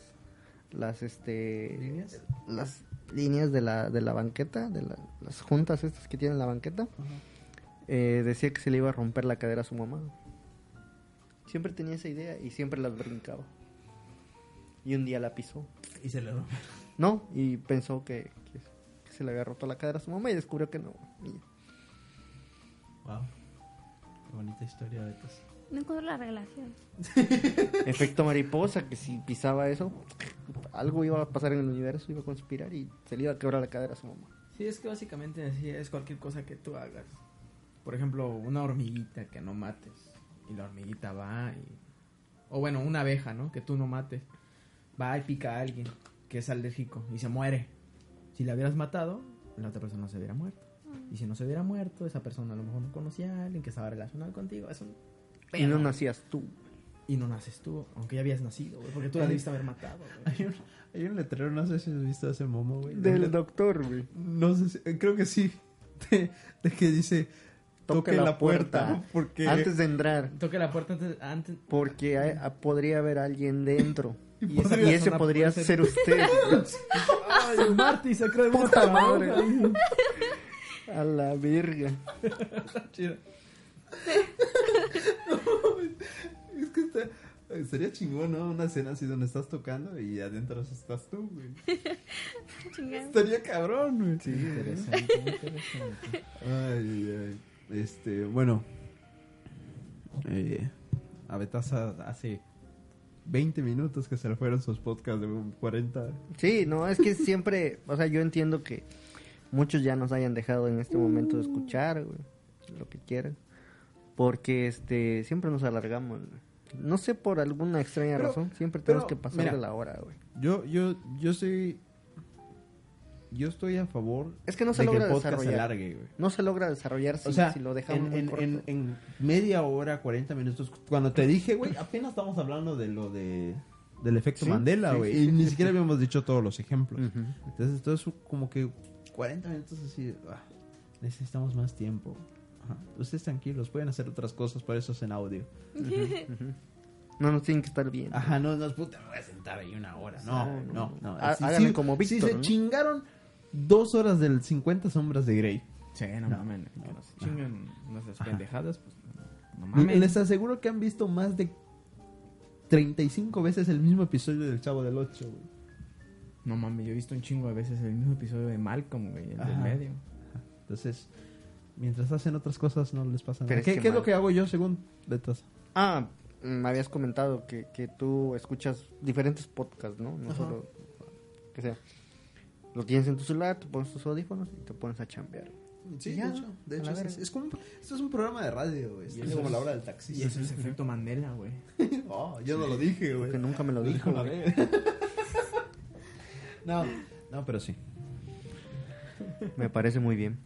Speaker 3: Las, este.
Speaker 2: ¿Líneas?
Speaker 3: Las líneas de la, de la banqueta, de la- las juntas estas que tienen la banqueta, eh, decía que se le iba a romper la cadera a su mamá. Siempre tenía esa idea y siempre las brincaba. Y un día la pisó.
Speaker 2: Y se le rompe.
Speaker 3: No, y pensó que, que- que se le había roto la cadera a su mamá y descubrió que no. Y ya.
Speaker 2: Wow. Qué bonita historia, Betasa.
Speaker 4: No encuentro la relación.
Speaker 3: Efecto mariposa, que si pisaba eso, algo iba a pasar en el universo, iba a conspirar y se le iba a quebrar la cadera a su mamá.
Speaker 1: Sí, es que básicamente así es cualquier cosa que tú hagas. Por ejemplo, una hormiguita que no mates. Y la hormiguita va y O bueno, una abeja, ¿no? Que tú no mates. Va y pica a alguien que es alérgico y se muere. Si la hubieras matado, la otra persona se hubiera muerto.
Speaker 3: Mm.
Speaker 1: Y si no se hubiera muerto, esa persona a lo mejor no conocía a alguien que estaba relacionado contigo. Es un
Speaker 3: Y no nacías tú.
Speaker 1: y no naces tú, aunque ya habías nacido, güey, porque tú la debiste haber matado, güey.
Speaker 2: Hay un, hay un letrero, no sé si has visto ese momo, güey.
Speaker 3: Del doctor, güey.
Speaker 2: No sé, si- eh, creo que sí. (laughs) De, de que dice, toque, la, puerta. Porque...
Speaker 3: Antes de entrar.
Speaker 1: Toque la puerta antes,
Speaker 3: (laughs)
Speaker 1: antes
Speaker 3: Porque hay- a- podría haber alguien dentro. Y, esa-
Speaker 1: podría
Speaker 3: y ese
Speaker 1: sonar-
Speaker 3: podría
Speaker 1: puede
Speaker 3: ser usted.
Speaker 1: ¡Ay, Marty sacó de una
Speaker 3: (laughs) Puta
Speaker 1: madre!
Speaker 3: madre. A la verga. (laughs)
Speaker 2: Es que está- eh, Sería chingón, ¿no? Una escena así donde estás tocando y adentro estás tú, güey.
Speaker 4: Chingada.
Speaker 2: Estaría cabrón, güey.
Speaker 1: Interesante, interesante.
Speaker 2: Ay, ay. Este, bueno. Eh, a Betasa hace 20 minutos que se le fueron sus podcasts de un 40.
Speaker 3: Sí, no, es que siempre, o sea, yo entiendo que muchos ya nos hayan dejado en este momento de escuchar, güey, lo que quieran. Porque este siempre nos alargamos. güey. No sé por alguna extraña
Speaker 2: Pero-
Speaker 3: razón, siempre
Speaker 2: pero,
Speaker 3: tenemos que pasar
Speaker 2: mira.
Speaker 3: de la hora, güey.
Speaker 2: Yo, yo, yo soy. Yo estoy a favor.
Speaker 3: Es que no se
Speaker 2: de
Speaker 3: logra
Speaker 2: el podcast se
Speaker 3: desarrollar.
Speaker 2: alargue, güey.
Speaker 3: No se logra desarrollar si,
Speaker 2: o sea,
Speaker 3: si lo dejamos
Speaker 2: en,
Speaker 3: muy
Speaker 2: en-
Speaker 3: corto.
Speaker 2: en- en media hora, 40 minutos. Cuando te dije, güey, apenas estamos hablando de lo de del efecto
Speaker 3: Sí,
Speaker 2: Mandela,
Speaker 3: sí,
Speaker 2: güey.
Speaker 3: sí,
Speaker 2: y
Speaker 3: sí,
Speaker 2: ni
Speaker 3: sí,
Speaker 2: siquiera habíamos dicho todos los ejemplos.
Speaker 3: Ujú.
Speaker 2: Entonces, todo eso como que 40 minutos así. de, "Ah, necesitamos más tiempo. Ajá. Ustedes tranquilos, pueden hacer otras cosas, por eso es en audio.
Speaker 3: No nos tienen que estar bien.
Speaker 2: Ajá, no, no, puta, me voy a sentar ahí una hora. No,
Speaker 3: Exacto.
Speaker 2: no, no.
Speaker 3: Há-
Speaker 2: Sí,
Speaker 3: háganle
Speaker 2: sí,
Speaker 3: como
Speaker 2: sí,
Speaker 3: Víctor,
Speaker 2: se
Speaker 3: ¿no?
Speaker 2: chingaron dos horas del 50 sombras de Grey.
Speaker 1: Sí, no, mames, que no se chinguen nuestras pendejadas, pues no, no mames.
Speaker 2: Les aseguro que han visto más de 35 veces el mismo episodio del Chavo del 8, güey.
Speaker 1: No mames, yo he visto un chingo de veces el mismo episodio de Malcolm, güey, el del
Speaker 2: Ajá.
Speaker 1: medio.
Speaker 2: Entonces, mientras hacen otras cosas no les pasa nada.
Speaker 3: Pero es
Speaker 2: ¿Qué,
Speaker 3: que
Speaker 2: qué es lo
Speaker 3: mal.
Speaker 2: que hago yo según Betas?
Speaker 3: Ah, me habías comentado que, que tú escuchas diferentes podcasts, ¿no? No
Speaker 2: Ajá.
Speaker 3: solo. Que sea. Lo tienes en tu celular, te pones tus audífonos y te pones a chambear.
Speaker 2: Sí,
Speaker 3: Ya,
Speaker 2: de hecho, de
Speaker 3: a
Speaker 2: hecho,
Speaker 3: la
Speaker 2: es,
Speaker 3: verga.
Speaker 2: es como un- esto es un programa de radio, güey.
Speaker 1: Y
Speaker 2: Es
Speaker 1: eso
Speaker 2: como
Speaker 1: es-
Speaker 2: la hora del
Speaker 1: Y
Speaker 2: taxista.
Speaker 1: eso es efecto Mandela, güey.
Speaker 2: (laughs) Oh, yo no lo dije, güey.
Speaker 3: Que nunca me lo dijo.
Speaker 2: La
Speaker 3: güey. (laughs)
Speaker 2: verga. no, no, pero sí.
Speaker 3: Me parece muy bien.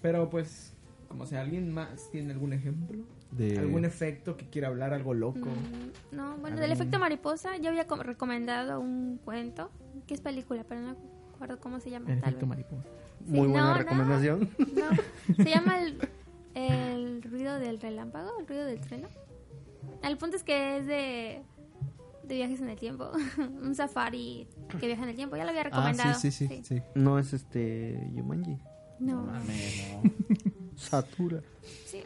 Speaker 1: Pero pues, como sea, ¿alguien más tiene algún ejemplo?
Speaker 2: De- Ah,
Speaker 1: ¿Algún efecto que quiera hablar, algo loco?
Speaker 4: Mm, (laughs) No, bueno, del
Speaker 1: Algún-
Speaker 4: efecto mariposa yo había com- recomendado un cuento, que es película, pero no recuerdo cómo se llama.
Speaker 1: El
Speaker 4: tal
Speaker 1: efecto
Speaker 4: vez.
Speaker 1: mariposa.
Speaker 4: Sí,
Speaker 3: muy buena
Speaker 4: no, no.
Speaker 3: recomendación.
Speaker 4: No, se llama el, el ruido del relámpago, el ruido del trueno. El punto es que es de, de viajes en el tiempo, (laughs) un safari que viaja en el tiempo, ya lo había recomendado.
Speaker 2: Ah, sí, sí, sí. sí.
Speaker 3: No. es este. Yumanji.
Speaker 4: No,
Speaker 3: Satura.
Speaker 4: sí.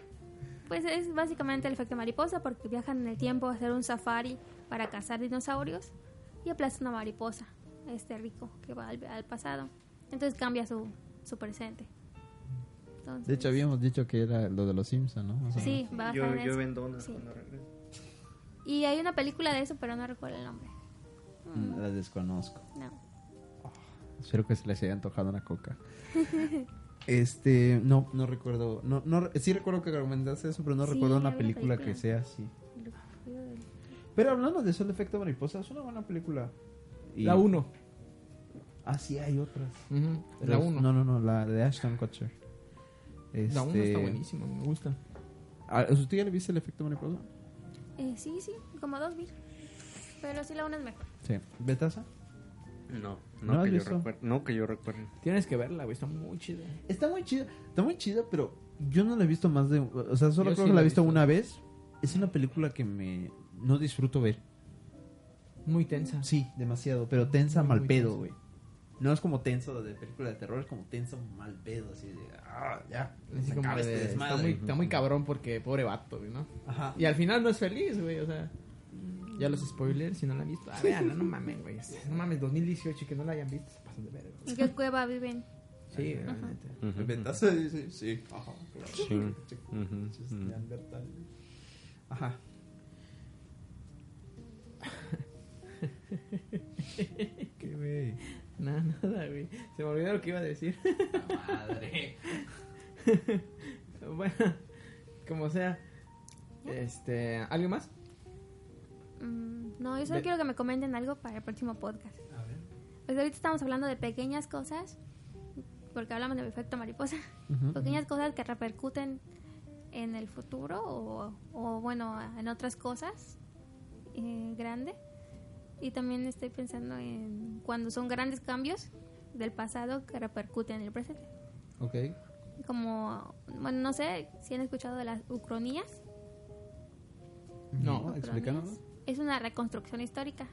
Speaker 4: Pues es básicamente el efecto mariposa porque viajan en el tiempo a hacer un safari para cazar dinosaurios y aplasta una mariposa, este rico que va al, al pasado. Entonces cambia su, su presente. Entonces,
Speaker 2: De hecho, habíamos dicho que era lo de los Simpsons, ¿no? O sea,
Speaker 4: sí, va a
Speaker 3: Yo,
Speaker 4: estar en
Speaker 3: yo
Speaker 4: eso.
Speaker 3: vendo donas
Speaker 4: Sí.
Speaker 3: cuando regreso.
Speaker 4: Y hay una película de eso, pero no recuerdo el nombre.
Speaker 2: mm, La desconozco.
Speaker 4: No.
Speaker 2: Espero que se les haya antojado una coca. (laughs) Este, no, no recuerdo. No, no, re- sí recuerdo que comentaste eso, pero no
Speaker 4: Sí,
Speaker 2: recuerdo una
Speaker 4: había una
Speaker 2: película,
Speaker 4: película.
Speaker 2: que sea así.
Speaker 4: el ruido del-
Speaker 2: Pero hablando de eso, el efecto mariposa es una buena película. Y-
Speaker 1: La 1.
Speaker 2: Ah, sí, hay otras.
Speaker 1: La
Speaker 2: Pero es-
Speaker 1: 1.
Speaker 2: No, no, no, la de Ashton Kutcher.
Speaker 1: La 1
Speaker 2: Este,
Speaker 1: está buenísima, me gusta.
Speaker 2: ¿a- ¿Usted ya le viste el efecto mariposa?
Speaker 4: Eh, sí, sí, como dos mil. Pero sí la una es mejor.
Speaker 2: Sí. ¿Betasa?
Speaker 3: No,
Speaker 2: ¿No
Speaker 3: no,
Speaker 2: has
Speaker 3: que yo
Speaker 2: visto?
Speaker 3: recuerde. No que yo recuerde.
Speaker 1: Tienes que verla, güey, está muy chida.
Speaker 2: Está muy chida, está muy chida, pero yo no la he visto más de... O sea, solo
Speaker 1: Yo
Speaker 2: creo
Speaker 1: sí
Speaker 2: que la
Speaker 1: la
Speaker 2: he
Speaker 1: he
Speaker 2: visto
Speaker 1: visto.
Speaker 2: una vez. Es una película que me... No disfruto ver.
Speaker 1: Muy tensa.
Speaker 2: Sí, demasiado, pero tensa
Speaker 1: Muy,
Speaker 2: mal
Speaker 1: muy
Speaker 2: pedo,
Speaker 1: tensa.
Speaker 2: güey. No es como tenso de película de terror, es como tenso mal pedo, así de... Ah, ya.
Speaker 1: Así
Speaker 2: se
Speaker 1: como
Speaker 2: acaba
Speaker 1: de-
Speaker 2: este
Speaker 1: está,
Speaker 2: desmadre.
Speaker 1: muy, está muy cabrón porque pobre vato, güey, ¿no?
Speaker 2: Ajá.
Speaker 1: Y al final no es feliz, güey, o sea. Ya los spoilers, si no la han visto. Ah, vean, no mames, güey. No mames, 2018 y que no la hayan visto, se pasan de verga. güey.
Speaker 4: ¿En qué cueva viven?
Speaker 1: Sí, güey, la neta.
Speaker 2: El Betasa dice, sí, ajá, claro.
Speaker 3: Sí.
Speaker 2: Pinches neandertales. Ajá. ¿Qué, güey?
Speaker 1: Nada, nada, güey. Se me olvidó lo que iba a decir. (laughs)
Speaker 2: Madre.
Speaker 1: bueno, como sea. Este, ¿alguien más?
Speaker 4: Mm, no, yo solo
Speaker 2: Ve-
Speaker 4: quiero que me comenten algo para el próximo podcast.
Speaker 2: A ver.
Speaker 4: Pues ahorita estamos hablando de pequeñas cosas, porque hablamos del efecto mariposa. pequeñas cosas que repercuten en el futuro o, o, bueno, en otras cosas eh, grande. Y también estoy pensando en cuando son grandes cambios del pasado que repercuten en el presente.
Speaker 2: Ok.
Speaker 4: Como, bueno, no sé si han escuchado de las ucronías.
Speaker 2: No,
Speaker 4: Ucronías.
Speaker 2: explícanos.
Speaker 4: Es una reconstrucción histórica.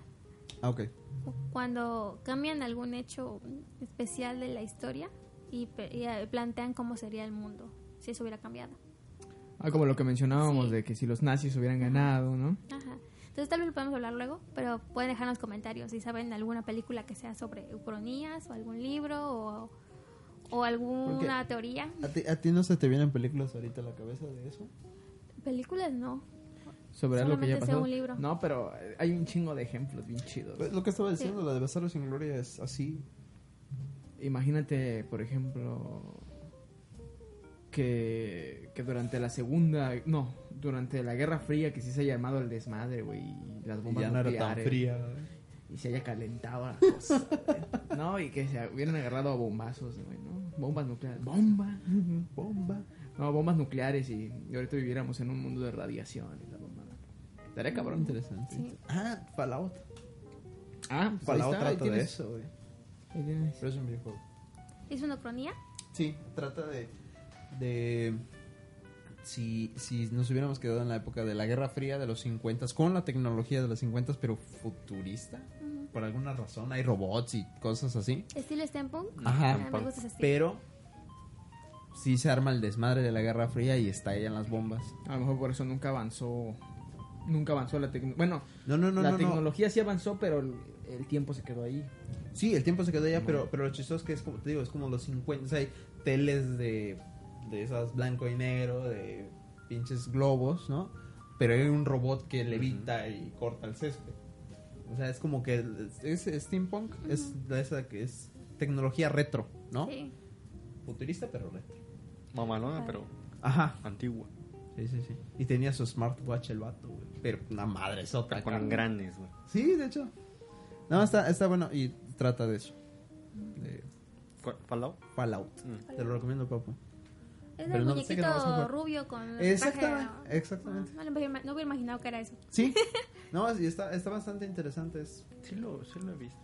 Speaker 2: Ah, ok.
Speaker 4: cuando cambian algún hecho especial de la historia y, pe- y, eh, plantean cómo sería el mundo si eso hubiera cambiado.
Speaker 1: Ah, como lo que mencionábamos de que si los nazis hubieran ganado, ¿no?
Speaker 4: Ajá. Entonces tal vez lo podemos hablar luego, pero pueden dejarnos comentarios si saben alguna película que sea sobre ucronías o algún libro o, o alguna teoría.
Speaker 2: ¿A ti, a ti no se te vienen películas ahorita a la cabeza de eso?
Speaker 4: Películas no.
Speaker 1: Sobre algo que ya
Speaker 4: Solamente sea
Speaker 1: pasó.
Speaker 4: un libro.
Speaker 1: No, pero eh, hay un chingo de ejemplos bien chidos.
Speaker 2: Pues lo que estaba diciendo, la de Bastardos sin Gloria es así.
Speaker 1: Imagínate, por ejemplo, que, que durante la segunda, no, durante la Guerra Fría, que sí se ha llamado el desmadre, güey, y las
Speaker 2: Y
Speaker 1: bombas
Speaker 2: ya no era tan
Speaker 1: nucleares,
Speaker 2: fría.
Speaker 1: Y se haya calentado la cosa. güey. no, y que se hubieran agarrado a bombazos, güey, ¿no? Bombas nucleares. Bomba.
Speaker 2: Bomba.
Speaker 1: No, bombas nucleares y, y ahorita viviéramos en un mundo de radiación y la bombada. Estaría cabrón.
Speaker 2: Interesante.
Speaker 4: Sí.
Speaker 2: Ah, Fallout.
Speaker 1: Ah, pues ahí
Speaker 2: Fallout
Speaker 1: está, ahí
Speaker 2: trata de
Speaker 1: tienes-
Speaker 2: eso, güey.
Speaker 1: ahí tienes.
Speaker 2: Pero es un videojuego.
Speaker 4: ¿Es una ucronía?
Speaker 2: Sí, trata de. de si, si nos hubiéramos quedado en la época de la Guerra Fría de los 50 con la tecnología de los 50 pero futurista, por alguna razón, hay robots y cosas así.
Speaker 4: ¿Estilo steampunk?
Speaker 2: Ajá.
Speaker 4: Ah, me gusta ese estilo.
Speaker 2: Pero sí se arma el desmadre de la Guerra Fría y estallan las bombas.
Speaker 1: A lo mejor por eso nunca avanzó. Nunca avanzó la tecnología. Bueno,
Speaker 2: No, no, no,
Speaker 1: la
Speaker 2: no, no.
Speaker 1: tecnología sí avanzó, pero el, el tiempo se quedó ahí.
Speaker 2: Sí, el tiempo se quedó allá, pero, pero lo chistoso es que es como te digo, es como los 50, o sea, hay teles de, de esas blanco y negro, de pinches globos, ¿no? Pero hay un robot que levita y corta el césped. O sea, es como que es, es steampunk, es de esa que es tecnología retro, ¿no?
Speaker 4: Sí.
Speaker 2: Futurista pero retro.
Speaker 3: Mamalona, pero
Speaker 2: Ajá.
Speaker 3: antigua.
Speaker 2: Sí, sí, sí. Y tenía su smartwatch el vato, güey. Pero una madre
Speaker 3: Pero
Speaker 2: sota.
Speaker 3: con engranes, güey.
Speaker 2: Sí, de hecho. No, está, está bueno y trata de eso. De
Speaker 3: ¿Cuál- ¿Fallout?
Speaker 2: Fallout.
Speaker 3: Mm.
Speaker 2: Te lo recomiendo, papu.
Speaker 4: Es
Speaker 2: Pero
Speaker 4: el
Speaker 2: no sé
Speaker 4: muñequito
Speaker 2: qué nos vas a jugar.
Speaker 4: rubio
Speaker 2: Ah,
Speaker 4: con... el
Speaker 2: Exactamente,
Speaker 4: traje, ¿no?
Speaker 2: exactamente.
Speaker 4: Ah, no lo hubiera- no hubiera imaginado que era eso.
Speaker 2: (laughs) Sí. No, sí, está, está bastante interesante. Es,
Speaker 3: Sí lo, sí lo he visto.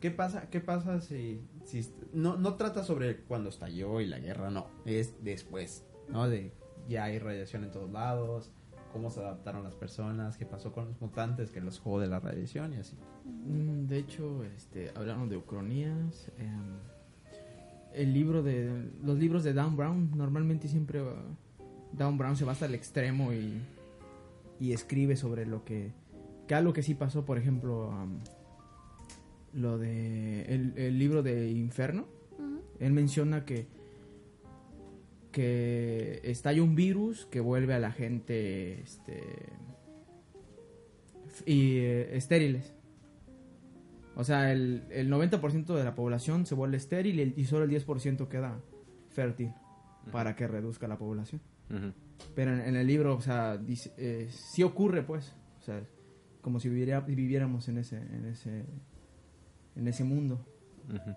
Speaker 2: ¿Qué pasa, qué pasa si... si est- no, no trata sobre cuando estalló y la guerra, no. Es después, ¿no? De ya hay radiación en todos lados, cómo se adaptaron las personas, qué pasó con los mutantes, que los jode la radiación y así.
Speaker 1: Mm, De hecho, este, hablaron de ucronías. em, el libro de. Los libros de Dan Brown. Normalmente siempre. uh, Dan Brown se va hasta el extremo y. Y escribe sobre lo que. Que algo que sí pasó, por ejemplo. am, lo de. El, el libro de Inferno.
Speaker 4: Ujú.
Speaker 1: Él menciona que que estalla un virus que vuelve a la gente este f- y eh, estériles. O sea, el, el 90% de la población se vuelve estéril y, el- y solo el 10% queda fértil para que reduzca la población. Pero en, en el libro, o sea, dice, eh, sí ocurre, pues. O sea, como si viviera- viviéramos en ese, en ese, en ese mundo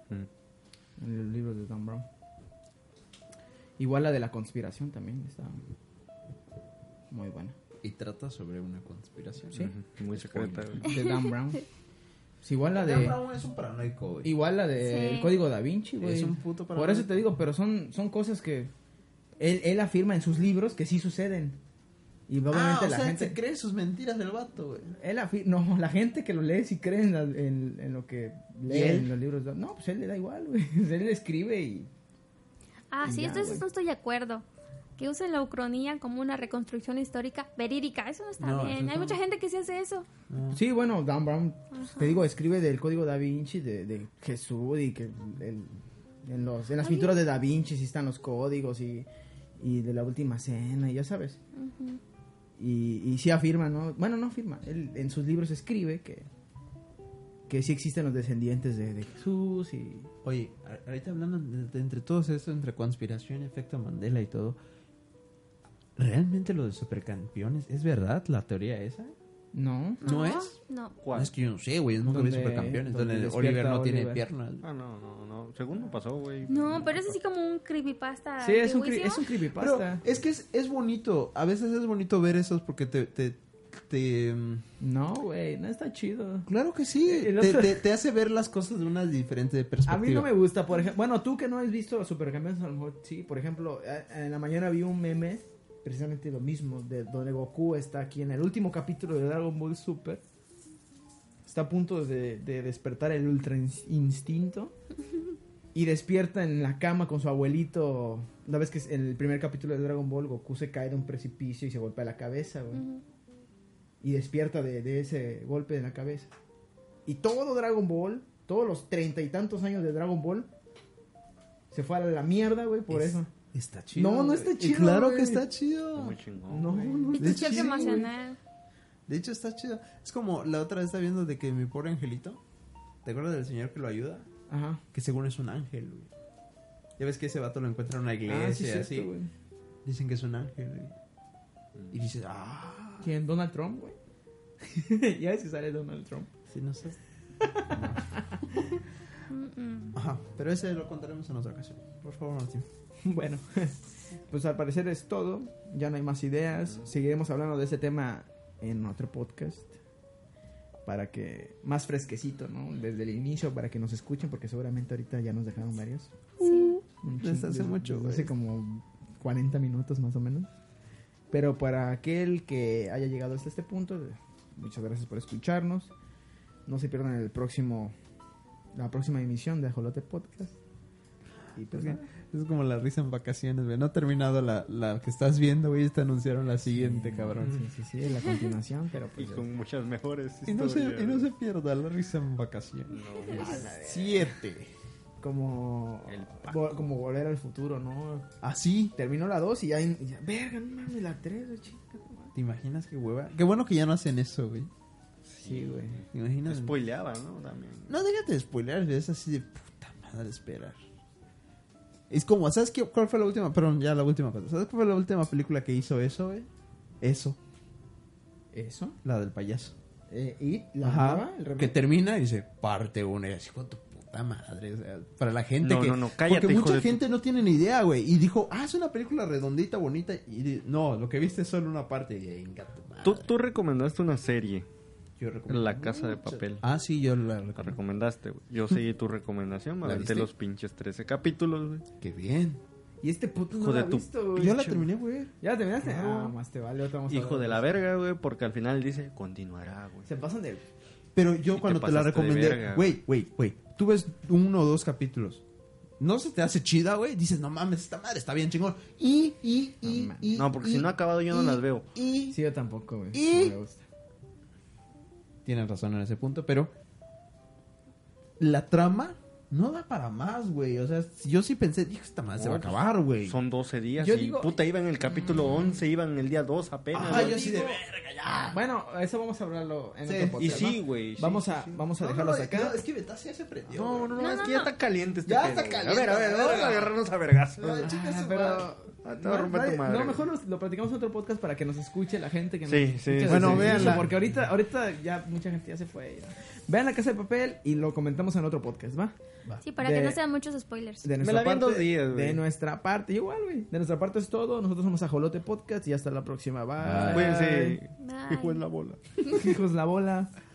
Speaker 1: en el libro de Dan Brown. Igual la de la conspiración también está muy buena.
Speaker 2: Y trata sobre una conspiración.
Speaker 1: Sí.
Speaker 3: Muy secreta, güey.
Speaker 1: De Dan
Speaker 2: (laughs)
Speaker 1: Brown. Pues igual la
Speaker 2: Dan
Speaker 1: de
Speaker 2: Brown es un paranoico, güey.
Speaker 1: igual la de
Speaker 4: Sí.
Speaker 1: el código da Vinci, güey.
Speaker 2: Es un puto
Speaker 1: Por
Speaker 2: paranoico.
Speaker 1: eso te digo, pero son son cosas que él, él afirma en sus libros que sí suceden. Y
Speaker 2: Ah,
Speaker 1: obviamente
Speaker 2: o
Speaker 1: la
Speaker 2: sea,
Speaker 1: gente
Speaker 2: se cree sus mentiras del vato, güey.
Speaker 1: él afi- no, (laughs) la gente que lo lee sí cree en, la- en- en lo que lee
Speaker 2: ¿Y él?
Speaker 1: en los libros. de- No, pues él le da igual, güey. (laughs) Él escribe y
Speaker 4: Ah,
Speaker 1: Y
Speaker 4: sí,
Speaker 1: ya,
Speaker 4: entonces
Speaker 1: güey.
Speaker 4: no estoy de acuerdo. Que usen la ucronía como una reconstrucción histórica verídica. Eso no está
Speaker 2: No, eso
Speaker 4: bien. Hay
Speaker 2: no.
Speaker 4: mucha gente que sí hace eso.
Speaker 1: Sí, bueno, Dan Brown, te digo, escribe del código da Vinci, de, de Jesús, y que el- en, los, en las pinturas de da Vinci sí están los códigos y, y de la última cena, y ya sabes. Y, y sí afirma, ¿no? Bueno, no afirma, él en sus libros escribe que, que sí existen los descendientes de, de Jesús y...
Speaker 2: Oye, a- ahorita hablando de- de entre todos esto, entre conspiración, efecto Mandela y todo, ¿realmente lo de supercampeones es verdad la teoría esa?
Speaker 1: No.
Speaker 2: ¿No es?
Speaker 4: No.
Speaker 3: ¿Cuál?
Speaker 2: Es que yo no sé, güey. Nunca vi
Speaker 1: Donde-
Speaker 2: supercampeones.
Speaker 1: donde
Speaker 2: Donde,
Speaker 1: despierta
Speaker 2: Oliver no tiene
Speaker 1: Oliver.
Speaker 2: piernas.
Speaker 3: Ah, no, no, no. Según no pasó, güey.
Speaker 4: No, pero es así como un creepypasta.
Speaker 1: Sí, es un, cri-
Speaker 4: antiguísimo.
Speaker 1: es un
Speaker 2: Pero eh,
Speaker 1: creepypasta.
Speaker 2: es que es, es bonito. A veces es bonito ver esos porque te. te, te, mm,
Speaker 1: No, güey, no está chido.
Speaker 2: claro que sí.
Speaker 1: El
Speaker 2: Te,
Speaker 1: otro-
Speaker 2: te- te hace ver las cosas de una diferente
Speaker 1: A
Speaker 2: perspectiva.
Speaker 1: mí no me gusta, por ejemplo. Bueno, tú que no has visto Supercampeones, a lo mejor sí. Por ejemplo, a- en la mañana vi un meme, precisamente lo mismo, de donde Goku está aquí en el último capítulo de Dragon Ball Super. Está a punto de, de despertar el ultra ins- instinto. Y despierta en la cama con su abuelito. La vez que es- en el primer capítulo de Dragon Ball, Goku se cae de un precipicio y se golpea la cabeza, güey
Speaker 4: Ujú.
Speaker 1: y despierta de, de ese golpe de la cabeza. Y todo Dragon Ball, todos los treinta y tantos años de Dragon Ball, se fue a la mierda, güey, por
Speaker 2: Es-
Speaker 1: eso.
Speaker 2: Está chido.
Speaker 1: No, no está
Speaker 2: güey.
Speaker 1: chido,
Speaker 2: Claro
Speaker 1: güey.
Speaker 2: que está chido.
Speaker 3: Muy chingón.
Speaker 1: No,
Speaker 3: güey.
Speaker 1: no,
Speaker 2: De
Speaker 4: Viste
Speaker 2: hecho,
Speaker 4: choque
Speaker 2: sí, güey.
Speaker 4: Este emocional.
Speaker 2: De hecho, está chido. Es como la otra vez está viendo de que mi pobre angelito. ¿Te acuerdas del señor que lo ayuda?
Speaker 1: Ajá.
Speaker 2: Que según es un ángel, güey. Ya ves que ese vato lo encuentra en una iglesia,
Speaker 1: Ah, sí, cierto,
Speaker 2: así.
Speaker 1: güey.
Speaker 2: Dicen que es un ángel, güey. Y dices, ah,
Speaker 1: ¿Quién? ¿Donald Trump, güey? (laughs) ya ves que sale Donald Trump.
Speaker 2: si no sé.
Speaker 4: Mm, mm.
Speaker 2: Ajá, pero ese lo contaremos en otra ocasión. Por favor, Martín.
Speaker 1: (laughs) Bueno, pues al parecer es todo. Ya no hay más ideas. Seguiremos hablando de ese tema en otro podcast. Para que más fresquecito, ¿no? Desde el inicio, para que nos escuchen, porque seguramente ahorita ya nos dejaron varios.
Speaker 4: Sí.
Speaker 1: Un
Speaker 2: Desde
Speaker 1: chin-
Speaker 2: hace mucho,
Speaker 1: desde
Speaker 2: güey.
Speaker 1: Hace como 40 minutos más o menos. Pero para aquel que haya llegado hasta este punto, muchas gracias por escucharnos. No se pierdan el próximo, la próxima emisión de Ajolote Podcast. Y pues, nada.
Speaker 2: Es como la risa en vacaciones, güey. No ha terminado la, la que estás viendo, güey. y Te anunciaron la siguiente, cabrón.
Speaker 1: Sí, sí, sí, la
Speaker 3: (laughs)
Speaker 1: continuación, pero
Speaker 3: Y
Speaker 1: pues.
Speaker 3: con muchas mejores
Speaker 2: Y no, se,
Speaker 3: historias.
Speaker 2: y no se pierda la risa en vacaciones.
Speaker 3: No, güey.
Speaker 2: Siete.
Speaker 1: Como,
Speaker 3: El
Speaker 1: vo- como volver al futuro, ¿no?
Speaker 2: Así.
Speaker 1: Terminó la 2 y ya. y ya, Verga, no mames, la 3, chica.
Speaker 2: ¿Te imaginas qué hueva? Qué bueno que ya no hacen eso, güey.
Speaker 1: Sí, güey.
Speaker 2: ¿Te imaginas?
Speaker 3: Spoileaba, ¿no? También.
Speaker 2: No, déjate de spoiler, es así de puta madre esperar. Es como, ¿sabes qué? ¿Cuál fue la última? Perdón, ya la última cosa. ¿Sabes cuál fue la última película que hizo eso, güey? Eso,
Speaker 1: Eso.
Speaker 2: la del payaso.
Speaker 1: Eh, y la nueva, el remake.
Speaker 2: que termina y dice, parte una. Y así, con tu puta madre. o sea, para la gente
Speaker 3: No,
Speaker 2: que.
Speaker 3: no, no, cállate,
Speaker 2: Porque
Speaker 3: hijo
Speaker 2: mucha
Speaker 3: de tu-
Speaker 2: gente no tiene ni idea, güey. Y dijo, ah, es una película redondita, bonita. Y di- no, lo que viste es solo una parte. Y venga tu madre.
Speaker 3: Tú, tú recomendaste una serie,
Speaker 2: Yo recomiendo
Speaker 3: La Casa de
Speaker 2: mucho.
Speaker 3: Papel.
Speaker 2: Ah, sí, yo la
Speaker 3: La
Speaker 2: recomiendo.
Speaker 3: recomendaste, güey. Yo seguí tu recomendación, me
Speaker 2: ¿La
Speaker 3: aventé
Speaker 2: viste?
Speaker 3: los pinches 13 capítulos, güey.
Speaker 2: Qué bien.
Speaker 1: Y este puto no
Speaker 3: Hijo
Speaker 1: la
Speaker 3: de
Speaker 1: ha
Speaker 3: tu
Speaker 1: visto, güey.
Speaker 2: Yo la terminé, güey.
Speaker 1: ¿Ya la terminaste?
Speaker 2: Claro.
Speaker 1: Ah, más te vale, ahorita vamos a
Speaker 3: Hijo
Speaker 1: hablar
Speaker 3: de la
Speaker 1: eso.
Speaker 3: verga, güey, porque al final dice, continuará, güey.
Speaker 1: Se pasan de...
Speaker 2: Pero
Speaker 3: Y
Speaker 2: yo
Speaker 3: te
Speaker 2: cuando te, la
Speaker 3: pasaste de
Speaker 2: recomendé,
Speaker 3: verga.
Speaker 2: güey, güey, güey, tú ves uno o dos capítulos. No se te hace chida, güey. Dices, no mames, esta madre está bien chingón. Y, y,
Speaker 1: No
Speaker 2: y,
Speaker 1: mames.
Speaker 2: y.
Speaker 3: No, porque
Speaker 2: y,
Speaker 3: si no ha acabado, yo no
Speaker 2: y,
Speaker 3: las veo.
Speaker 2: Y.
Speaker 1: Sí, yo tampoco, güey.
Speaker 2: Y-
Speaker 1: No me gusta.
Speaker 2: Tienes razón en ese punto, pero. La trama no da para más, güey. O sea, si- yo sí pensé, dijo, esta madre se va a
Speaker 3: No,
Speaker 2: acabar, güey.
Speaker 3: Son 12 días
Speaker 1: Yo
Speaker 3: y
Speaker 1: digo-
Speaker 3: puta, iban en el capítulo 11, iban en el día 2 apenas.
Speaker 2: Ah,
Speaker 3: güey.
Speaker 2: yo sí de
Speaker 1: digo-
Speaker 2: verga, ya.
Speaker 1: Bueno, eso vamos a hablarlo en
Speaker 2: Sí.
Speaker 1: otro
Speaker 3: Y
Speaker 1: podcast,
Speaker 3: sí,
Speaker 1: ¿no?
Speaker 3: güey. sí,
Speaker 1: vamos,
Speaker 3: sí,
Speaker 1: a,
Speaker 3: sí.
Speaker 1: vamos a
Speaker 2: No, no,
Speaker 1: dejarlos
Speaker 2: no,
Speaker 1: acá.
Speaker 2: no, es que Betasia se prendió.
Speaker 3: No,
Speaker 2: güey.
Speaker 3: no, no, es que ya está caliente este
Speaker 2: Ya
Speaker 3: pedo,
Speaker 2: está
Speaker 3: güey.
Speaker 2: caliente,
Speaker 3: A ver, a ver,
Speaker 2: ¿verdad?
Speaker 3: vamos a agarrarnos a vergazos.
Speaker 2: Ay, chica,
Speaker 1: Ah,
Speaker 2: su madre.
Speaker 1: pero...
Speaker 3: Ah, te voy a romper tu
Speaker 1: nadie-
Speaker 3: madre,
Speaker 1: no,
Speaker 3: güey.
Speaker 1: mejor los- lo platicamos en otro podcast para que nos escuche la gente que nos
Speaker 3: Sí, sí,
Speaker 1: escucha
Speaker 3: sí,
Speaker 1: desde
Speaker 3: bueno,
Speaker 1: el inicio,
Speaker 3: véanla.
Speaker 1: Porque ahorita, ahorita ya mucha gente ya se fue. Vean la casa de papel y lo comentamos en otro podcast, ¿va?
Speaker 4: Sí, para
Speaker 1: De-
Speaker 4: que no sean muchos spoilers.
Speaker 1: De
Speaker 3: Me
Speaker 1: nuestra
Speaker 3: la vi en
Speaker 1: parte,
Speaker 3: dos días, güey.
Speaker 1: De nuestra parte, igual, güey. De nuestra parte es todo. Nosotros somos Ajolote Podcast y hasta la próxima. Bye.
Speaker 3: Cuídense.
Speaker 4: Bye.
Speaker 3: Hijo en la bola.
Speaker 1: (laughs) Hijos la bola.